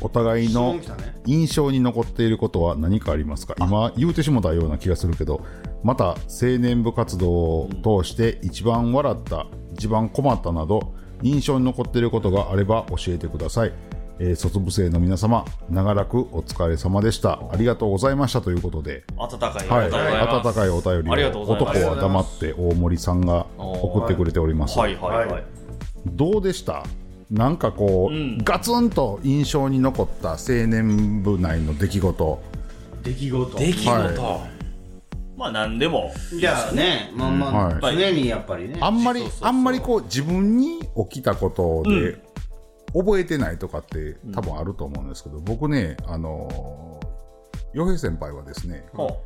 Speaker 1: お互い
Speaker 5: 質
Speaker 1: の
Speaker 5: 問来たね
Speaker 1: 印象に残っていることは何かありますか今言うてしもたような気がするけどまた青年部活動を通して一番笑った一番困ったなど印象に残っていることがあれば教えてください、えー卒部生の皆様長らくお疲れ様でしたありがとうございましたということで、
Speaker 2: 温かい
Speaker 1: はい、
Speaker 2: 温かい
Speaker 1: 温かいお便り
Speaker 2: ありがと
Speaker 1: を
Speaker 2: うございま
Speaker 1: 男
Speaker 2: す
Speaker 1: は黙って大森さんが送ってくれております、
Speaker 2: はいはいはい
Speaker 1: どうでしたなんかこう、ガツンと印象に残った青年部内の出来事
Speaker 5: 出来事
Speaker 3: 出来事
Speaker 2: まあ何でも
Speaker 5: じゃあねまあま
Speaker 1: うん
Speaker 5: あ
Speaker 2: はい
Speaker 5: 常にやっぱりね
Speaker 1: あんまりあんまりこう自分に起きたことで覚えてないとかって多分あると思うんですけど、僕ねあの洋平先輩はですね
Speaker 2: ほ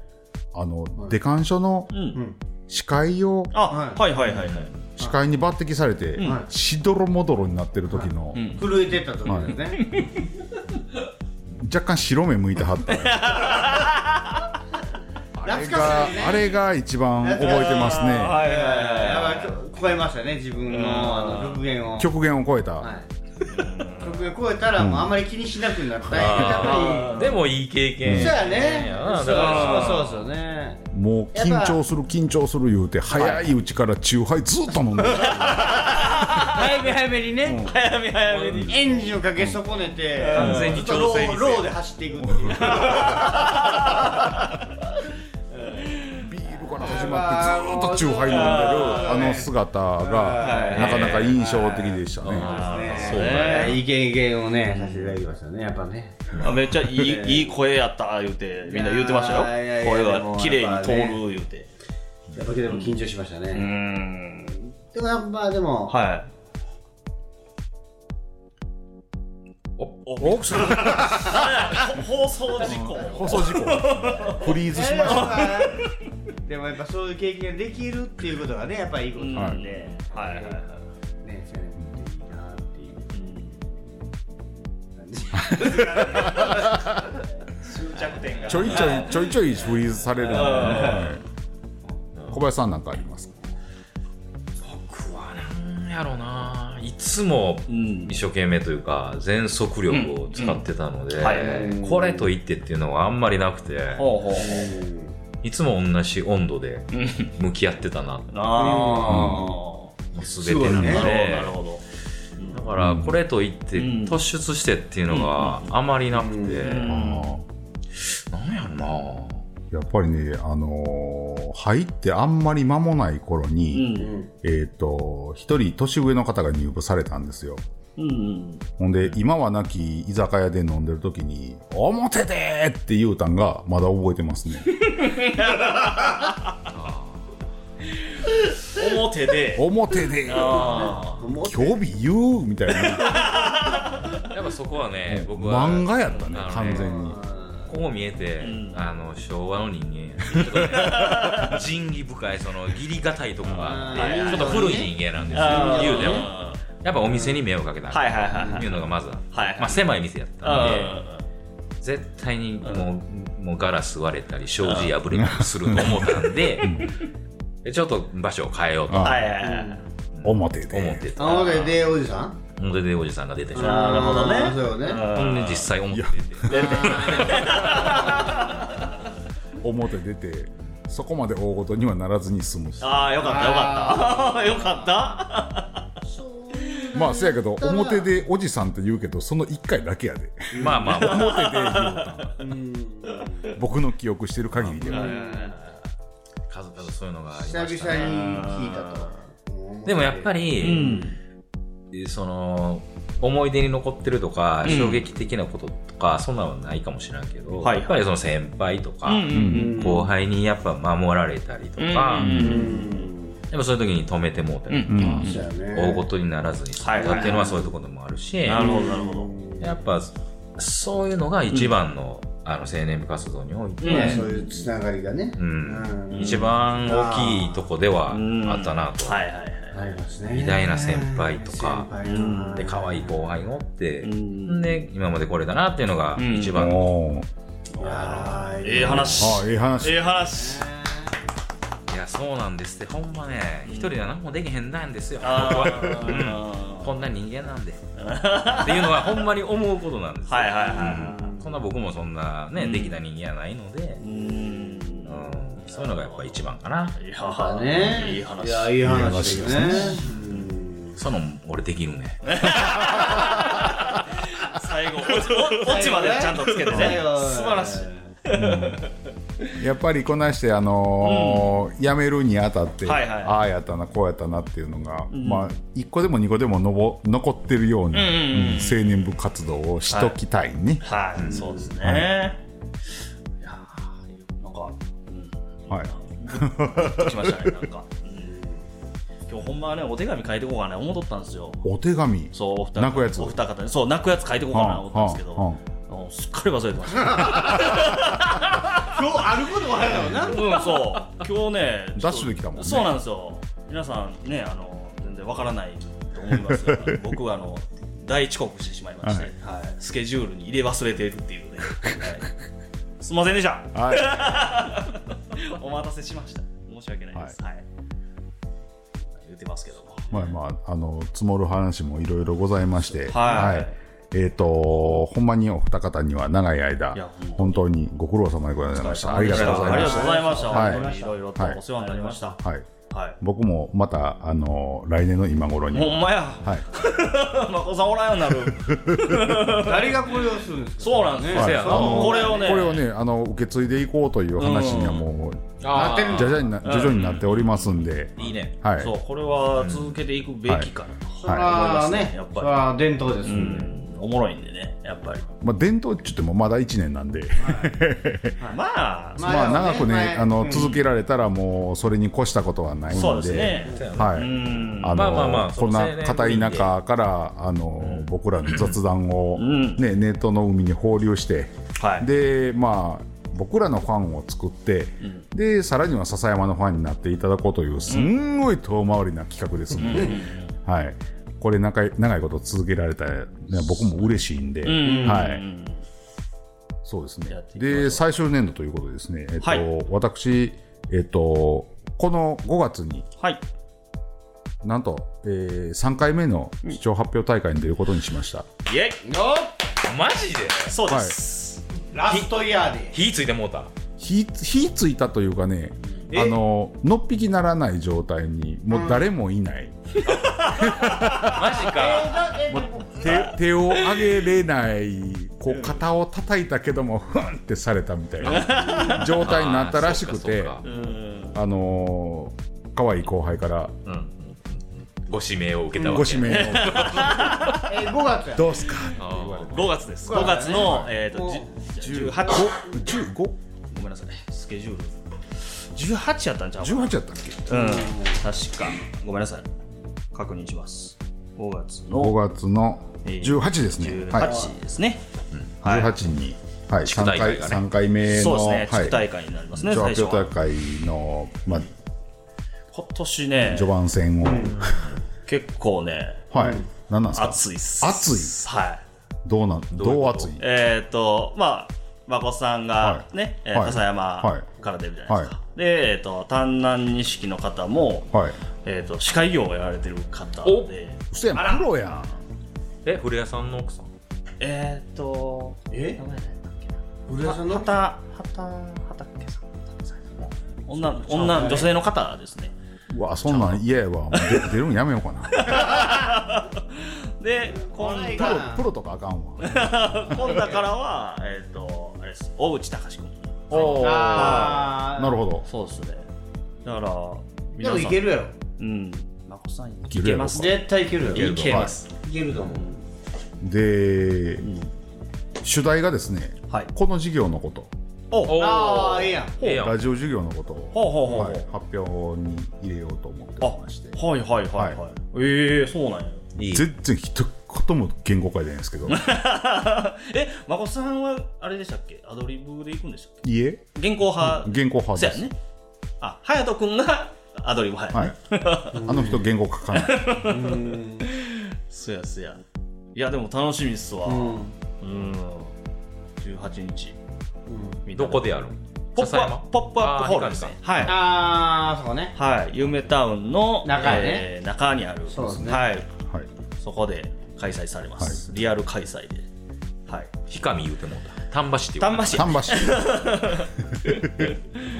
Speaker 1: あの、
Speaker 5: い
Speaker 1: デカン所の
Speaker 2: ううん
Speaker 1: 司会を
Speaker 2: あはいはいはいはい
Speaker 1: 司会に抜擢されて、
Speaker 5: ん
Speaker 1: しどろもどろになってる時の、
Speaker 2: ん
Speaker 5: 震えてた時ですね
Speaker 1: 若干白目向いてはったあれ
Speaker 5: 懐か
Speaker 1: が
Speaker 5: しいね
Speaker 1: あれが一番覚えてますね
Speaker 2: はいはいはいはい
Speaker 5: やばい超えましたね自分のあの極限を
Speaker 1: 極限を超えた、
Speaker 5: はい極限超えたらもうあんまり気にしなくなったやっぱ
Speaker 3: あーでもいい経
Speaker 5: り
Speaker 3: 験
Speaker 5: そうやね
Speaker 3: うん
Speaker 5: そう
Speaker 3: だから
Speaker 5: そうそうそうね
Speaker 1: もう緊張する緊張する言うて早いうちからチューハイずっと飲んでる
Speaker 5: 早め早めにね
Speaker 2: 早め早めに
Speaker 5: エンジンをかけ損ねて
Speaker 3: 完全に調整ミス
Speaker 5: ローローで走っていくっていう
Speaker 1: ビールから始まってずーっとチューハイ飲んでるあの姿がなかなか印象的でしたね。
Speaker 3: そうね
Speaker 5: ねいい経験をねさせていただきましたねやっぱね
Speaker 2: あめっちゃいいいい声やった言うてみんな言うてましたよ
Speaker 5: いやいやいや
Speaker 2: 声
Speaker 5: で
Speaker 2: が
Speaker 5: も
Speaker 2: 綺麗に通る
Speaker 5: やっぱ
Speaker 2: 言うて
Speaker 5: やっぱでも緊張しました
Speaker 2: うー
Speaker 5: ね
Speaker 2: ん
Speaker 5: でもやっぱでも
Speaker 2: は
Speaker 1: おそれ
Speaker 2: い放送事故
Speaker 1: 放送事故 フリーズしました。
Speaker 5: でもやっぱそういう経験ができるっていうことがねやっぱりいいことなんで、
Speaker 2: はいはいはい
Speaker 5: ねそういうのっていいなっていう感じ
Speaker 2: 終着点が
Speaker 1: ちょいちょいちょいちょいフリーズされるのではい小林さんなんかありますか。
Speaker 3: 僕はなんやろないつも一生懸命というか全速力を使ってたので、
Speaker 2: んはいはい
Speaker 3: これと言ってっていうのはあんまりなくて、
Speaker 2: ほうほうほう
Speaker 3: いつも同じ温度で向き合ってたなもう
Speaker 2: あ
Speaker 3: 全てなの
Speaker 5: すごい
Speaker 3: で、
Speaker 5: ね
Speaker 2: あなるほどなるほど
Speaker 3: だからこれと言って
Speaker 2: うん
Speaker 3: 突出してっていうのがあまりなくて、
Speaker 2: ん
Speaker 1: あ
Speaker 3: なんやろな
Speaker 1: ーやっぱりねあのー入ってあんまり間もない頃
Speaker 2: う
Speaker 1: に、
Speaker 2: ん
Speaker 1: えっ、と一人年上の方が入部されたんですよ。
Speaker 2: うん
Speaker 1: ほんで、今はなき居酒屋で飲んでる時に、表でーって言うたんが、まだ覚えてますね。
Speaker 2: 表で
Speaker 1: 表でー
Speaker 2: あ
Speaker 1: 今日日言うみたいな。
Speaker 3: やっぱそこはね僕は
Speaker 1: 漫画やったね
Speaker 3: あの、
Speaker 1: 完全に。
Speaker 3: こう見えて、
Speaker 2: ん
Speaker 3: あの昭和の人間やちょ っとね仁義深いその義理堅いとこがあって
Speaker 5: あー
Speaker 3: ちょっと古い人間なんですよ
Speaker 2: あー
Speaker 3: 言うてもやっぱお店に迷惑かけた
Speaker 2: はいはいはいはい
Speaker 3: いうのがまずあって
Speaker 2: はいはい
Speaker 3: まあ、狭い店やったんで
Speaker 2: あ
Speaker 3: 絶対にもうもうガラス割れたり障子破れたりすると思ったんででちょっと場所を変えようと
Speaker 1: あ
Speaker 3: 思
Speaker 2: あはいはいはい
Speaker 1: 表
Speaker 3: っ
Speaker 1: で。
Speaker 3: てた
Speaker 5: あのででおじさん
Speaker 3: 表でおじさんが出てしまう
Speaker 2: なるほどね
Speaker 5: あーそうよね
Speaker 3: ほんで実際表出て
Speaker 1: 表出て、そこまで大ごとにはならずに済むし
Speaker 2: ああよかった よかったよか
Speaker 1: まあせやけど表でおじさんって言うけどその1回だけやで
Speaker 3: まあまあまあ
Speaker 1: 表で言うたん僕の記憶してる限りでは
Speaker 3: 数々そういうのがありま
Speaker 5: 久々に
Speaker 3: したね
Speaker 5: 聞いたと
Speaker 3: でもやっぱ
Speaker 5: り
Speaker 3: り、
Speaker 2: ったうん
Speaker 3: その思い出に残ってるとか、
Speaker 2: うん
Speaker 3: 衝撃的なこととかそんなのはないかもしれんけど、
Speaker 2: はい
Speaker 3: やっぱりその先輩とか、
Speaker 2: うんうん
Speaker 3: 後輩にやっぱ守られたりと
Speaker 2: うん
Speaker 3: か、
Speaker 2: うんうん
Speaker 3: やっぱそういう時に止めてもうたりと
Speaker 1: う
Speaker 3: か、
Speaker 1: ん
Speaker 5: そうやね
Speaker 3: 大ごとにならずに済んだ
Speaker 2: はいはいはい
Speaker 3: っていうのはそういうところでもあるし、
Speaker 2: なるほどなるほど
Speaker 3: やっぱそういうのが一番の,、あの青年部活動において、
Speaker 5: まあそういうつながりがね
Speaker 3: うん
Speaker 5: うん
Speaker 3: 一番大きいとこでは
Speaker 2: うん
Speaker 3: あったなと、
Speaker 2: はいはいはい
Speaker 5: ありますね
Speaker 3: 偉大な先輩とか
Speaker 5: 先輩とか
Speaker 3: で可愛い後輩がおって、
Speaker 2: ん
Speaker 3: で今まで来れたなっていうのが一番の、
Speaker 1: おー
Speaker 5: あー
Speaker 2: ええ話
Speaker 1: ああええ話
Speaker 2: ええ話
Speaker 3: いやそうなんですってほんまね一人では何もできへんなんですよ、僕
Speaker 2: あ
Speaker 3: は
Speaker 2: ー
Speaker 3: うんこんな人間なんでっていうのはほんまに思うことなんですよ
Speaker 2: はいはいはい
Speaker 3: うんそんな僕もそんなね、
Speaker 2: うん
Speaker 3: できた人間やないので、
Speaker 2: うん
Speaker 3: うん、そういうのがやっぱ一番かない
Speaker 2: や
Speaker 5: まあ
Speaker 2: ー
Speaker 5: ね
Speaker 2: いい話
Speaker 5: いやいい話だよね
Speaker 3: その俺できるね
Speaker 2: 最後落ち落ちまでちゃんとつけてね
Speaker 5: 最後
Speaker 2: 素晴らしい
Speaker 1: やっぱりこないしてあのー辞めるにあたって、
Speaker 2: はいはい
Speaker 1: ああやったなこうやったなっていうのが、まあ1個でも2個でものぼ残ってるような、
Speaker 2: うんうんうん
Speaker 1: うん青年部活動をしときたいね、
Speaker 2: はいそうですねいやーなんか
Speaker 1: はい
Speaker 2: 落ちましたねなんかうん今日ほんまはねお手紙書いてこうかな思っとったんですよ
Speaker 1: お手紙
Speaker 2: そうお二
Speaker 1: 泣くやつ
Speaker 2: お二方にそう泣くやつ書いてこうかな思ったんですけど、
Speaker 1: は
Speaker 2: うんすっかり忘れてました、
Speaker 5: 今日あることはあるよな
Speaker 2: うん、そう今日ねちょっと
Speaker 1: ダッシュできたもんね
Speaker 2: そうなんですよ皆さんねあの全然わからないと思います が僕はあの大遅刻してしまいまして、はいスケジュールに入れ忘れてるっていうね、はい、すいませんでした
Speaker 1: はい
Speaker 2: お待たせしました申し訳ないです、はい言ってますけども
Speaker 1: まあまあ、あの、積もる話もいろいろございまして、
Speaker 2: はい
Speaker 1: えっ、と、ほんまにお二方には長い間
Speaker 2: いや、
Speaker 1: 本当にご苦労様でございました。ありがとうござ
Speaker 2: あ
Speaker 1: いま
Speaker 2: りが
Speaker 1: し
Speaker 2: とうございました、
Speaker 1: はい
Speaker 2: 本当にいろいろとお世話になりました、
Speaker 1: た。はい。
Speaker 2: はい
Speaker 1: 僕もまた、あの、来年の今頃に。
Speaker 2: ほ
Speaker 1: は
Speaker 2: んまや、
Speaker 1: い。
Speaker 2: まこさんおらんようになる。
Speaker 5: 誰がこれをするんですか
Speaker 2: そうなんですよ。
Speaker 1: はい
Speaker 2: あのこれをね、
Speaker 1: これをね、あの、受け継いでいこうという話にはもう、
Speaker 3: あ
Speaker 5: ー
Speaker 1: 徐々にな、徐々になっておりますんで、
Speaker 3: いいね
Speaker 1: はい。
Speaker 2: そう、これは続けていくべきかなと
Speaker 5: それは
Speaker 2: 思います
Speaker 5: ね
Speaker 2: ねやっぱり
Speaker 5: それは伝統です
Speaker 2: うん
Speaker 5: で
Speaker 2: んおもろいんでね、やっぱり。
Speaker 1: まあ、伝統って言ってもまだ1年なんで、
Speaker 2: まあ、
Speaker 1: まあ、
Speaker 5: でも
Speaker 1: 長くね、あの、
Speaker 5: うん
Speaker 1: 続けられたらもう、それに越したことはない
Speaker 2: そう
Speaker 1: の
Speaker 2: です
Speaker 1: で、
Speaker 2: ね。
Speaker 1: は
Speaker 2: う
Speaker 1: い。
Speaker 2: ん。
Speaker 1: あの
Speaker 3: まあまあまあ
Speaker 1: こん
Speaker 3: その
Speaker 1: な
Speaker 3: 青年
Speaker 1: 硬い中からあの、僕らの雑談を、
Speaker 2: ん
Speaker 1: ね、ネットの海に放流して、
Speaker 2: はい。
Speaker 1: でまあ僕らのファンを作って、でさらには笹山のファンになっていただこうというすんごい遠回りな企画ですので、はい、これ長い長いこと続けられたら、ね、僕も嬉しいんで、
Speaker 2: うん
Speaker 1: はい、そうですね
Speaker 2: やっていきましょう
Speaker 1: で最終年度ということでですね、えっと
Speaker 2: はい
Speaker 1: 私、えっと、この5月に
Speaker 2: はい。
Speaker 1: なんと、えー、3回目の視聴発表大会に出ることにしました。
Speaker 2: イェイ
Speaker 3: マジで
Speaker 2: そうです。
Speaker 5: ラストイヤーで
Speaker 3: 火ついてもうた
Speaker 1: 火火ついたというかね、
Speaker 5: え
Speaker 1: あの、のっぴきならない状態に、もう誰もいない。
Speaker 3: マジか
Speaker 1: 手手を上げれない、こう、肩を叩いたけども、ふんってされたみたいな状態になったらし くて、
Speaker 3: あーそっかそっか
Speaker 2: うん。
Speaker 1: あのー、可愛い後輩から、
Speaker 3: うんうんご指名を受けたわけ
Speaker 1: ご指名を、
Speaker 5: えー5月や
Speaker 1: どうすか
Speaker 3: あー
Speaker 2: 5月です。5月の、えっと、じゅ18。
Speaker 1: ?15?18
Speaker 2: ごめんなさい。スケジュール。18やったんちゃうかな
Speaker 1: やったっけ
Speaker 2: うん。確か。ごめんなさい。確認します。5月の。
Speaker 1: ?5 月の18ですね。はい
Speaker 2: 18ですね。はい
Speaker 1: 18に、はい、
Speaker 3: 地区
Speaker 1: 3
Speaker 3: 大会
Speaker 1: 回
Speaker 3: がね
Speaker 1: 三回目
Speaker 2: そう
Speaker 1: の
Speaker 2: ですね、地
Speaker 1: は
Speaker 2: 区
Speaker 1: い
Speaker 2: 大会になりますね、
Speaker 1: 一応
Speaker 2: 最
Speaker 1: 発
Speaker 2: 初
Speaker 1: 表
Speaker 2: は
Speaker 1: 大。会の、まあ、
Speaker 2: 今年ね、
Speaker 1: 序盤戦を、
Speaker 2: 結構ね、
Speaker 1: はい、何なんですか
Speaker 2: 暑いっす。
Speaker 1: 暑
Speaker 2: はい。
Speaker 1: どうなん
Speaker 3: ういう
Speaker 1: どう
Speaker 3: こと
Speaker 1: 暑い
Speaker 2: えっ、と、まあ、まこさんが
Speaker 1: はい
Speaker 2: ね、えー
Speaker 1: はい
Speaker 2: 笠
Speaker 1: は
Speaker 2: 山
Speaker 1: い
Speaker 2: から出るじゃないですか。で、えっ、と、丹南錦の方も、
Speaker 1: はい
Speaker 2: えっ、と、司会業をやられてる方
Speaker 3: お
Speaker 2: で、
Speaker 1: そやんプロやん
Speaker 3: え古谷さんの奥さん
Speaker 2: えっ、と、
Speaker 5: え
Speaker 2: 名前何だっけな。
Speaker 5: 古谷さんの
Speaker 2: 畑畑畑さん畑さん女の女女性の方ですね
Speaker 1: うわそんなん嫌やわもう出出るんやめようかな
Speaker 2: で今度
Speaker 1: プロプロとかあかんわ
Speaker 2: 今度からはえっ、とあれです大内隆君
Speaker 1: お
Speaker 5: あー
Speaker 1: なるほど
Speaker 2: そうですねだから
Speaker 5: で
Speaker 2: 皆さ
Speaker 5: も
Speaker 2: ん
Speaker 5: いけるやろ
Speaker 2: うんまこさんい
Speaker 1: けるやろ
Speaker 2: けますね
Speaker 5: 絶対いけるやろ
Speaker 1: いけます
Speaker 5: いけると思う
Speaker 1: で、主題がですね、
Speaker 2: はい
Speaker 1: この授業のこと
Speaker 2: おほう
Speaker 5: ああええやん
Speaker 3: ええやん
Speaker 1: ラジオ授業のことを、
Speaker 2: ほうほうほ
Speaker 1: は
Speaker 2: う
Speaker 1: い発表に入れようと思っておりまして
Speaker 2: はいはいはい
Speaker 1: は
Speaker 2: はいええそうなんや
Speaker 3: いい
Speaker 1: 全然一言も言語書いてないんですけど
Speaker 2: えまこさんはあれでしたっけアドリブでいくんでしたっ
Speaker 1: いいえ
Speaker 2: け原稿派
Speaker 1: 原稿派
Speaker 2: そ
Speaker 1: で
Speaker 2: や
Speaker 1: す、
Speaker 2: ねあ隼人君が アドリブ派や
Speaker 1: は
Speaker 2: ね、
Speaker 1: い、あの人言語書 かない
Speaker 2: そやそやいやでも楽しみっすわ
Speaker 5: うん
Speaker 2: うん18日みんな
Speaker 3: どこでやる
Speaker 2: ポップアッ
Speaker 3: 笹山
Speaker 2: プポップアップホールですねはい
Speaker 5: ああそうね
Speaker 2: はい、夢タウンの
Speaker 5: 中やね
Speaker 2: えー中にある
Speaker 5: そうですね
Speaker 2: はい、
Speaker 1: はい、
Speaker 2: そこで開催されます、リアル開催で、はい、
Speaker 3: ひかみ言うてもうた丹波市っていう
Speaker 2: 丹波市
Speaker 1: 丹波市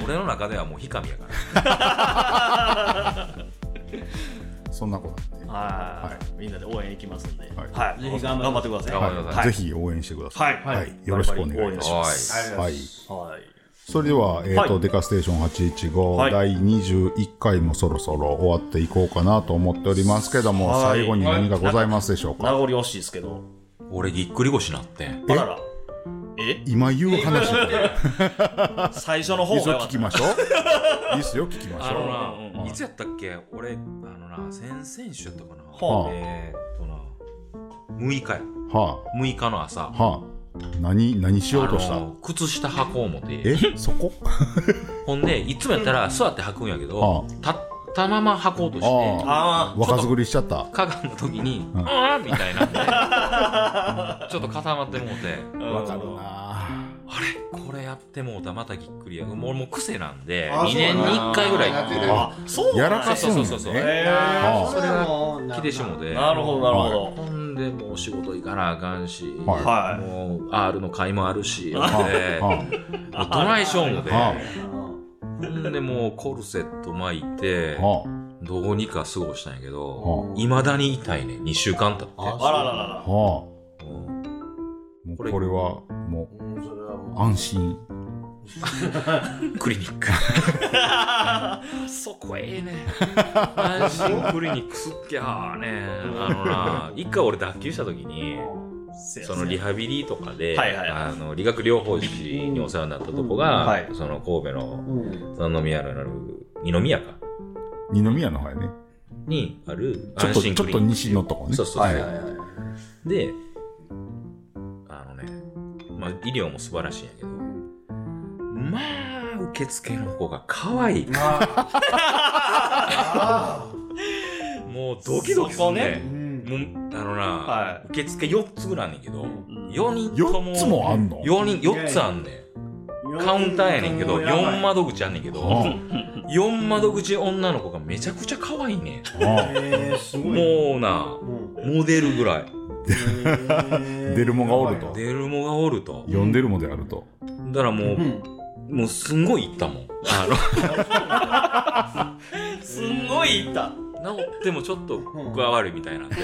Speaker 3: 俺の中ではもうひかみやから
Speaker 1: そんなことなんで、
Speaker 2: は、
Speaker 1: はい
Speaker 2: みんなで応援行きますんで、
Speaker 1: はい
Speaker 2: はい
Speaker 5: ぜひ頑張って
Speaker 2: 頑張ってください。
Speaker 3: 頑張ってく
Speaker 1: は
Speaker 3: だ
Speaker 1: い
Speaker 3: さ
Speaker 1: ぜひ応援してください、
Speaker 2: はいはい
Speaker 1: はい、よろしくお願いいたしま
Speaker 3: はい
Speaker 1: す、
Speaker 5: はい
Speaker 1: はい、
Speaker 2: はい、
Speaker 1: それでは、えーと
Speaker 2: はい
Speaker 1: デカステーション815、
Speaker 2: はい
Speaker 1: 第21回もそろそろ終わっていこうかなと思っておりますけども、
Speaker 2: はい
Speaker 1: 最後に何かございますでしょうか、
Speaker 2: 名残惜しいですけど、
Speaker 3: 俺ぎっくり腰なってん
Speaker 2: あらら、え、
Speaker 1: 今言う 話
Speaker 2: 最初の
Speaker 1: いい
Speaker 2: 方
Speaker 1: っす
Speaker 2: が良
Speaker 1: よ聞
Speaker 2: かっ
Speaker 1: き
Speaker 2: た
Speaker 1: ましょ ういいっすよ聞きまし
Speaker 3: あ
Speaker 1: ょう
Speaker 3: のな、
Speaker 1: うん
Speaker 3: いつやったっけ俺あのな先々週やったかな、
Speaker 2: は
Speaker 1: あ
Speaker 3: えーっとな6日や
Speaker 1: は
Speaker 3: 6日の朝
Speaker 1: あはあ何何しようとした、
Speaker 3: あの靴下履こう思って
Speaker 1: えそこ
Speaker 3: ほんでいつもやったら座って履くんやけど、
Speaker 1: は
Speaker 3: 立ったまま履こうとして
Speaker 1: あ
Speaker 2: あ
Speaker 1: 若作りしちゃった
Speaker 3: かがんだ時に「
Speaker 1: うん
Speaker 3: ああ」みたいなんで ちょっと固まってもうて
Speaker 2: あ、
Speaker 1: わかるな
Speaker 3: あれこれやってもうたまたぎっくりやもう俺もう癖なんで
Speaker 5: あ
Speaker 3: 2年に1回ぐらい
Speaker 5: そうなん
Speaker 2: う
Speaker 5: だ
Speaker 2: ん。あ、そう
Speaker 1: や
Speaker 2: なん
Speaker 1: ら
Speaker 2: だ
Speaker 1: かすん
Speaker 3: そうそうそ
Speaker 1: よ
Speaker 3: うそう
Speaker 1: ね
Speaker 2: え
Speaker 1: あ
Speaker 2: ー
Speaker 1: あ
Speaker 5: それはもう
Speaker 3: 来てしもて
Speaker 2: なるほどなるほど。
Speaker 3: ほんでもう仕事行かなあかんし、
Speaker 1: はい
Speaker 3: もう R の買いもあるし、
Speaker 1: は
Speaker 3: で
Speaker 1: あ、は
Speaker 3: もうどないしょんので、
Speaker 1: あ
Speaker 3: ほんでもうコルセット巻いて
Speaker 1: あ、、は
Speaker 3: どうにか過ごしたんやけ
Speaker 1: あ、
Speaker 3: ど、
Speaker 1: はい
Speaker 3: まだに痛いね、2週間経って。
Speaker 5: あ
Speaker 2: あららら
Speaker 1: あ、
Speaker 2: ら
Speaker 1: はあ、。も
Speaker 3: うん
Speaker 1: うこれはも
Speaker 5: うんそれは
Speaker 1: う
Speaker 5: も
Speaker 1: 安心
Speaker 3: クリニック。そこええね。安心クリニックすっきゃあね。あのな、一回俺脱臼した時に、そのリハビリとかで、
Speaker 2: はいはい
Speaker 3: あの理学療法士にお世話になったとこが、
Speaker 2: はい
Speaker 3: その神戸の
Speaker 5: ううん
Speaker 3: 三宮のある二宮か
Speaker 1: 二宮の方やね
Speaker 3: にある
Speaker 1: ちょっ
Speaker 3: 安
Speaker 1: と
Speaker 3: 心
Speaker 1: ちょ
Speaker 3: ク
Speaker 1: っ
Speaker 3: リニック
Speaker 1: と西のとこね
Speaker 3: そうそうそう
Speaker 1: はい
Speaker 5: はいはい
Speaker 3: であのねまあ医療も素晴らしいんやけどまあ受付の子が可愛いもうドキドキすん
Speaker 5: う
Speaker 3: ね
Speaker 5: ん
Speaker 3: もうあのな、
Speaker 2: は
Speaker 3: 受付4つぐらいあんねんけど、
Speaker 2: ん
Speaker 3: 四4人とも
Speaker 1: 4つもあんの
Speaker 3: 4人4つあんねんカウンターやねんけど4
Speaker 5: 万
Speaker 3: 窓口あんねんけ
Speaker 1: あ
Speaker 3: ど、4窓口女の子がめちゃくちゃ可愛いね
Speaker 1: ああ
Speaker 5: えーすごいね
Speaker 3: もうな
Speaker 5: うん
Speaker 3: モデルぐらい
Speaker 5: えー
Speaker 1: 出るもんがおると
Speaker 3: デルモがおると
Speaker 1: 呼んでるもであると
Speaker 3: だからもう、
Speaker 5: うん
Speaker 3: もうすんごい行ったもんあ
Speaker 2: すんごいいた。
Speaker 3: の治ってもちょっと具合悪いみた いなんで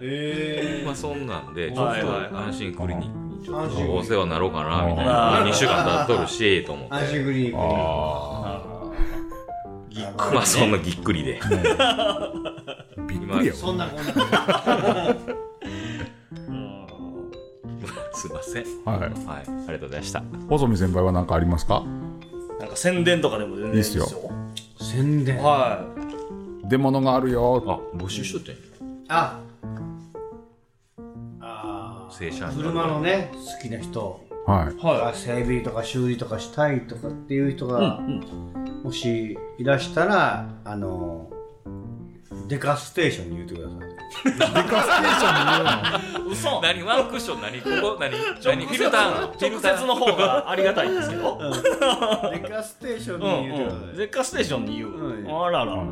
Speaker 5: え
Speaker 3: まあそんなんでちょ
Speaker 2: は
Speaker 3: っ
Speaker 2: い
Speaker 3: と
Speaker 2: はい
Speaker 3: 安心クリニックにちょっ
Speaker 5: 安心クリ
Speaker 3: と
Speaker 5: ニック
Speaker 3: お世話になろうかなみたい
Speaker 2: あ
Speaker 3: な
Speaker 2: ー
Speaker 3: 2週間経っとるしと思っ
Speaker 5: ー
Speaker 3: て
Speaker 5: 安心クリニック
Speaker 1: あ
Speaker 5: ぎっ
Speaker 3: まあそんなぎっくりで
Speaker 1: びっくりや
Speaker 5: そんなこんな
Speaker 3: すい ません
Speaker 1: わはい
Speaker 3: はいありがとうございました
Speaker 1: 細見先輩は何かありますか
Speaker 2: なんか宣伝とかでも全然いいです
Speaker 1: いい
Speaker 2: よ
Speaker 1: っす。
Speaker 4: 宣伝
Speaker 2: は
Speaker 1: 出物がある
Speaker 3: あ
Speaker 1: よ
Speaker 3: 募集しとってん
Speaker 5: ああー
Speaker 3: 正社員
Speaker 5: 車のね好きな人
Speaker 1: はい
Speaker 5: が整備とか修理とかしたいとかっていう人が
Speaker 2: うん
Speaker 5: もしいらしたらあのデカステーションに言ってください
Speaker 2: い。嘘。
Speaker 3: 何ワンクッション何ここ何何フィルターなのフィ
Speaker 2: 直
Speaker 3: ルター
Speaker 2: 接の方がありがたいんですけど。
Speaker 5: デ カステーショ
Speaker 2: う
Speaker 5: ンに言ってくださ
Speaker 2: んうん。
Speaker 5: い
Speaker 2: 絶火ステーションに言
Speaker 5: う
Speaker 2: う。
Speaker 5: ん
Speaker 2: あらら。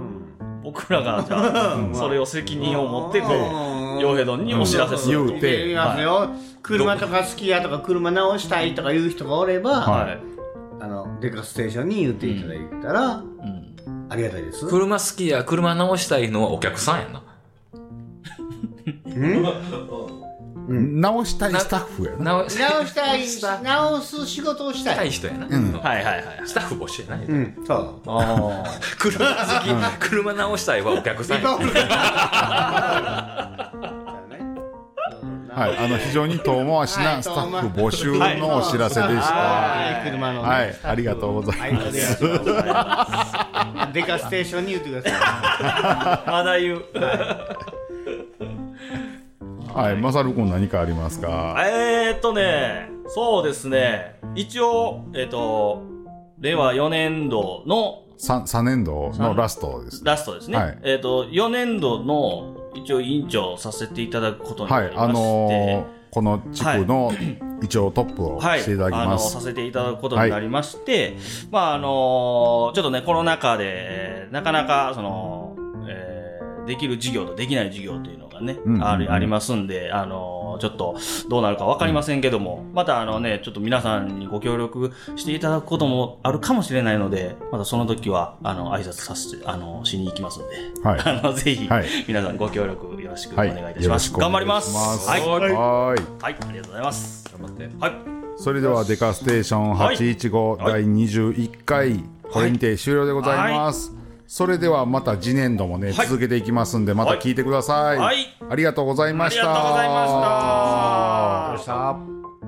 Speaker 2: 僕らがじゃあそれを責任を持ってこ
Speaker 5: うん
Speaker 2: う洋平丼にお知らせする
Speaker 1: うん
Speaker 2: と
Speaker 1: 言う
Speaker 5: 言っててみますよ、車とか好きやとか車直したいとかいう人がおれば、
Speaker 1: は
Speaker 2: はい。
Speaker 5: あのデカステーションに言っていただいたら、ありがたいです。
Speaker 3: 車好きや車直したいのはお客さんやな
Speaker 1: 直したいスタッフやな
Speaker 3: 直し
Speaker 5: 直したい、直す仕事をしたたい。
Speaker 3: い人やな、
Speaker 2: はいはいはい。
Speaker 3: スタッフ募集やない、
Speaker 5: うん、 そう。
Speaker 2: あ
Speaker 3: 車好き車直したいはお客さんやな
Speaker 1: はい、あの非常に遠回しなスタッフ募集のお知らせでした。
Speaker 5: はい、車のね
Speaker 1: はい、ありがとうございます。
Speaker 5: デカステーションに言ってくださ
Speaker 2: あ。まだ言う。
Speaker 1: はい、マサル君何かありますか。
Speaker 2: えーっとね、そうですね。一応、えーっと、令和4年度の
Speaker 1: 三三年度のラストです。
Speaker 2: ラストですね。
Speaker 1: はい
Speaker 2: えーっと、4年度の一応委員長をさせていただくことにな
Speaker 1: は
Speaker 2: り
Speaker 1: い、
Speaker 2: まして、
Speaker 1: あのーこの地区の一応トップを
Speaker 2: はい、
Speaker 1: していただき
Speaker 2: あの
Speaker 1: ま
Speaker 2: さ
Speaker 1: す。
Speaker 2: せていただくことになりまして、まああのちょっとねコロナ禍でえーなかなかその、えーできる事業とできない事業というのがね、
Speaker 1: うんうんうん
Speaker 2: あるありますんであのちょっとどうなるかわかりませんけども、またあのねちょっと皆さんにご協力していただくこともあるかもしれないのでまたその時はあの挨拶させてあのしに行きますんで、
Speaker 1: はい
Speaker 2: あのぜひ、
Speaker 1: はい
Speaker 2: 皆さんご協力よろしくお
Speaker 1: は
Speaker 2: 願
Speaker 1: い、
Speaker 2: いいたします。頑張ります。
Speaker 1: は、
Speaker 2: はいい、
Speaker 1: は
Speaker 2: はいい、
Speaker 1: はーい
Speaker 2: ありがとうございます。
Speaker 3: 頑張って
Speaker 2: はい。
Speaker 1: それではデカステーション
Speaker 2: はい
Speaker 1: 815第21回これにて終了でございます。それではまた次年度もね
Speaker 2: はい
Speaker 1: 続けていきますんでまた聞いてください。
Speaker 2: はい
Speaker 1: ありがとうございました。
Speaker 2: ありがとうございま
Speaker 1: ありがとうご
Speaker 2: した
Speaker 1: ざいました。